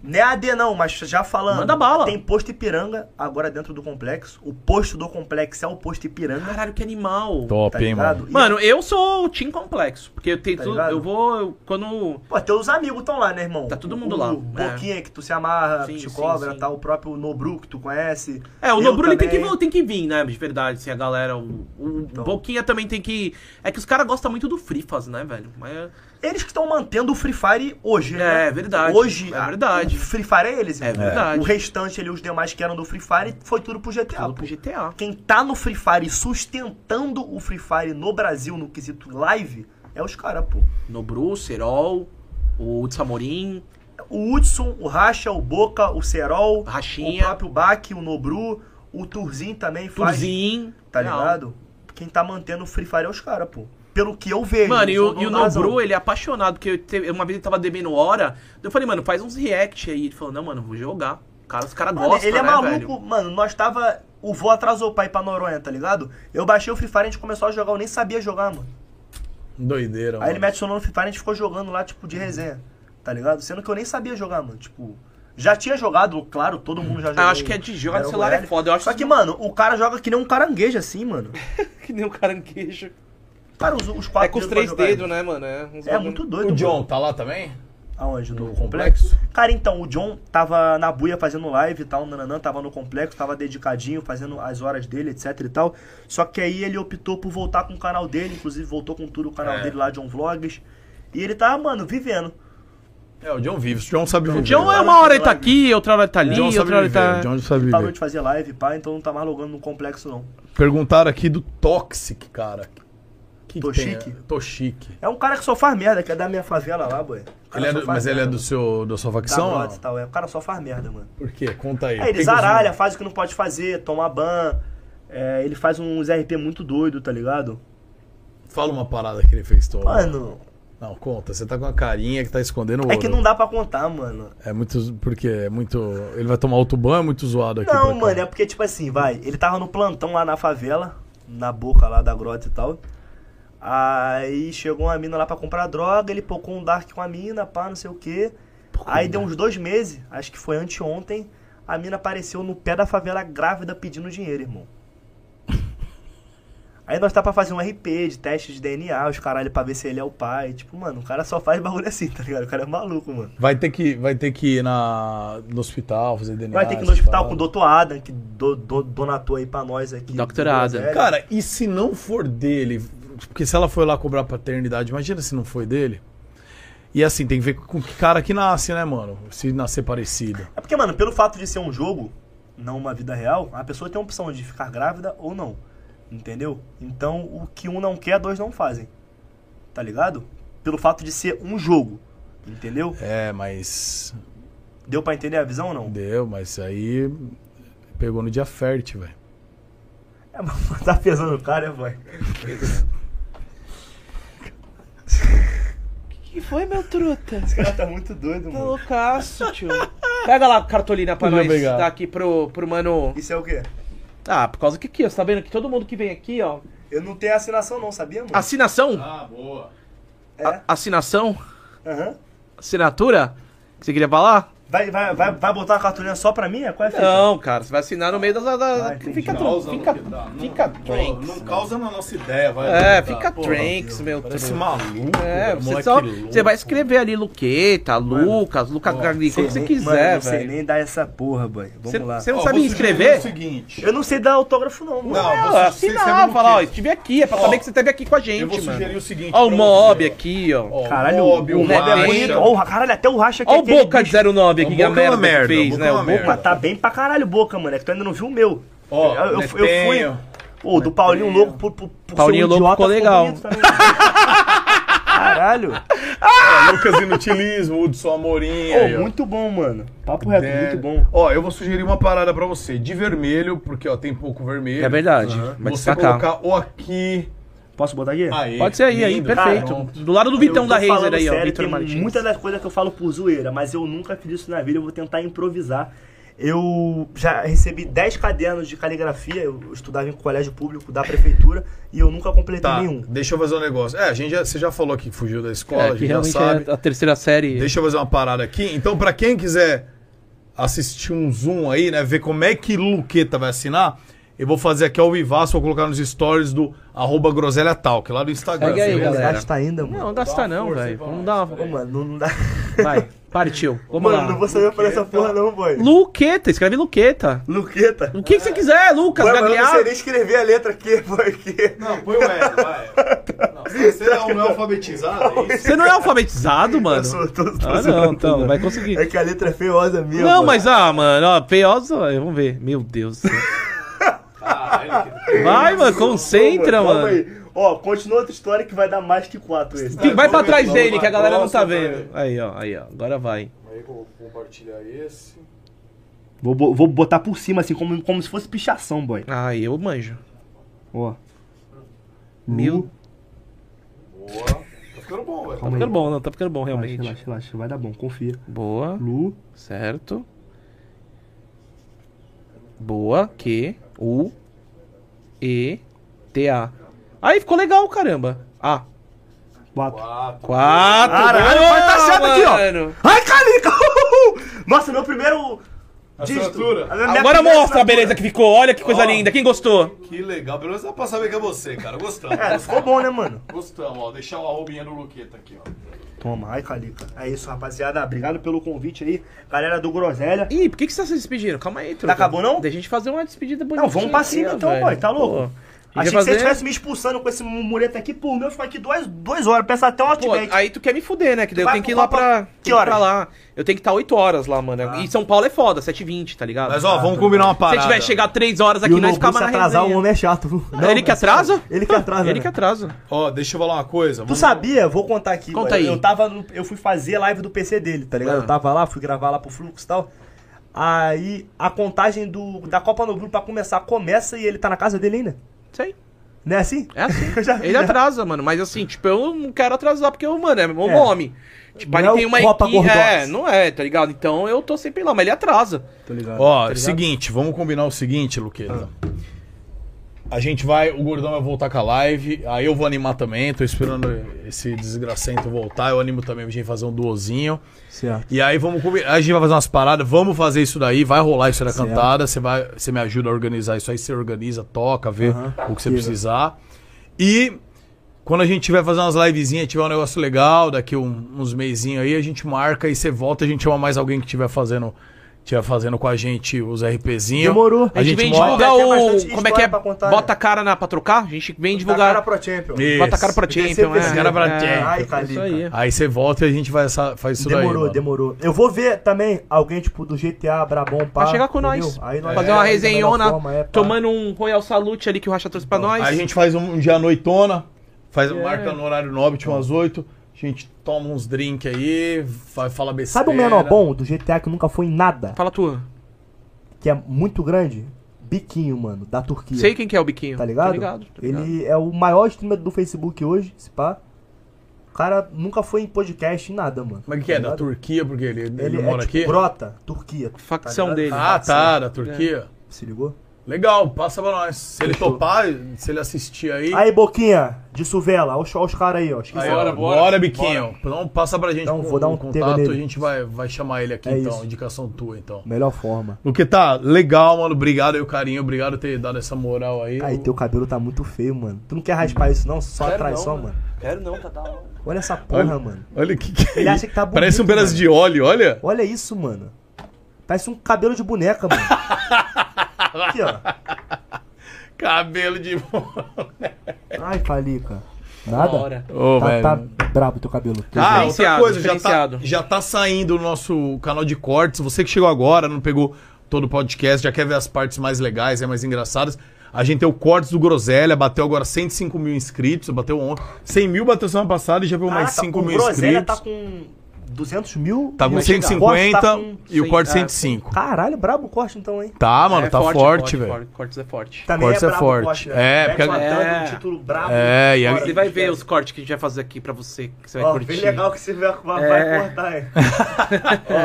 Não é AD não, mas já falando. Manda bala. Tem posto Ipiranga agora dentro do complexo. O posto do complexo é o posto Ipiranga. Caralho, que animal. Top, Tá hein, mano. ligado? E- Mano, eu sou o Team Complexo. Porque eu tento. Tá ligado? eu vou. eu- quando. Pô, teus amigos estão lá, né, irmão? Tá todo mundo o, lá, O é. Boquinha, que tu se amarra, Sim, que te sim, cobra, sim. tá? O próprio Nobru, que tu conhece. É, o Eu Nobru ele tem que, também. Então. tem que vir, né? De verdade, assim, a galera. O, o Boquinha também tem que. É que os caras gostam muito do Frifas, né, velho? Mas. Eles que estão mantendo o Free Fire hoje, né? É, verdade. Hoje, É a- verdade. o Free Fire é eles, É irmão. verdade. O restante ali, os demais que eram do Free Fire, foi tudo pro GTA. Tudo Ah, pô. pro GTA. Quem tá no Free Fire sustentando o Free Fire no Brasil no quesito live é os caras, pô. Nobru, Serol, o Samorim. O Hudson, o Racha, o Boca, o Serol, Rachinha. o próprio Bach, o Nobru, o Turzin também faz. Turzin. Tá real. ligado? Quem tá mantendo o Free Fire é os caras, pô. Pelo que eu vejo. Mano, e eles o, são e o dono da razão. Nobru, ele é apaixonado, porque eu teve- uma vez ele tava devendo hora. Eu falei, mano, faz uns react aí. Ele falou, não, mano, vou jogar. Cara, os caras Mano, gostam, ele é né, maluco, velho? mano. Nós tava. O voo atrasou pra ir pra Noronha, tá ligado? Eu baixei o Free Fire, a gente começou a jogar, eu nem sabia jogar, mano. Doideira, Aí ele mano. me adicionou no Free Fire e a gente ficou jogando lá, tipo, de resenha. Tá ligado? Sendo que eu nem sabia jogar, mano. Tipo, já tinha jogado, claro, todo mundo já jogou. acho que é de jogar no Battle celular é Royale. foda, eu acho Só que- que, mano, o cara joga que nem um caranguejo assim, mano. Que nem um caranguejo. Cara, os, os quatro É com os pra três jogar, dedos, né, mano? É, uns É bagulho- muito doido. O John mano. tá lá também? Aonde? No complexo? Cara, então, o John tava na buia fazendo live e tal, nananã, tava no complexo, tava dedicadinho, fazendo as horas dele, etc e tal. Só que aí ele optou por voltar com o canal dele, inclusive voltou com tudo o canal É. dele lá, John Vlogs. E ele tava, mano, vivendo. É, o John vive. O John sabe viver. O John é uma hora ele tá aqui, outra hora ele tá O ali, John sabe outra hora ele viver. O tá. John sabe Parou viver. de fazer live, pá, então não tá mais logando no complexo, não. Perguntaram aqui do Toxic, cara. Que Tô tem, chique? é? Tô chique. É um cara que só faz merda, que é da minha favela lá, boy. O cara Ele é Ah, só do- faz mas ele é merda, do mano. seu, da sua Da facção? ou Brotz não? e tal, é. O cara só faz merda, mano. Por quê? Conta aí. Aí É, ele Por que que os- zaralha, faz o que não pode fazer, toma ban. é, ele faz uns RP muito doido, tá ligado? Fala uma parada que ele fez, Tom. Mano, Não, conta. Você tá com a carinha que tá escondendo o é ouro. que não dá pra contar, mano. É muito... Porque é muito... Ele vai tomar outro ban, é muito zoado aqui. pra Não, cá. mano, é porque, tipo assim, vai. Ele tava no plantão lá na favela, na boca lá da grota e tal. Aí chegou uma mina lá pra comprar droga, ele pocou um dark com a mina, pá, não sei o quê. Aí deu uns dois meses, acho que foi anteontem, a mina apareceu no pé da favela grávida pedindo dinheiro, irmão. Aí nós tá pra fazer um RP de teste de DNA, os caralho, pra ver se ele é o pai. Tipo, mano, o cara só faz bagulho assim, tá ligado? O cara é maluco, mano. Vai ter que, vai ter que ir na, no hospital fazer DNA. Vai ter que ir no essas hospital com o paradas. Dr. Adam, que do, do- donatou aí pra nós aqui. É, do Dr. Vila Adam. Velha. Cara, e se não for dele? Porque se ela foi lá cobrar paternidade, imagina se não foi dele. E assim, tem que ver com que cara que nasce, né, mano? Se nascer parecido. É porque, mano, pelo fato de ser um jogo, não uma vida real, a pessoa tem a opção de ficar grávida ou não. Entendeu? Então, o que um não quer, dois não fazem. Tá ligado? Pelo fato de ser um jogo. Entendeu? É, mas. Deu pra entender a visão ou não? Deu, mas aí. Pegou no dia fértil, velho. É, mas tá pesando o cara, é, boy. Que foi, meu truta? Esse cara tá muito doido, Tá mano. loucaço, tio. Pega lá a cartolina pra Deixa eu nós pegar. dar aqui pro, pro mano. Isso é o quê? Ah, por causa que aqui, ó, você tá vendo que todo mundo que vem aqui, ó. Eu não tenho assinação não, sabia, mano? Assinação? Ah, Tá, boa. A- assinação? Aham. Assinatura? Que você queria falar? Vai, vai, vai, vai botar uma cartolina só pra mim? Qual é a fita? Não, cara, você vai assinar no meio das. da- entendi. fica tru- Causa fica, no que dá. Não- fica pô, tranks. Não causa na nossa ideia, vai. É, Tá, fica porra. tranks, meu Parece truco. um maluco. É, velho, você moleque só. louco. Você vai escrever ali Luqueta, Lucas, Lucas Gaglico, o que você quiser, não sei velho. nem dar essa porra, boy. Vamos Você lá. você é um não Ó, sabe vou sugerir escrever? o seguinte. Eu não sei dar autógrafo, não, mano. Não, Não, você- você escreve assinar, no falar, ó, quê? estive aqui, é pra Ó, saber que você esteve aqui com a gente, Eu vou sugerir mano. o seguinte. Ó o pra Mob você, aqui, ó. ó. Ó, Caralho, Mob, o o Mob é Racha. bonito. Ó, o- caralho, até o é racha aqui. Ó o aquele Boca de bicho. 09 aqui, que a Boca é uma merda, que merda, fez, Boca né? é uma O Boca merda. Mas tá bem pra caralho, boca, moleque. Tu ainda não viu o meu. Ó, eu, eu- né, eu fui. Netenho. Ô, do Paulinho Louco por, por, por um Paulinho Louco idiota, ficou legal. bonito também. Caralho. ó, Lucas Inutilismo, Hudson Amorim. aí, Ô, ó. muito bom, mano. Papo reto, É, muito bom. Né? Ó, eu vou sugerir uma parada pra você. De vermelho, porque ó, tem pouco vermelho. É verdade, vai Você destacar. colocar o aqui. Posso botar aqui? Aí, Pode ser aí, aí, lindo, perfeito. pronto. Do lado do Vitão Eu tô da Razer falando aí, ó, sério, Vitor tem Martins. Muita das coisas que eu falo por zoeira, mas eu nunca fiz isso na vida, eu vou tentar improvisar. Eu já recebi 10 cadernos de caligrafia, eu estudava em colégio público da prefeitura e eu nunca completei Tá, nenhum. deixa eu fazer um negócio. É, a gente já, você já falou que fugiu da escola, É, a que gente já realmente sabe. é a terceira série. Deixa eu fazer uma parada aqui. Então, pra quem quiser assistir um zoom aí, né? Ver como é que Luqueta vai assinar, eu vou fazer aqui ao vivaço, vou colocar nos stories do arroba groselha talk, lá do Instagram. Segue aí, beleza? galera. Gasta ainda, mano. Não, gastar não, velho. Vamos dar uma... Ô, mano, não, dá. Vai, partiu. Vamos mano, não lá. vou saber falar essa porra não, boy. Luqueta, escreve Luqueta. Luqueta. O que, que você quiser, Lucas, Boy, mas eu não sei Gagliardo. nem escrever a letra aqui, porque... Não, põe o L, vai. Não, você é um não alfabetizado, é isso? Você não é alfabetizado, mano? Sou- tô- tô Ah, não, zoando, então, vai conseguir. É que a letra é feiosa mesmo. Não, mano. mas ah, mano, ó, feiosa, vamos ver. Meu Deus do céu. Vai, mano, concentra, Calma mano. aí. Ó, continua outra história que vai dar mais que quatro esse. tá? Que- vai pra trás Vamos dele, lá, que a galera não tá próxima, vendo. Aí, ó, aí, ó. Agora vai. Aí vou compartilhar esse. Vou, bo- vou botar por cima, assim, como, como se fosse pichação, boy. Aí, eu manjo. Uh, Ó. Meu. Lu- Boa. Tá ficando bom, velho. Tá calma aí. ficando bom, não. Tá ficando bom, Relaxa, realmente. relaxa, relaxa. Vai dar bom, confia. Boa, Lu, certo. Boa, Q, U, E, T, A. Aí, ficou legal, caramba. A. quatro. Quatro. Caralho, boa, vai tá certo aqui, ó. mano. Ai, carica! Nossa, meu primeiro. dígito. Assinatura? A minha Agora primeira mostra a assinatura. beleza que ficou. Olha que coisa linda. Quem gostou? Que legal, pelo menos dá pra saber que é você, cara. Gostamos. É, ficou bom, né, mano? Gostamos, ó. Deixar o arrobinha no Luqueta aqui, ó. Toma, ai, Calica. É isso, rapaziada. Obrigado pelo convite aí. Galera do Groselha. Ih, por que, que vocês se despediram? Calma aí, truta. acabou, Tá não? Deixa a gente fazer uma despedida bonitinha. Não, vamos pra cima aqui, ó, então, velho. boy. Tá Pô, a louco? gente Achei vai que você fazer- estivesse me expulsando com esse mureta aqui. Por meu, ficou aqui duas, duas horas. Peça até um Pô, outback. aí tu quer me fuder, né? Que daí eu vai tenho que ir lá pra- pra... Que tenho ir horas? pra Ah. lá. Eu tenho que estar 8 horas lá, mano. E São Paulo é foda, 7h20, tá ligado? Mas ó, vamos combinar uma Se parada. a gente vai chegar 3 horas E aqui, o nós Nobu ficamos se na atrasar, o resenha. homem é chato. viu? Não, ele que mas- atrasa? Ele que atrasa, Ele né? que atrasa. Ó, deixa eu falar uma coisa. Tu vamos- sabia? Vou contar aqui. Conta mano. aí. Eu tava no- eu fui fazer live do PC dele, tá ligado? Ah. Eu tava lá, fui gravar lá pro Flux e tal. Aí a contagem do, da Copa Nobru pra começar começa e ele tá na casa dele ainda. Sei. Não é assim? É assim. Eu já vi, Ele né? atrasa, mano. Mas assim, tipo, eu não quero atrasar porque, eu, mano, é meu É. nome. Tipo, Não ele é tem o uma Copa equipe. É, Gordox. não é, tá ligado? Então eu tô sempre lá, mas ele atrasa. Tá Ó, seguinte, vamos combinar o seguinte, Luqueta. A gente vai, o Gordão vai voltar com a live, aí eu vou animar também, tô esperando esse desgracento voltar, eu animo também pra gente fazer um duozinho. Certo. E aí vamos combinar, a gente vai fazer umas paradas, vamos fazer isso daí, vai rolar isso da cantada, você vai, você me ajuda a organizar isso aí, você organiza, toca, vê o que você precisar. E quando a gente tiver fazendo umas livezinhas, tiver um negócio legal, daqui um- uns meizinhos aí, a gente marca e você volta, a gente chama mais alguém que tiver fazendo, tiver fazendo com a gente os RPzinhos. Demorou. A gente, vem mora- divulgar Tem o. bastante Como é que é? história pra contar, Bota né? a cara na, pra trocar? A gente vem divulgar. Tá cara pro Champion. Isso. Bota a cara pra Champion, sempre é. assim, cara pra é, Champion. Ai, é Isso Calica. aí. Aí você volta e a gente vai essa- faz isso daí. Demorou, mano. demorou. Eu vou ver também alguém, tipo, do GTA, Brabom, pá. Pra chegar com entendeu? nós. Aí nós fazer é, uma da melhor resenhona, forma, é, pá. tomando um Royal Salute ali que o Racha trouxe Então, pra nós. Aí a gente faz um, um dia à noitona, faz, marca no horário nobre, tipo umas 8, a gente toma uns drinks aí, fa- fala besteira. Sabe o menor bom do GTA que nunca foi em nada? Fala tua. Que é muito grande? Biquinho, mano, da Turquia. Sei quem que é o biquinho. Tá ligado? Tá ligado. tá ligado. Ele é o maior streamer do Facebook hoje, se pá. O cara nunca foi em podcast, em nada, mano. Como é tá que é? Da ligado? Turquia, porque ele, ele, Ele é mora tipo aqui? Brota, Turquia. ligado? Facção tá. dele. Ah, tá, da Turquia. Se ligou? Legal, passa pra nós. Se ele topar, se ele assistir aí. Aí, Boquinha, de Suvela, olha os, olha os caras aí, ó. Esqueci. aí, ó, Bora, bora, bora, biquinho. Então passa pra gente Então, com vou dar um o pega contato, a nele. gente vai, vai chamar ele aqui É então. isso. Indicação tua então. Melhor forma. Luqueta, legal, mano. Obrigado aí o carinho, obrigado por ter dado essa moral aí. Aí, teu cabelo tá muito feio, mano. Tu não quer raspar isso, não? Só atrás, só, mano. Quero não, tá da hora. Olha essa porra, mano. Olha o que, que é Ele isso. acha que tá bonito, Parece um pedaço mano. de óleo, olha. Olha isso, mano. Parece um cabelo de boneca, mano. Aqui, ó. Cabelo de. Ai, Falica. Nada? hora. Ô, tá, velho. tá brabo teu cabelo. Teu Ah, cabelo. outra Diferenciado, coisa, já tá, diferenciado. já tá saindo o nosso canal de cortes. Você que chegou agora, não pegou todo o podcast, já quer ver as partes mais legais, é mais engraçadas. A gente tem o Cortes do Groselha, bateu agora 105 mil inscritos, bateu ontem. 100 mil bateu semana passada e já veio Ah, mais tá, 5 o mil Groselha inscritos. tá com 200 mil. Tá e com o corte 150 tá com- e o corte cem- ah, 105. Caralho, brabo o corte então, hein? Tá, mano, É tá forte, velho. forte, Cortes é forte. Também Cortes é brabo o forte. corte, né? É, Mete porque- uma thumb, É. um título brabo. É, e a- Fora Você do vai podcast. ver os cortes que a gente vai fazer aqui pra você, que você vai Ó, curtir. bem legal que você vai, vai É. cortar, hein?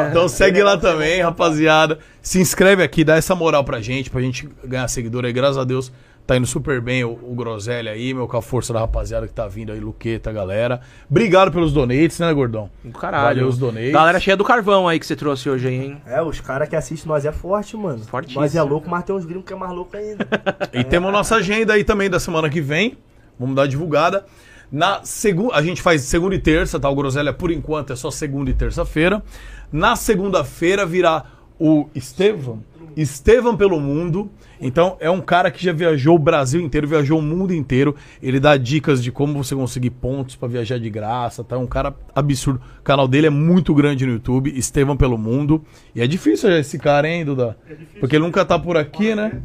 Então segue lá também, né? rapaziada. Se inscreve aqui, dá essa moral pra gente, pra gente ganhar seguidor aí. Graças a Deus, tá indo super bem o, o Groselha aí, meu, com a força da rapaziada que tá vindo aí, Luqueta, galera. Obrigado pelos donates, né, gordão? Do Caralho. Valeu os donates. Galera cheia do carvão aí que você trouxe hoje aí, hein? É, os caras que assistem nós é forte, mano. Fortíssimo. Nós é louco, mas tem uns gringos que é mais louco ainda. E temos a nossa agenda aí também da semana que vem. Vamos dar divulgada. Na segunda, a gente faz segunda e terça, tá? O Groselha por enquanto é só segunda e terça-feira. Na segunda-feira virá o Estevam, Estevam pelo mundo. Então é um cara que já viajou o Brasil inteiro, viajou o mundo inteiro. Ele dá dicas de como você conseguir pontos pra viajar de graça, tá? É um cara absurdo. O canal dele é muito grande no YouTube, Estevam pelo mundo. E é difícil esse cara, hein, Duda? Porque ele nunca tá por aqui, né?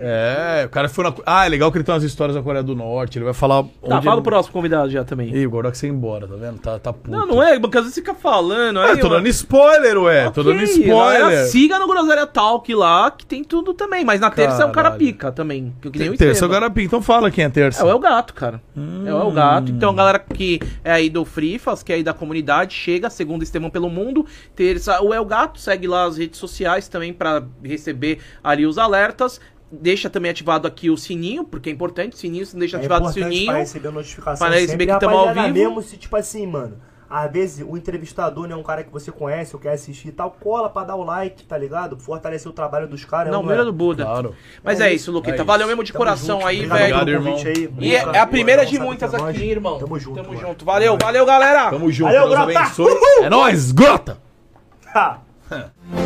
É, o cara foi na. Ah, é legal que ele tem umas histórias da Coreia do Norte. Ele vai falar. Tá, onde fala o ele... próximo convidado já também. Ih, o Gordox ia embora, tá vendo? Tá, tá puto. Não, não é, porque às vezes fica falando. Ah, Aí, eu tô ó. dando spoiler, ué. Tô Ok, é assim, dando galera, spoiler. Siga no Groselha Talk lá, que tem tudo também. Mas na terça é o cara Caralho. pica também. Que que nem o terça é o Estevam. Garapim, então fala quem é terça. É o El Gato, cara. É o Hum. El Gato. Então, a galera que é aí do Frifas, que é aí da comunidade, chega, segunda Estevão pelo mundo, terça o El Gato, segue lá as redes sociais também pra receber ali os alertas. Deixa também ativado aqui o sininho, porque é importante, sininho, se não deixa É ativado o importante sininho. pra receber notificação Para receber sempre. que tamo ao Rapaziada, vivo. mesmo se, tipo assim, mano, às vezes o entrevistador, né, um cara que você conhece ou quer assistir e tal, cola pra dar o like, tá ligado? Fortalecer o trabalho dos caras. Não, é? mira do Buda. Claro. Mas é, isso, Luquita. É Valeu isso. mesmo de Tamo coração junto, aí, obrigado velho. pelo irmão. convite aí. E é, Nunca é a vi, primeira mano, de sabe muitas que é nós. aqui, irmão. Tamo junto. Tamo mano. junto. Valeu, valeu, galera. Tamo junto, Valeu, Deus Grota! abençoe. É nóis, grota! Ah.